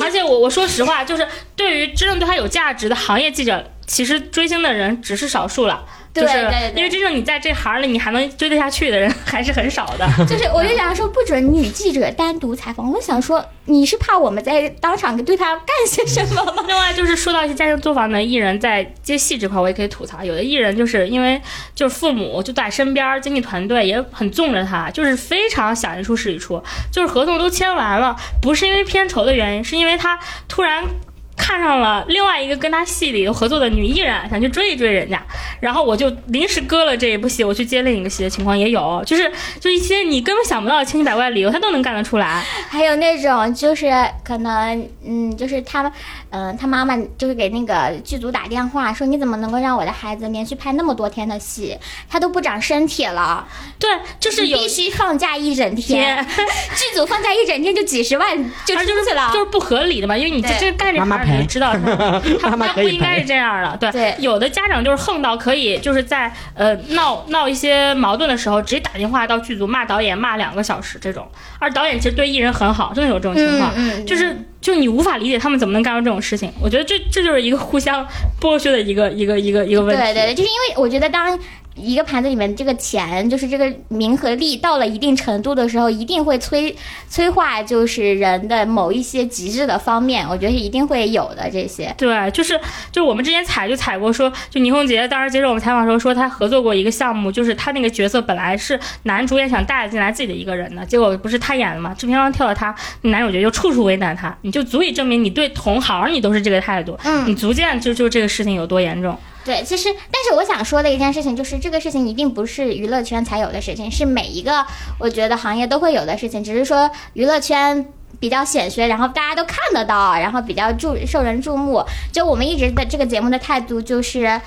[SPEAKER 2] 而且我我说实话，就是对于真正对他有价值的行业记者。其实追星的人只是少数了，
[SPEAKER 1] 对
[SPEAKER 2] 就是
[SPEAKER 1] 对对
[SPEAKER 2] 因为真正你在这行里你还能追得下去的人还是很少的。
[SPEAKER 1] 就是我就想说不准女记者单独采访，我想说你是怕我们在当场对她干些什么吗？
[SPEAKER 2] 另外就是说到一些家庭作坊的艺人，在接戏这块，我也可以吐槽，有的艺人就是因为就是父母就在身边，经纪团队也很纵着他，就是非常想一出是一出，就是合同都签完了，不是因为片酬的原因，是因为他突然。看上了另外一个跟他戏里有合作的女艺人，想去追一追人家，然后我就临时割了这一部戏，我去接另一个戏的情况也有，就是就一些你根本想不到的千奇百怪的理由，他都能干得出来。
[SPEAKER 1] 还有那种就是可能，嗯，就是他，嗯、他妈妈就是给那个剧组打电话说，你怎么能够让我的孩子连续拍那么多天的戏？他都不长身体了，
[SPEAKER 2] 对，就是
[SPEAKER 1] 你
[SPEAKER 2] 有
[SPEAKER 1] 必须放假一整天，剧组放假一整天就几十万就出
[SPEAKER 2] 而就是
[SPEAKER 1] 去了，
[SPEAKER 2] 就是不合理的嘛，因为你这
[SPEAKER 1] 啊对
[SPEAKER 2] 这干这
[SPEAKER 4] 妈
[SPEAKER 2] 行
[SPEAKER 4] 妈
[SPEAKER 2] 儿你
[SPEAKER 4] 陪
[SPEAKER 2] 就知道 他他
[SPEAKER 4] 妈妈
[SPEAKER 2] 他
[SPEAKER 4] 可
[SPEAKER 2] 不
[SPEAKER 4] 以
[SPEAKER 2] 应该
[SPEAKER 4] 陪
[SPEAKER 2] 是这样的。对，
[SPEAKER 1] 对
[SPEAKER 2] 有的家长就是横到可以，就是在呃闹闹一些矛盾的时候，直接打电话到剧组骂导演骂两个小时这种，而导演其实对艺人很好，真的有这种情况。
[SPEAKER 1] 嗯嗯，
[SPEAKER 2] 就是就你无法理解他们怎么能干出这种事情，我觉得这这就是一个互相剥削的一个一个一个一个问题。
[SPEAKER 1] 对对对，就是因为我觉得当。一个盘子里面这个钱，就是这个名和利到了一定程度的时候，一定会催催化，就是人的某一些极致的方面，我觉得是一定会有的这些。
[SPEAKER 2] 对，就是就是我们之前踩就踩过说，就倪虹洁当时接受我们采访的时候说，她合作过一个项目，就是她那个角色本来是男主演想带进来自己的一个人的，结果不是他演的嘛，制片方跳了他，男主角就处处为难他，你就足以证明你对同行你都是这个态度，
[SPEAKER 1] 嗯
[SPEAKER 2] 你足见就就这个事情有多严重。
[SPEAKER 1] 对，其实，但是我想说的一件事情就是，这个事情一定不是娱乐圈才有的事情，是每一个我觉得行业都会有的事情，只是说娱乐圈。比较显学，然后大家都看得到，然后比较注受人注目。就我们一直的这个节目的态度就是，嗯、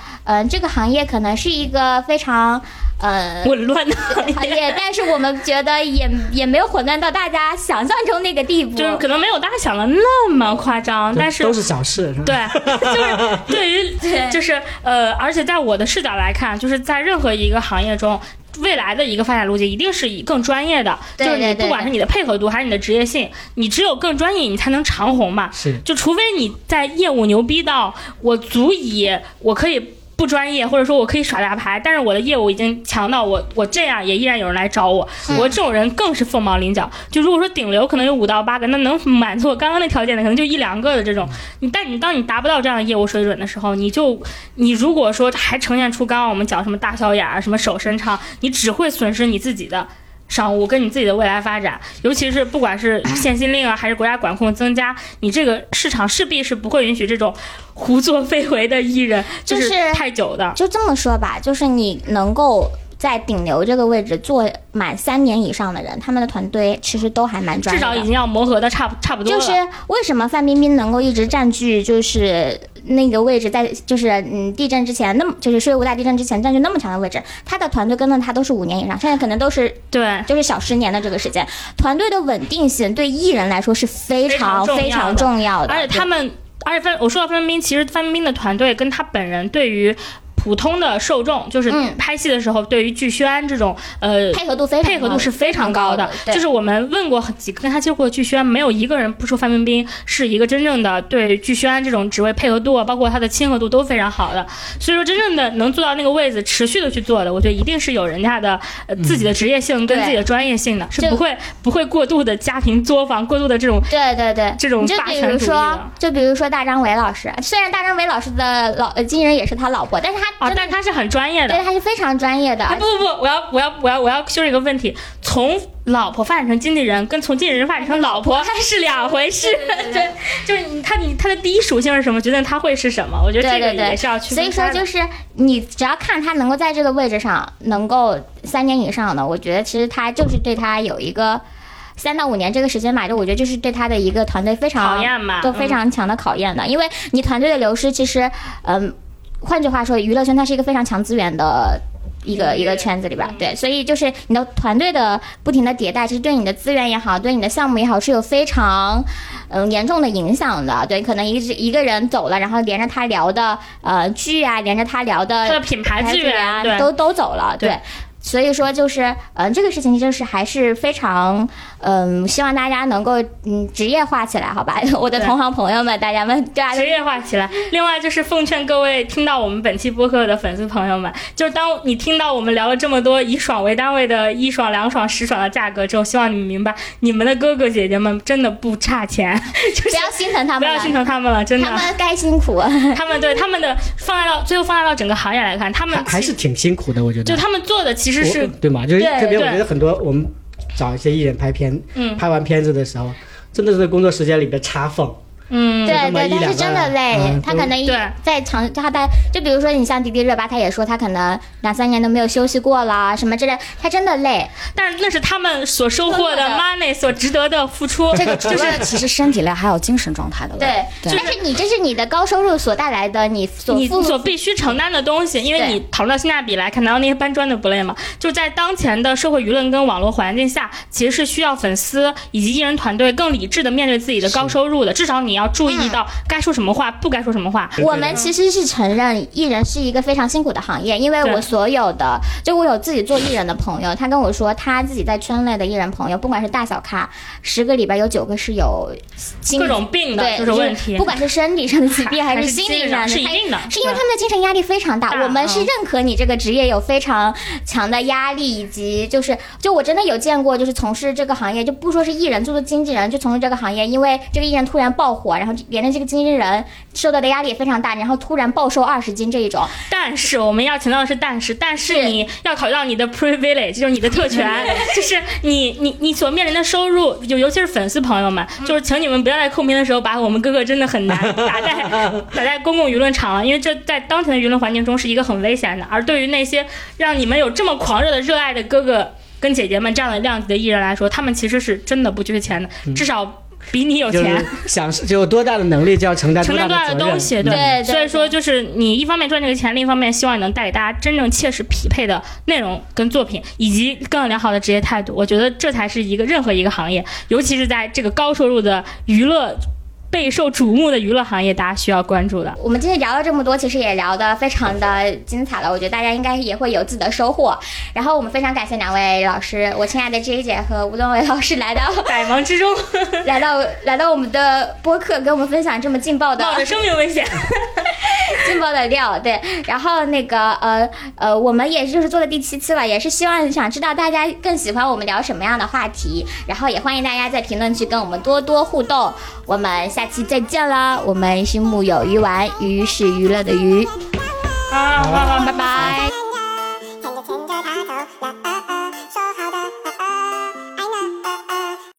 [SPEAKER 1] 这个行业可能是一个非常， 呃，
[SPEAKER 2] 混乱的，
[SPEAKER 1] 行业，但是我们觉得也也没有混乱到大家想象中那个地步。
[SPEAKER 2] 就是可能没有大家想的那么夸张，但是
[SPEAKER 4] 都是小事，是吧？
[SPEAKER 2] 对，就是对于
[SPEAKER 1] 对
[SPEAKER 2] 就是呃，而且在我的视角来看，就是在任何一个行业中。未来的一个发展路径一定是以更专业的，
[SPEAKER 1] 对
[SPEAKER 2] 就是你
[SPEAKER 1] 对对
[SPEAKER 2] 不管是你的配合度还是你的职业性，你只有更专业，你才能长红嘛。
[SPEAKER 4] 是
[SPEAKER 2] 就除非你在业务牛逼到我足以，我可以不专业，或者说我可以耍大牌，但是我的业务已经强到我我这样也依然有人来找我，我这种人更是凤毛麟角。就如果说顶流可能有五到八个，那能满足我刚刚那条件的可能就一两个的这种。你但你当你达不到这样的业务水准的时候，你就你如果说还呈现出刚刚我们讲什么大小眼儿、什么手伸长，你只会损失你自己的。商务跟你自己的未来发展，尤其是不管是限薪令啊，还是国家管控增加，你这个市场势必是不会允许这种胡作非为的艺人，就
[SPEAKER 1] 就是
[SPEAKER 2] 是太久的。
[SPEAKER 1] 就这么说吧，就是你能够在顶流这个位置做满三年以上的人，他们的团队其实都还蛮专
[SPEAKER 2] 至
[SPEAKER 1] 业的。
[SPEAKER 2] 少已经要磨合的差不差不多
[SPEAKER 1] 就
[SPEAKER 2] 了。
[SPEAKER 1] 是为什么范冰冰能够一直占据就是那个位置在，就是嗯地震之前那么就是税务大地震之前占据那么长的位置，她的团队跟着她都是五年以上，现在可能都是
[SPEAKER 2] 对，
[SPEAKER 1] 就是小十年的这个时间，团队的稳定性对艺人来说是非常
[SPEAKER 2] 非
[SPEAKER 1] 非
[SPEAKER 2] 常
[SPEAKER 1] 常
[SPEAKER 2] 重
[SPEAKER 1] 重要的，
[SPEAKER 2] 而且他们，而且范，我说到范冰冰，其实范冰冰的团队跟她本人对于普通的受众，就是
[SPEAKER 1] 嗯
[SPEAKER 2] 拍戏的时候，对于剧宣这种呃
[SPEAKER 1] 对配合度非常
[SPEAKER 2] 配合度是非常高的。
[SPEAKER 1] 对
[SPEAKER 2] 就是我们问过几个跟他接触过的剧宣，没有一个人不说范冰冰是一个真正的对剧宣这种职位配合度啊，包括她的亲和度都非常好的。所以说，真正的能做到那个位置，持续的去做的，我觉得一定是有人家的、呃、自己的职业性跟
[SPEAKER 1] 对
[SPEAKER 2] 自己的专业性的，是
[SPEAKER 1] 就
[SPEAKER 2] 不会不会过度的家庭作坊，过度的这种
[SPEAKER 1] 对对对，
[SPEAKER 2] 这种
[SPEAKER 1] 你就
[SPEAKER 2] 霸
[SPEAKER 1] 比
[SPEAKER 2] 权
[SPEAKER 1] 如
[SPEAKER 2] 主义
[SPEAKER 1] 说
[SPEAKER 2] 的，
[SPEAKER 1] 就比如说大张伟老师，虽然大张伟老师的老呃经纪人也是他老婆，但是他
[SPEAKER 2] 啊，
[SPEAKER 1] 真的、
[SPEAKER 2] 但他是很专业的。
[SPEAKER 1] 对他是非常专业的，
[SPEAKER 2] 哎，不不不，我要我要我要我要修正一个问题，从老婆发展成经纪人，跟从经纪人发展成 老婆是两回事。对， 就是你看你他的第一属性是什么，决定他会是什么。我觉得
[SPEAKER 1] 对
[SPEAKER 2] 这个
[SPEAKER 1] 对对
[SPEAKER 2] 也是要区
[SPEAKER 1] 所
[SPEAKER 2] 分
[SPEAKER 1] 以说
[SPEAKER 2] 开的。
[SPEAKER 1] 就是你只要看他能够在这个位置上能够三年以上的，我觉得其实他就是对他有一个三到五年这个时间吧，就我觉得这是对他的一个团队非常
[SPEAKER 2] 讨厌嘛，
[SPEAKER 1] 都非
[SPEAKER 2] 嗯
[SPEAKER 1] 常强的考验的，因为你团队的流失，其实，嗯，换句话说，娱乐圈它是一个非常强资源的。一个
[SPEAKER 2] 嗯
[SPEAKER 1] 一个圈子里边儿，对，所以就是你的团队的不停的迭代，其实对你的资源也好，对你的项目也好，是有非常嗯严重的影响的。对，可能一直一个人走了，然后连着他聊的呃剧啊，连着他聊的
[SPEAKER 2] 他的品牌资
[SPEAKER 1] 资
[SPEAKER 2] 源，对
[SPEAKER 1] 都都走了，
[SPEAKER 2] 对
[SPEAKER 1] 对。所以说就是，呃，这个事情就是还是非常，嗯、希望大家能够嗯职业化起来，好吧？ 我的
[SPEAKER 2] 对
[SPEAKER 1] 同行朋友们，大家们，对啊，
[SPEAKER 2] 职业化起来。另外就是奉劝各位听到我们本期播客的粉丝朋友们，就是当你听到我们聊了这么多以爽为单位的一爽、两爽、十爽的价格之后，希望你们明白，你们的哥哥姐姐们真的不差钱， 就
[SPEAKER 1] 不
[SPEAKER 2] 是
[SPEAKER 1] 要心疼他
[SPEAKER 2] 不
[SPEAKER 1] 们
[SPEAKER 2] 要
[SPEAKER 1] 了，
[SPEAKER 2] 心疼他们了，真的
[SPEAKER 1] 他。们该辛苦。
[SPEAKER 2] 他们对他们的放大到最后放大到整个行业来看，他们
[SPEAKER 4] 还还是挺辛苦的，我觉得。
[SPEAKER 2] 就他们做的其实
[SPEAKER 4] 我
[SPEAKER 2] 是
[SPEAKER 4] 对嘛？就是
[SPEAKER 1] 对
[SPEAKER 4] 特别，我
[SPEAKER 2] 对
[SPEAKER 4] 觉得很多我们找一些艺人拍片，
[SPEAKER 2] 嗯
[SPEAKER 4] 拍完片子的时候，真的是在工作时间里边插缝，
[SPEAKER 2] 嗯
[SPEAKER 1] 对
[SPEAKER 4] 那么
[SPEAKER 1] 对，
[SPEAKER 4] 一
[SPEAKER 1] 但
[SPEAKER 4] 两
[SPEAKER 1] 是
[SPEAKER 4] 个
[SPEAKER 1] 真的
[SPEAKER 4] 人
[SPEAKER 1] 累，
[SPEAKER 4] 嗯
[SPEAKER 1] 他
[SPEAKER 4] 都
[SPEAKER 1] 可能一
[SPEAKER 2] 对
[SPEAKER 1] 在长他在就比如说你像迪丽热巴，她也说她可能两三年都没有休息过了什么之类，她真的累。
[SPEAKER 2] 但是那是他们所收获
[SPEAKER 1] 收获
[SPEAKER 2] 的
[SPEAKER 1] 的
[SPEAKER 2] money 所值得的付出，
[SPEAKER 3] 这个除
[SPEAKER 2] 就是
[SPEAKER 3] 了其实身体累，还有精神状态的累
[SPEAKER 1] 对。，
[SPEAKER 3] 对，
[SPEAKER 1] 但是你这是你的高收入所带来的，你所
[SPEAKER 2] 你
[SPEAKER 1] 付
[SPEAKER 2] 所必须承担的东西，因为
[SPEAKER 1] 对
[SPEAKER 2] 你讨论到性价比来看，难道那些搬砖的不累吗？就在当前的社会舆论跟网络环境下，其实是需要粉丝以及艺人团队更理智的面对自己的高收入的，至少你要注意
[SPEAKER 1] 嗯
[SPEAKER 2] 到该说什么话，不该说什么话。
[SPEAKER 1] 我们其实是承认艺人是一个非常辛苦的行业，因为
[SPEAKER 2] 对
[SPEAKER 1] 我所有的，就我有自己做艺人的朋友，他跟我说他自己在圈内的艺人朋友，不管是大小咖，十个里边有九个是有心理
[SPEAKER 2] 各种病的
[SPEAKER 1] 对
[SPEAKER 2] 各种问题
[SPEAKER 1] 不管是生理上的疾病
[SPEAKER 2] 还
[SPEAKER 1] 还
[SPEAKER 2] 是
[SPEAKER 1] 心
[SPEAKER 2] 精
[SPEAKER 1] 理
[SPEAKER 2] 神
[SPEAKER 1] 上的，
[SPEAKER 2] 是一
[SPEAKER 1] 他
[SPEAKER 2] 定的
[SPEAKER 1] 是因为
[SPEAKER 2] 对
[SPEAKER 1] 他们的精神压力非常大。
[SPEAKER 2] 大
[SPEAKER 1] 我们是
[SPEAKER 2] 嗯
[SPEAKER 1] 认可你这个职业有非常强的压力，以及就是就我真的有见过，就是从事这个行业，就不说是艺人，就是经纪人，就从事这个行业，因为这个艺人突然爆火，然后连着这个经纪人受到的压力也非常大，然后突然暴瘦二十斤这一种，
[SPEAKER 2] 但是我们要强调的是，但是但是
[SPEAKER 1] 是
[SPEAKER 2] 你要考虑到你的 privilege，就是你的特权，就是你你你所面临的收入，就尤其是粉丝朋友们，就是请你们不要在控评的时候把我们哥哥真的很难打在打在公共舆论场了，因为这在当前的舆论环境中是一个很危险的。而对于那些让你们有这么狂热的热爱的哥哥跟姐姐们这样的量级的艺人来说，他们其实是真的不缺钱的，至少比你有
[SPEAKER 4] 就
[SPEAKER 2] 钱
[SPEAKER 4] 是。想就有多大的能力就要承担
[SPEAKER 2] 承担多
[SPEAKER 4] 大
[SPEAKER 2] 大
[SPEAKER 4] 的
[SPEAKER 2] 的
[SPEAKER 4] 责任
[SPEAKER 2] 东西，
[SPEAKER 4] 嗯
[SPEAKER 1] 对
[SPEAKER 2] 所以说就是你一方面赚这个钱，另一方面希望你能带给大家真正切实匹配的内容跟作品，以及更良好的职业态度。我觉得这才是一个任何一个行业，尤其是在这个高收入的娱乐备受瞩目的娱乐行业，大家需要关注的。
[SPEAKER 1] 我们今天聊了这么多，其实也聊得非常的精彩了，我觉得大家应该也会有自己的收获。然后我们非常感谢两位老师，我亲爱的 J 姐和吴东伟老师来到
[SPEAKER 2] 百忙之中
[SPEAKER 1] 来到来到我们的播客，跟我们分享这么劲爆的
[SPEAKER 2] 冒着生命危险，
[SPEAKER 1] 劲爆的料，对。然后那个呃呃，我们也就是做了第七期了，也是希望想知道大家更喜欢我们聊什么样的话题，然后也欢迎大家在评论区跟我们多多互动。我们下期再见啦！我们是木有鱼丸，鱼是娱乐的鱼，
[SPEAKER 2] 啊，好好好
[SPEAKER 1] 拜拜。哎
[SPEAKER 5] When you turn your heart, oh,